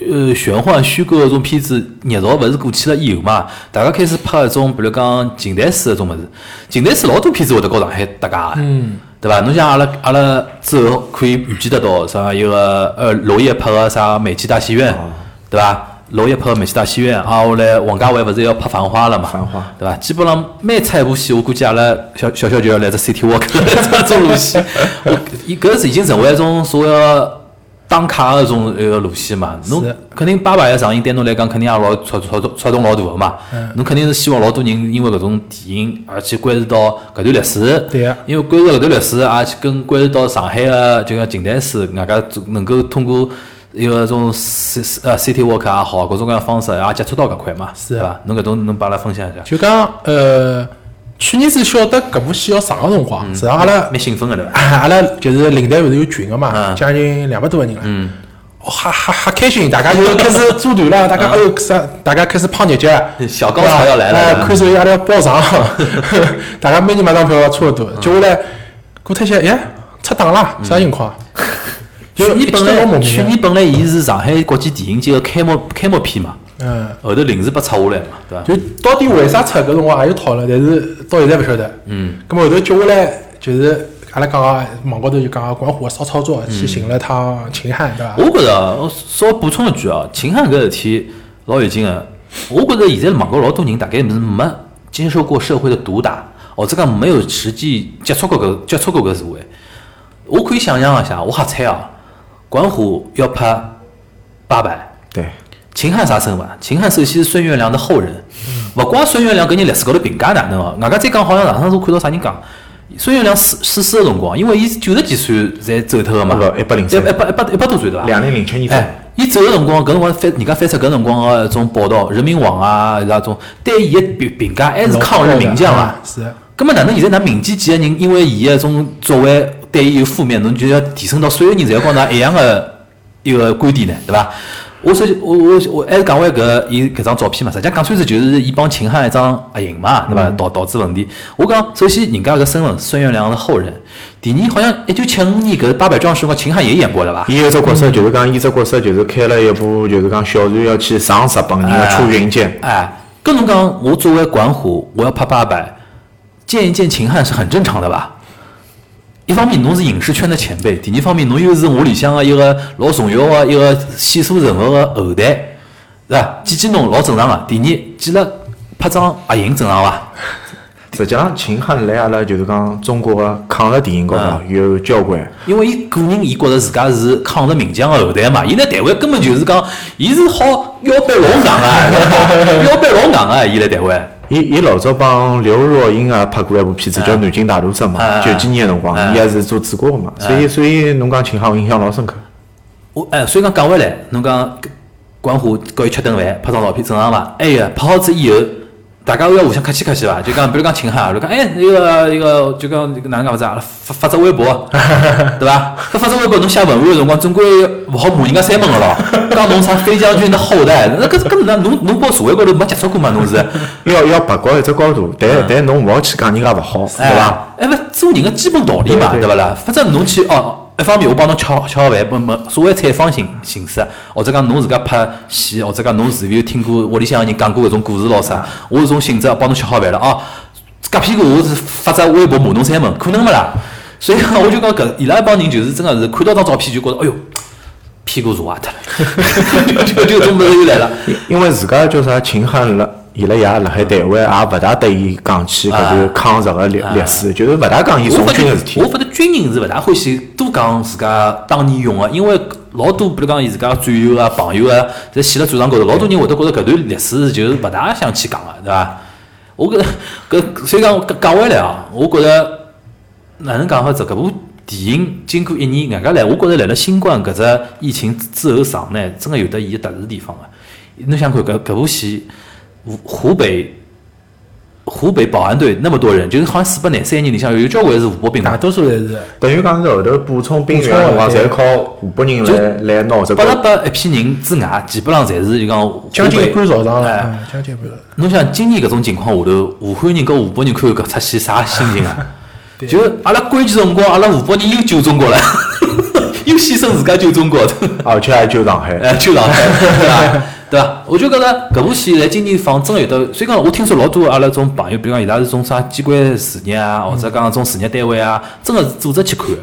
A: 呃玄幻虚构搿种片子热潮勿是过去了以后嘛，大家开始拍搿种比如讲近代史搿种物事，近代史老多片子会得告上海搭界个。嗯。对伐？侬像阿拉阿拉之后可以预见得到，啥一个呃娄烨拍个啥《美琪大戏院》
C: 啊
A: 对伐？娄烨拍《美琪大戏院》，啊，后来王家卫勿是要拍《繁花》了嘛？
D: 繁花
A: 对伐？基本上每出一部戏，我估计阿拉小小小就要来只 City Walk 了 这种路线。我伊搿是已经成为一种所谓的打卡的种一个路线嘛。侬
C: 是
A: 肯定八佰个上映，对侬来讲肯定也老触触动触动老大个嘛。
C: 嗯
A: 侬肯定是希望老多人因为搿种电影，而去关注到搿段历史。
C: 对呀
A: 因为关注搿段历史，也啊去跟关注到上海个就讲近代史，外加能够通过一个种 C 呃 City Walk 也好，各种各样的方式啊也接触到搿块嘛，
C: 是
A: 对伐？侬搿种能帮阿拉分享一下？
C: 就讲呃，去年子晓得搿部戏要上个辰光，实际上阿拉
A: 蛮兴奋个对伐？
C: 啊阿拉就是领队勿是有群个嘛，
A: 嗯
C: 将近两百多个人了。嗯。哈哈哈！开心，大家就开始组团了，大家哎呦啥，大家开始泡热节，
A: 嗯小高潮要来了嗯
C: 哎看手机阿拉要包场， 大家每人买张票啊差不多，
A: 嗯
C: 结果来过脱些，哎，出档了，啥情况？就
A: 嗯去
C: 一
A: 年 本
C: 直老莫
A: 来
C: 名
A: 去
C: 的
A: 年本来伊是上海国际电影节个开幕开幕片嘛，
C: 嗯，
A: 后头临时被撤下来嘛，对伐？
C: 就到底为啥出搿辰光也有讨论，但是到现在勿晓得。嗯。咁后头接下来就是阿拉讲个网高头就讲个管虎的骚操作，去寻了趟秦汉，对伐？
A: 我觉着啊我稍补充一句哦，秦汉搿事体老有劲个。我觉着现在网高老多人大概是没接受过社会的毒打，或者讲没有实际接触过搿接触过搿社会。我可以想象一下，我瞎猜啊，管虎要拍八佰，
D: 对，
A: 秦汉啥身份？秦汉首先是孙元良的后人，勿光孙元良搿人历史高头评价哪能哦，外加再讲好像上趟我看到啥人讲，孙元良逝逝世的辰光，因为伊九十几岁才走脱个嘛，
D: 不103
A: 一百一百一百多岁对伐？
D: 2007年走
A: 哎，伊走个辰光，搿辰光翻人家翻出搿辰光个种报道，人民网啊，啥种对伊个评评价还是抗日名将啊
C: 啊，。是。
A: 葛末哪能现在㑚民间几个人因为伊个种作为对伊有负面，侬就要提升到所有人侪要跟㑚一样个一个观点呢，对伐？我说我我我还是讲回搿伊搿张照片嘛，实际上讲穿子就是伊帮秦汉一张合影嘛，对伐？导导致问题。我讲首先人家搿身份，孙元良是后人。第二，好像一九七五年搿八百壮士辰光，秦汉也演过了伐？
D: 伊有一只角色就是讲，伊只角色就是开了一部就是讲小船要去上
A: 哎
D: 日本人的出巡舰。
A: 哎，跟侬讲，我作为管虎，我要拍八百，见一见秦汉是很正常的吧？一方面侬是影视圈的前辈，第二方面侬又是我里向的一个老重要的一个线索人物的后代，是吧？见见侬老正常啊个。第二，见了拍张合影正常啊伐？
D: 实际上，秦汉来阿拉就是讲中国个抗日电影高头有交关。
A: 因为伊个人伊觉着自家是抗日名将的后代嘛，伊辣台湾根本就是讲，伊是好腰板老硬啊 个，腰板老硬个，伊辣台湾。
D: 伊伊老早帮刘若英啊拍过一部片子叫
A: 嗯
D: 《南京大屠杀》嘛，
A: 啊
D: 九几年的辰光，伊也是做主角个嘛，
A: 嗯
D: 所以所以侬讲秦汉我印象老深刻。
A: 我哎，所以讲讲回来，侬讲关虎搞伊吃顿饭，拍张照片正常伐？哎呀，拍好子以后，大家都要互相客气客气伐？就讲比如讲秦汉，就讲哎，那个那个，就讲那个哪能讲法子啊？发发只微博，对伐？搿发只微博，侬写文案个辰光，总归勿好骂人家三门个咯。讲侬啥飞将军的后代，那搿搿哪侬侬帮社会高头没接触过嘛？侬是？
D: 要要拔高一只高度，但
A: 嗯
D: 但侬勿好去讲人家勿好，对
A: 哎
D: 伐？？
A: 哎，勿做人个基本道理嘛，
D: 对对
A: 对勿啦？反正侬去哦，一方面我帮侬吃好吃好饭，帮么所谓采访形形式，或者讲侬自家拍戏，或者讲侬是否有听过屋里向个人讲过搿种故事咯啥？我是种性质帮侬吃好饭了哦，夹屁股我是发只微博骂侬三门，可能勿啦？所以讲我就讲搿伊拉一帮人就是真个是看到张照片就觉着，哎哟，屁股坐坏脱了， 就就这么又来了。
D: 因因为自家叫啥秦汉辣，伊拉爷辣海台湾，
A: 嗯
D: 也勿大得伊讲起搿段抗日个历历史，就是勿大讲伊从
A: 我发
D: 军
A: 觉
D: 个事，体
A: 嗯我。发觉军人是勿大欢喜多讲自家当年用个，因为老多比如讲伊自家战友啊、朋友啊，侪死辣战场高头，老多人会得觉着搿段历史就是勿大想去讲个，对伐？我搿搿所以讲讲讲回来啊，我觉着哪能讲法子？搿部电影经过一年，外加来，我觉着来了新冠搿只疫情之后上呢，真个有得伊个特殊地方个、侬想看搿搿部戏，湖湖北湖北保安队那么多人，就是好像四百廿三人里向有有交关是湖北兵
C: 大
A: 嘛，
C: 多数侪是。
D: 等于讲是后头补充兵源个辰光，
C: 对
D: 侪靠湖北人来来拿这
A: 八十
D: 个。
A: 八一批人之外，基本上侪是就讲湖
C: 将近一
A: 北。
C: 半朝上
A: 哎
C: 了，嗯将近一半了。
A: 侬想今年搿种情况下头，武汉人跟湖北人看搿出戏啥心情 啊？就阿拉关键辰光，阿拉湖北人又救中国了， 又牺牲自家救中国。
D: 而且还就上海，
A: 哎，去上海，对伐？对伐？我就觉着搿部戏来今年放真的有得，所以讲我听说老多阿拉种朋友，比如讲伊拉是种啥机关事业啊，或者讲种事业单位啊，真个是组织去看的，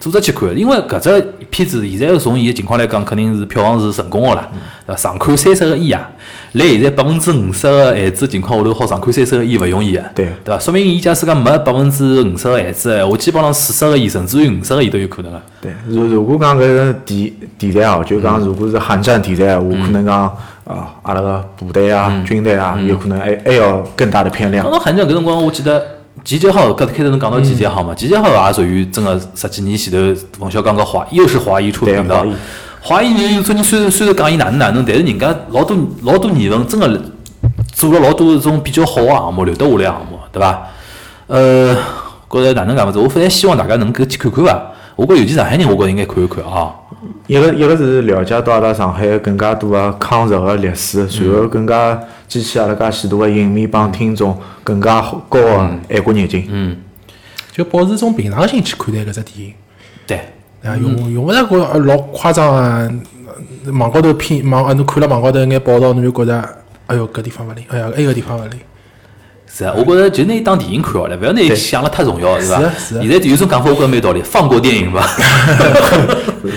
A: 组织去看的，因为搿只片子现在从伊个情况来讲，肯定是票房是成功个啦，对伐？上看三十个亿啊，辣现在百分之五十个限制情况下头，好上看三十个亿勿容易啊，
D: 对
A: 对伐？说明伊假使讲没百分之五十个限制，哎我基本上四十个亿甚至于五十个亿都有可能啊。
D: 对，如如果讲搿个题题材哦，就
A: 嗯
D: 讲如果是寒战题材，我可能讲啊，阿拉个部队
A: 嗯
D: 啊、军队啊，有可能还还要更大的偏量
A: 刚。刚寒战搿辰光，我记得集结号，搿开头侬讲到集结号嘛，集结号也属于真个十几年前头冯小刚个华，又是华谊出品
D: 对华
A: 的
D: 谊。
A: 华谊人最近虽然虽然讲伊哪能哪能，但是人家老多老多年份真个做了老多这种比较好个项目，留得下来个项目，对伐？呃，觉着哪能讲法子？我反正希望大家能够去看看伐。我觉着尤其上海人，我觉着应该看一看啊。
D: 一个一个是了解到阿拉上海更加多个抗日个历史，随
A: 嗯
D: 后更加激起阿拉介许多个影迷帮听众更加好高个爱国热情。嗯，
C: 就保持一种平常心去看待搿只电影，
A: 对，
C: 对伐？
A: 嗯
C: 用用勿着觉着老夸张啊！呃网高头片网，啊侬看了网高头一眼报道，侬就觉着，哎哟，搿地方勿灵，哎呀，埃个地方勿灵。
A: 是啊，我觉着就拿伊当电影看好了，勿要拿伊想了太重要，是伐
C: 是啊？是啊
A: 现在有种讲法，我觉着蛮有道理，放过电影伐。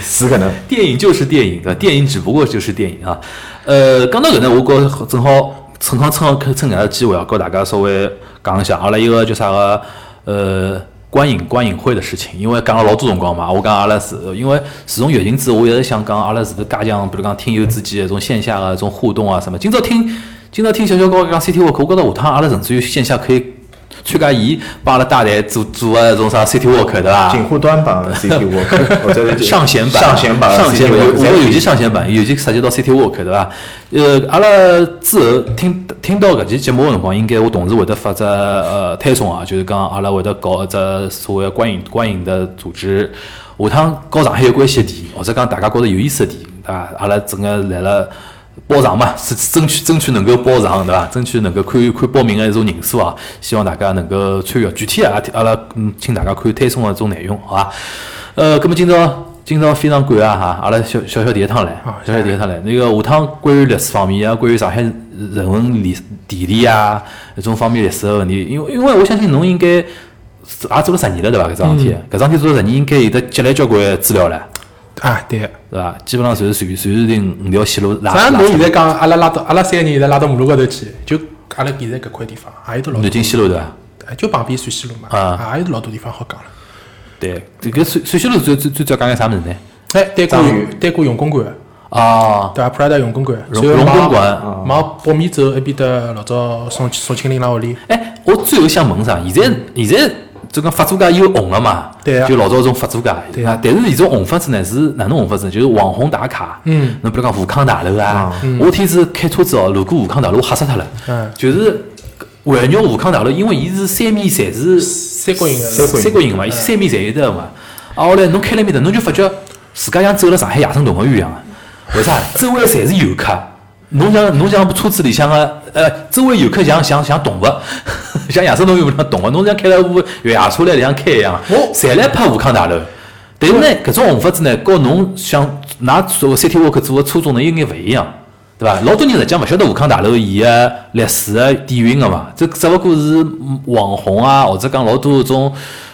D: 是搿能。
A: 电影就是电影，对吧？电影只不过就是电影啊。呃，讲到搿呢，我觉正好正好趁好趁搿个机会啊，跟大家稍微讲一下阿拉一个叫啥个呃观影观影会的事情，因为讲了老多辰光嘛，我讲阿拉是因为自从疫情之后，我一直想讲阿拉是不是加强，比如讲听友之间的这种线下的这种互动啊什么。今朝听今朝听小小高讲 CT Walk，我觉着下趟阿拉甚至于线下可以参加伊帮阿拉大台做做个种啥 CT Walk 对伐？
D: 近乎端版个 CT Walk，或者是
A: 上弦版，
D: 上弦版的
A: 上弦
D: CT
A: 版，
D: Walk，
A: 我尤其上弦版，尤其涉及到 City Walk 对伐？呃，阿拉之后听听到搿期节目个辰光，应该我同事会得发只呃推送啊，就是讲阿拉会得搞一只所谓的观影观影的组织，下趟和上海有关系个电影，或者讲大家觉着有意思个电影，对伐？阿拉整个来了。包场嘛，是争取争取能够包场，对伐？争取能够看看报名个一种人数啊，希望大家能够参与。具体啊，阿拉嗯，请大家看推送个种内容，好伐？呃，葛么今朝今今朝非常感谢哈，阿拉小小小第一趟来
C: 啊，
A: 小小第一趟来。那个下趟关于历史方面啊，关于上海人文历地理啊，搿种方面历史个问题，因为因为我相信侬应该也做了十年了，对伐？搿桩事体，搿桩事体做了十年，应该有得积累交关资料唻，
C: 啊，对。
A: 对伐？基本上算是随随时定五条线路拉
C: 啥？
A: 拉
C: 侬
A: 出
C: 现
A: 来
C: 在讲阿拉拉到阿拉三个人现在拉到马路高头去，就阿拉现在搿块地方，也有得老多
A: 南京西路对伐？
C: 哎就旁边陕西路嘛，
A: 啊
C: 也有老多地方好讲了。
A: 对，这个陕陕西路最最最主要讲眼啥物事呢？
C: 哎，对过永对过永公馆，
A: 啊，
C: 对伐？Prada 永公馆，
A: 荣
C: 然
A: 荣
C: 后往
A: 公馆啊
C: 往北面走一边搭老早宋宋庆龄拉屋里，
A: 哎，我最后想问啥？现在现在这个法租界又红了嘛？
C: 对啊
A: 就老早这种法租界，
C: 对啊
A: 那但是现在红法子呢是哪能红法子呢？就是网红打卡。
C: 嗯。
A: 侬比如讲武康大楼啊，我天子开车子哦，路过武康大楼，我吓死脱了。
C: 嗯
A: 就是环绕武康大楼，因为伊是三面侪是
C: 三角形的
A: 三三角形嘛，伊三面侪有得嘛。啊，后来侬开了面搭，侬就发觉自家像走了上海野生动物园一样啊。为 啥？周围侪是游客。侬像侬像车子里向个，呃，周围游客像像像动物， 像野生动物园里向动物，侬像开了部越野车来里向开一样，啊
C: 我
A: 侪来拍武康大楼。但是呢，搿种红法子呢，和侬想㑚做 City Walk 做个初衷呢，有眼勿一样，对伐？老多人实际上勿晓得武康大楼伊个历史个底蕴个嘛，这只勿过是网红啊，或者讲老多种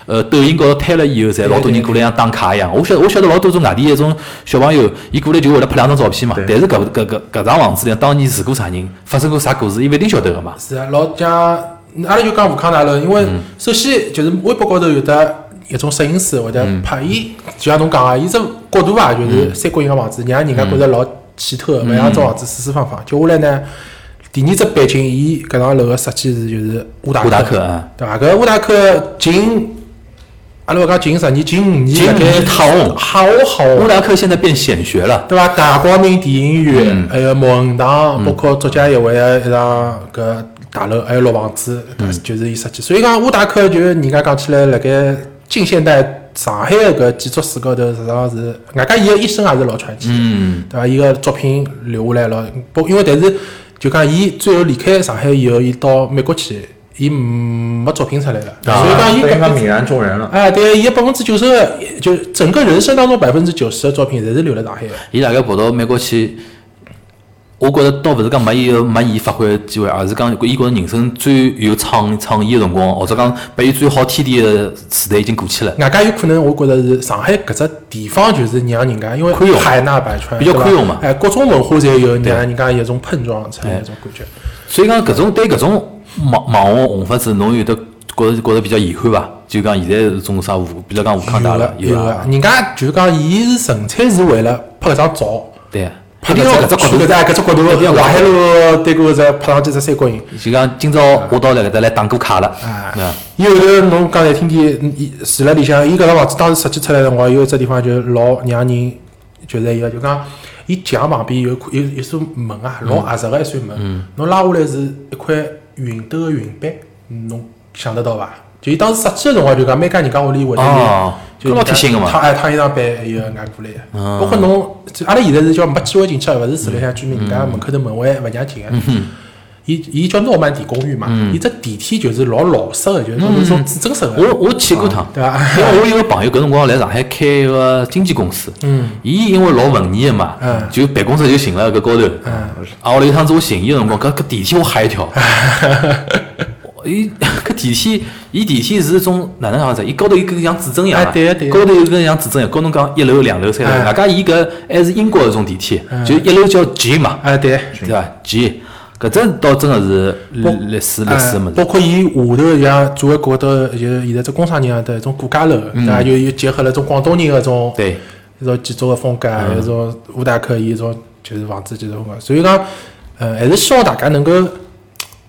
A: 呃抖音高头推了以后，侪老多人过来像打卡一样。我晓得我晓得老多种外地一种小朋友，伊过来就为了拍两张照片嘛。但是搿搿搿搿幢房子里当年住过啥人，发生过啥故事，伊勿一定晓得个嘛。
C: 是啊，老像阿拉就讲武康大楼，因为
A: 嗯
C: 首先就是微博高头有的一种摄影师会得
A: 嗯
C: 拍，伊就像侬讲个，伊只角度啊，就是三角形个房子，让人家觉着老奇特，
A: 嗯
C: 勿像只房子四四方方。接下来呢，第二只背景，伊搿幢楼个设计是就是乌达
A: 乌达克啊
C: 对伐？搿乌达克近，阿拉勿讲近十年，近五年，
A: 近五年
C: 好
A: 太红
C: 好红
A: 乌，达克现在变显学了，
C: 对伐？大光明电影院，还有木恒堂，包括作家协会的一幢搿大楼，还有老房子，就是伊设计。所以讲，乌达克就是人家讲起来，辣盖近现代上海的搿建筑史高头，实际上是，外加伊个一生也是老传奇的，对伐？伊个作品留下来了，包因为但是就讲伊最后离开上海以后，伊到美国去，伊没作品出来了，
A: 啊
D: 啊
C: 所以讲伊
D: 所以
C: 搿
D: 讲泯然众人了。
C: 哎，对，伊百分之九十的，就整个人生当中百分之九十的作品，侪是留辣上海的。
A: 伊大概跑到美国去。我觉着倒勿是讲没伊个没伊发挥个机会，而是讲伊觉着人生最有创创意个辰光，或者讲拨伊最好天地个时代已经过去了。
C: 外加有可能，我觉着是上海搿只地方就是让人家因为
A: 宽容
C: 海纳百川，
A: 比较
C: 对吧
A: 宽容嘛
C: 哎，各种文化侪有，让人家有一啊种碰撞出来一种感觉。
A: 所以讲搿种对搿种网网红红法子，侬有得觉着觉着比较遗憾伐？就讲现在是种啥武，比如讲武康大了
C: 个，，有
A: 啊
C: 个，，人家就是讲，伊是纯粹是为了拍搿张照，
A: 对啊，
C: 拍
A: 一定要搿
C: 搿
A: 只角
C: 搿
A: 度
C: 只。搿只角
A: 一定要
C: 度，
A: 搿只
C: 淮海路对过只拍上去只三角形。
A: 就讲今朝我到了搿搭来打过卡了，啊，
C: 伊后头侬刚才听见，嗯伊住了里向，伊搿幢房子当时设计出来的辰光，有一只地方就老让人就是伊个，就讲伊墙旁边有一块有有扇门啊，老合适个一扇门，侬拉下来是一块云斗个云板，侬想得到伐？就伊当时设计个辰光就讲，每家人家屋里会得有
A: 哦，
C: 就
A: 搿老贴心个嘛
C: 烫哎烫一张板，还有外过来个，包括侬，就阿拉现在是叫没机会进去，勿是住辣像居民人家门口头门卫勿让进个。伊伊叫诺曼底公寓嘛，
A: 嗯
C: 伊只地梯就是老老式个，就是那种指针式个，
A: 我我去过趟，
C: 啊对伐？
A: 因为我有个朋友搿辰光来上海开一个经纪公司，
C: 嗯，
A: 伊因为老文艺个嘛
C: 嗯，
A: 就办公室就寻了搿高头，
C: 嗯
A: 啊，我来有趟子我寻伊个辰光，搿搿电梯我吓一 跳，伊搿电梯，伊电梯是种哪能样子？伊高头有根像指针一样
C: 哎对个对个
A: 高头有根像指针一样，高侬讲一楼、两楼、三
C: 哎嗯
A: 楼，外加伊搿还是英国搿种电梯，就一楼叫 G 嘛，
C: 啊对，
A: 哎对伐？G，搿只倒真个是历史历史物
C: 嗯包
A: 事，
C: 括伊下头像作为觉得就是现在只工商人的一种顾家楼，对伐？又又结合了种广东人个种
A: 嗯对。嗯
C: 一种建筑个风格，一种乌达克伊一种就是房子建筑风格，所以讲，呃，还是希望大家能够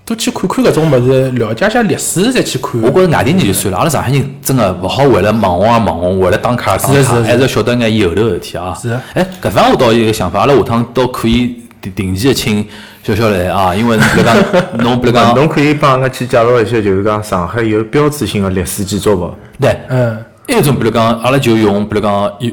C: 多去看看搿种物事，了解一下历史再去看。
A: 我觉着外地人就算了，阿拉上海人真个勿好为了网红而网红，为了打卡而打
C: 是的是
A: 卡，
C: 的
A: 还是要晓得眼伊后头个事体啊。
C: 是的
A: 哎，搿番我倒有一个想法，阿拉下趟倒可以定定期的请小小来啊，因为比如 讲侬比如讲，
D: 侬可以帮阿拉去介绍一些，就是讲上海有标志性的历史建筑物。
A: 对，
C: 嗯，
A: 还有一种比如讲，阿拉就用比如讲有。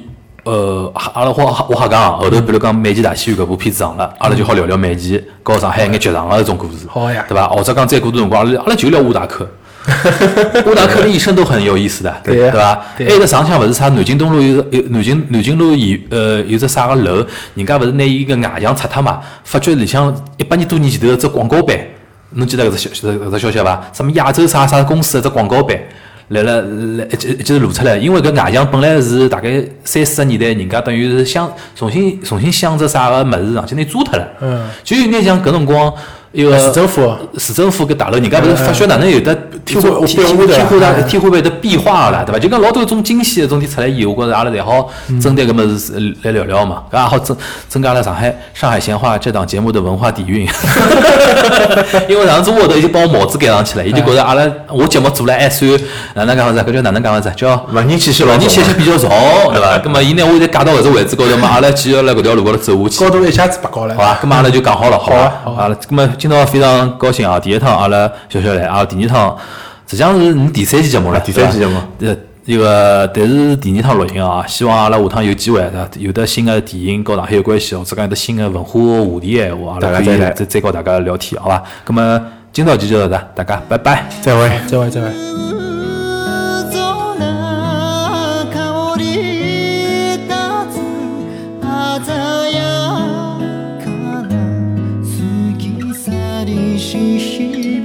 A: 呃，阿拉我我瞎讲，啊后头比如讲《美琪大戏院》搿部片子上了，阿拉就好聊聊美琪和上海一眼剧场个一种故事，
C: 好呀
A: 对伐？或者讲再过段辰光，阿拉阿拉就聊乌达克， 乌达克的一生都很有意思的，
C: 对
A: 对吧？
C: 对
A: 埃个上向勿是啥南京东路呃有有南京南京路有呃有只啥个楼，人家勿是拿伊个外墙拆脱嘛？发觉里向一百年多年前头有只广告板，侬记得搿只消搿只消息伐？什么亚洲啥啥公司的只广告板。来了，来一记一记头露出来，因为搿外墙本来是大概三四十年代，人家等于是镶重新重新镶只啥个物事上去，拿租脱了。
C: 嗯，
A: 就有眼像搿辰光，一个
C: 市政府
A: 市政府搿大楼，人家勿是发觉哪能有的天花
C: 做
A: 天
C: 变化的
A: 天花
C: 哎
A: 板天花板的壁画了，对伐？就讲老多种惊喜的种点出来以后，我觉着阿拉侪好针对搿物事呃来聊聊嘛，搿也好增增加了上海上海闲话这档节目的文化底蕴。因为上次沃德已经把我帽子盖上去了，伊就觉着阿拉我节目做了还算呃哪能讲法子，搿叫哪能讲法子？叫
D: 文人气息
A: 勿
D: 老
A: 人
D: 重
A: 气息比较重，对伐？葛末伊拿我侪嫁到搿只位置高头嘛，阿拉继续辣搿条路高头走下去
C: 高。度一下子拔高了
A: 好。吧，咁么阿拉就讲好了，好吧
C: 啊？好啊
A: 阿拉咁么今朝非常高兴啊！第一趟阿拉小小来，阿啊拉第二趟实际上是你第三期节目了，
D: 第三期节目
A: 对吧。呃，一个但是是第二趟录音啊，希望阿拉下趟有机会，对吧有得新的电影跟上海有关系，或哦者讲有得新的文化话题的闲话，阿
D: 大
A: 拉
D: 家
A: 可以
D: 再来
A: 再再跟大家聊天，好吧？咁么今朝就就到这，大家拜拜。
D: 再会。
C: 再会，再会。
B: 空香り立つ鮮やかな過ぎ去りし日々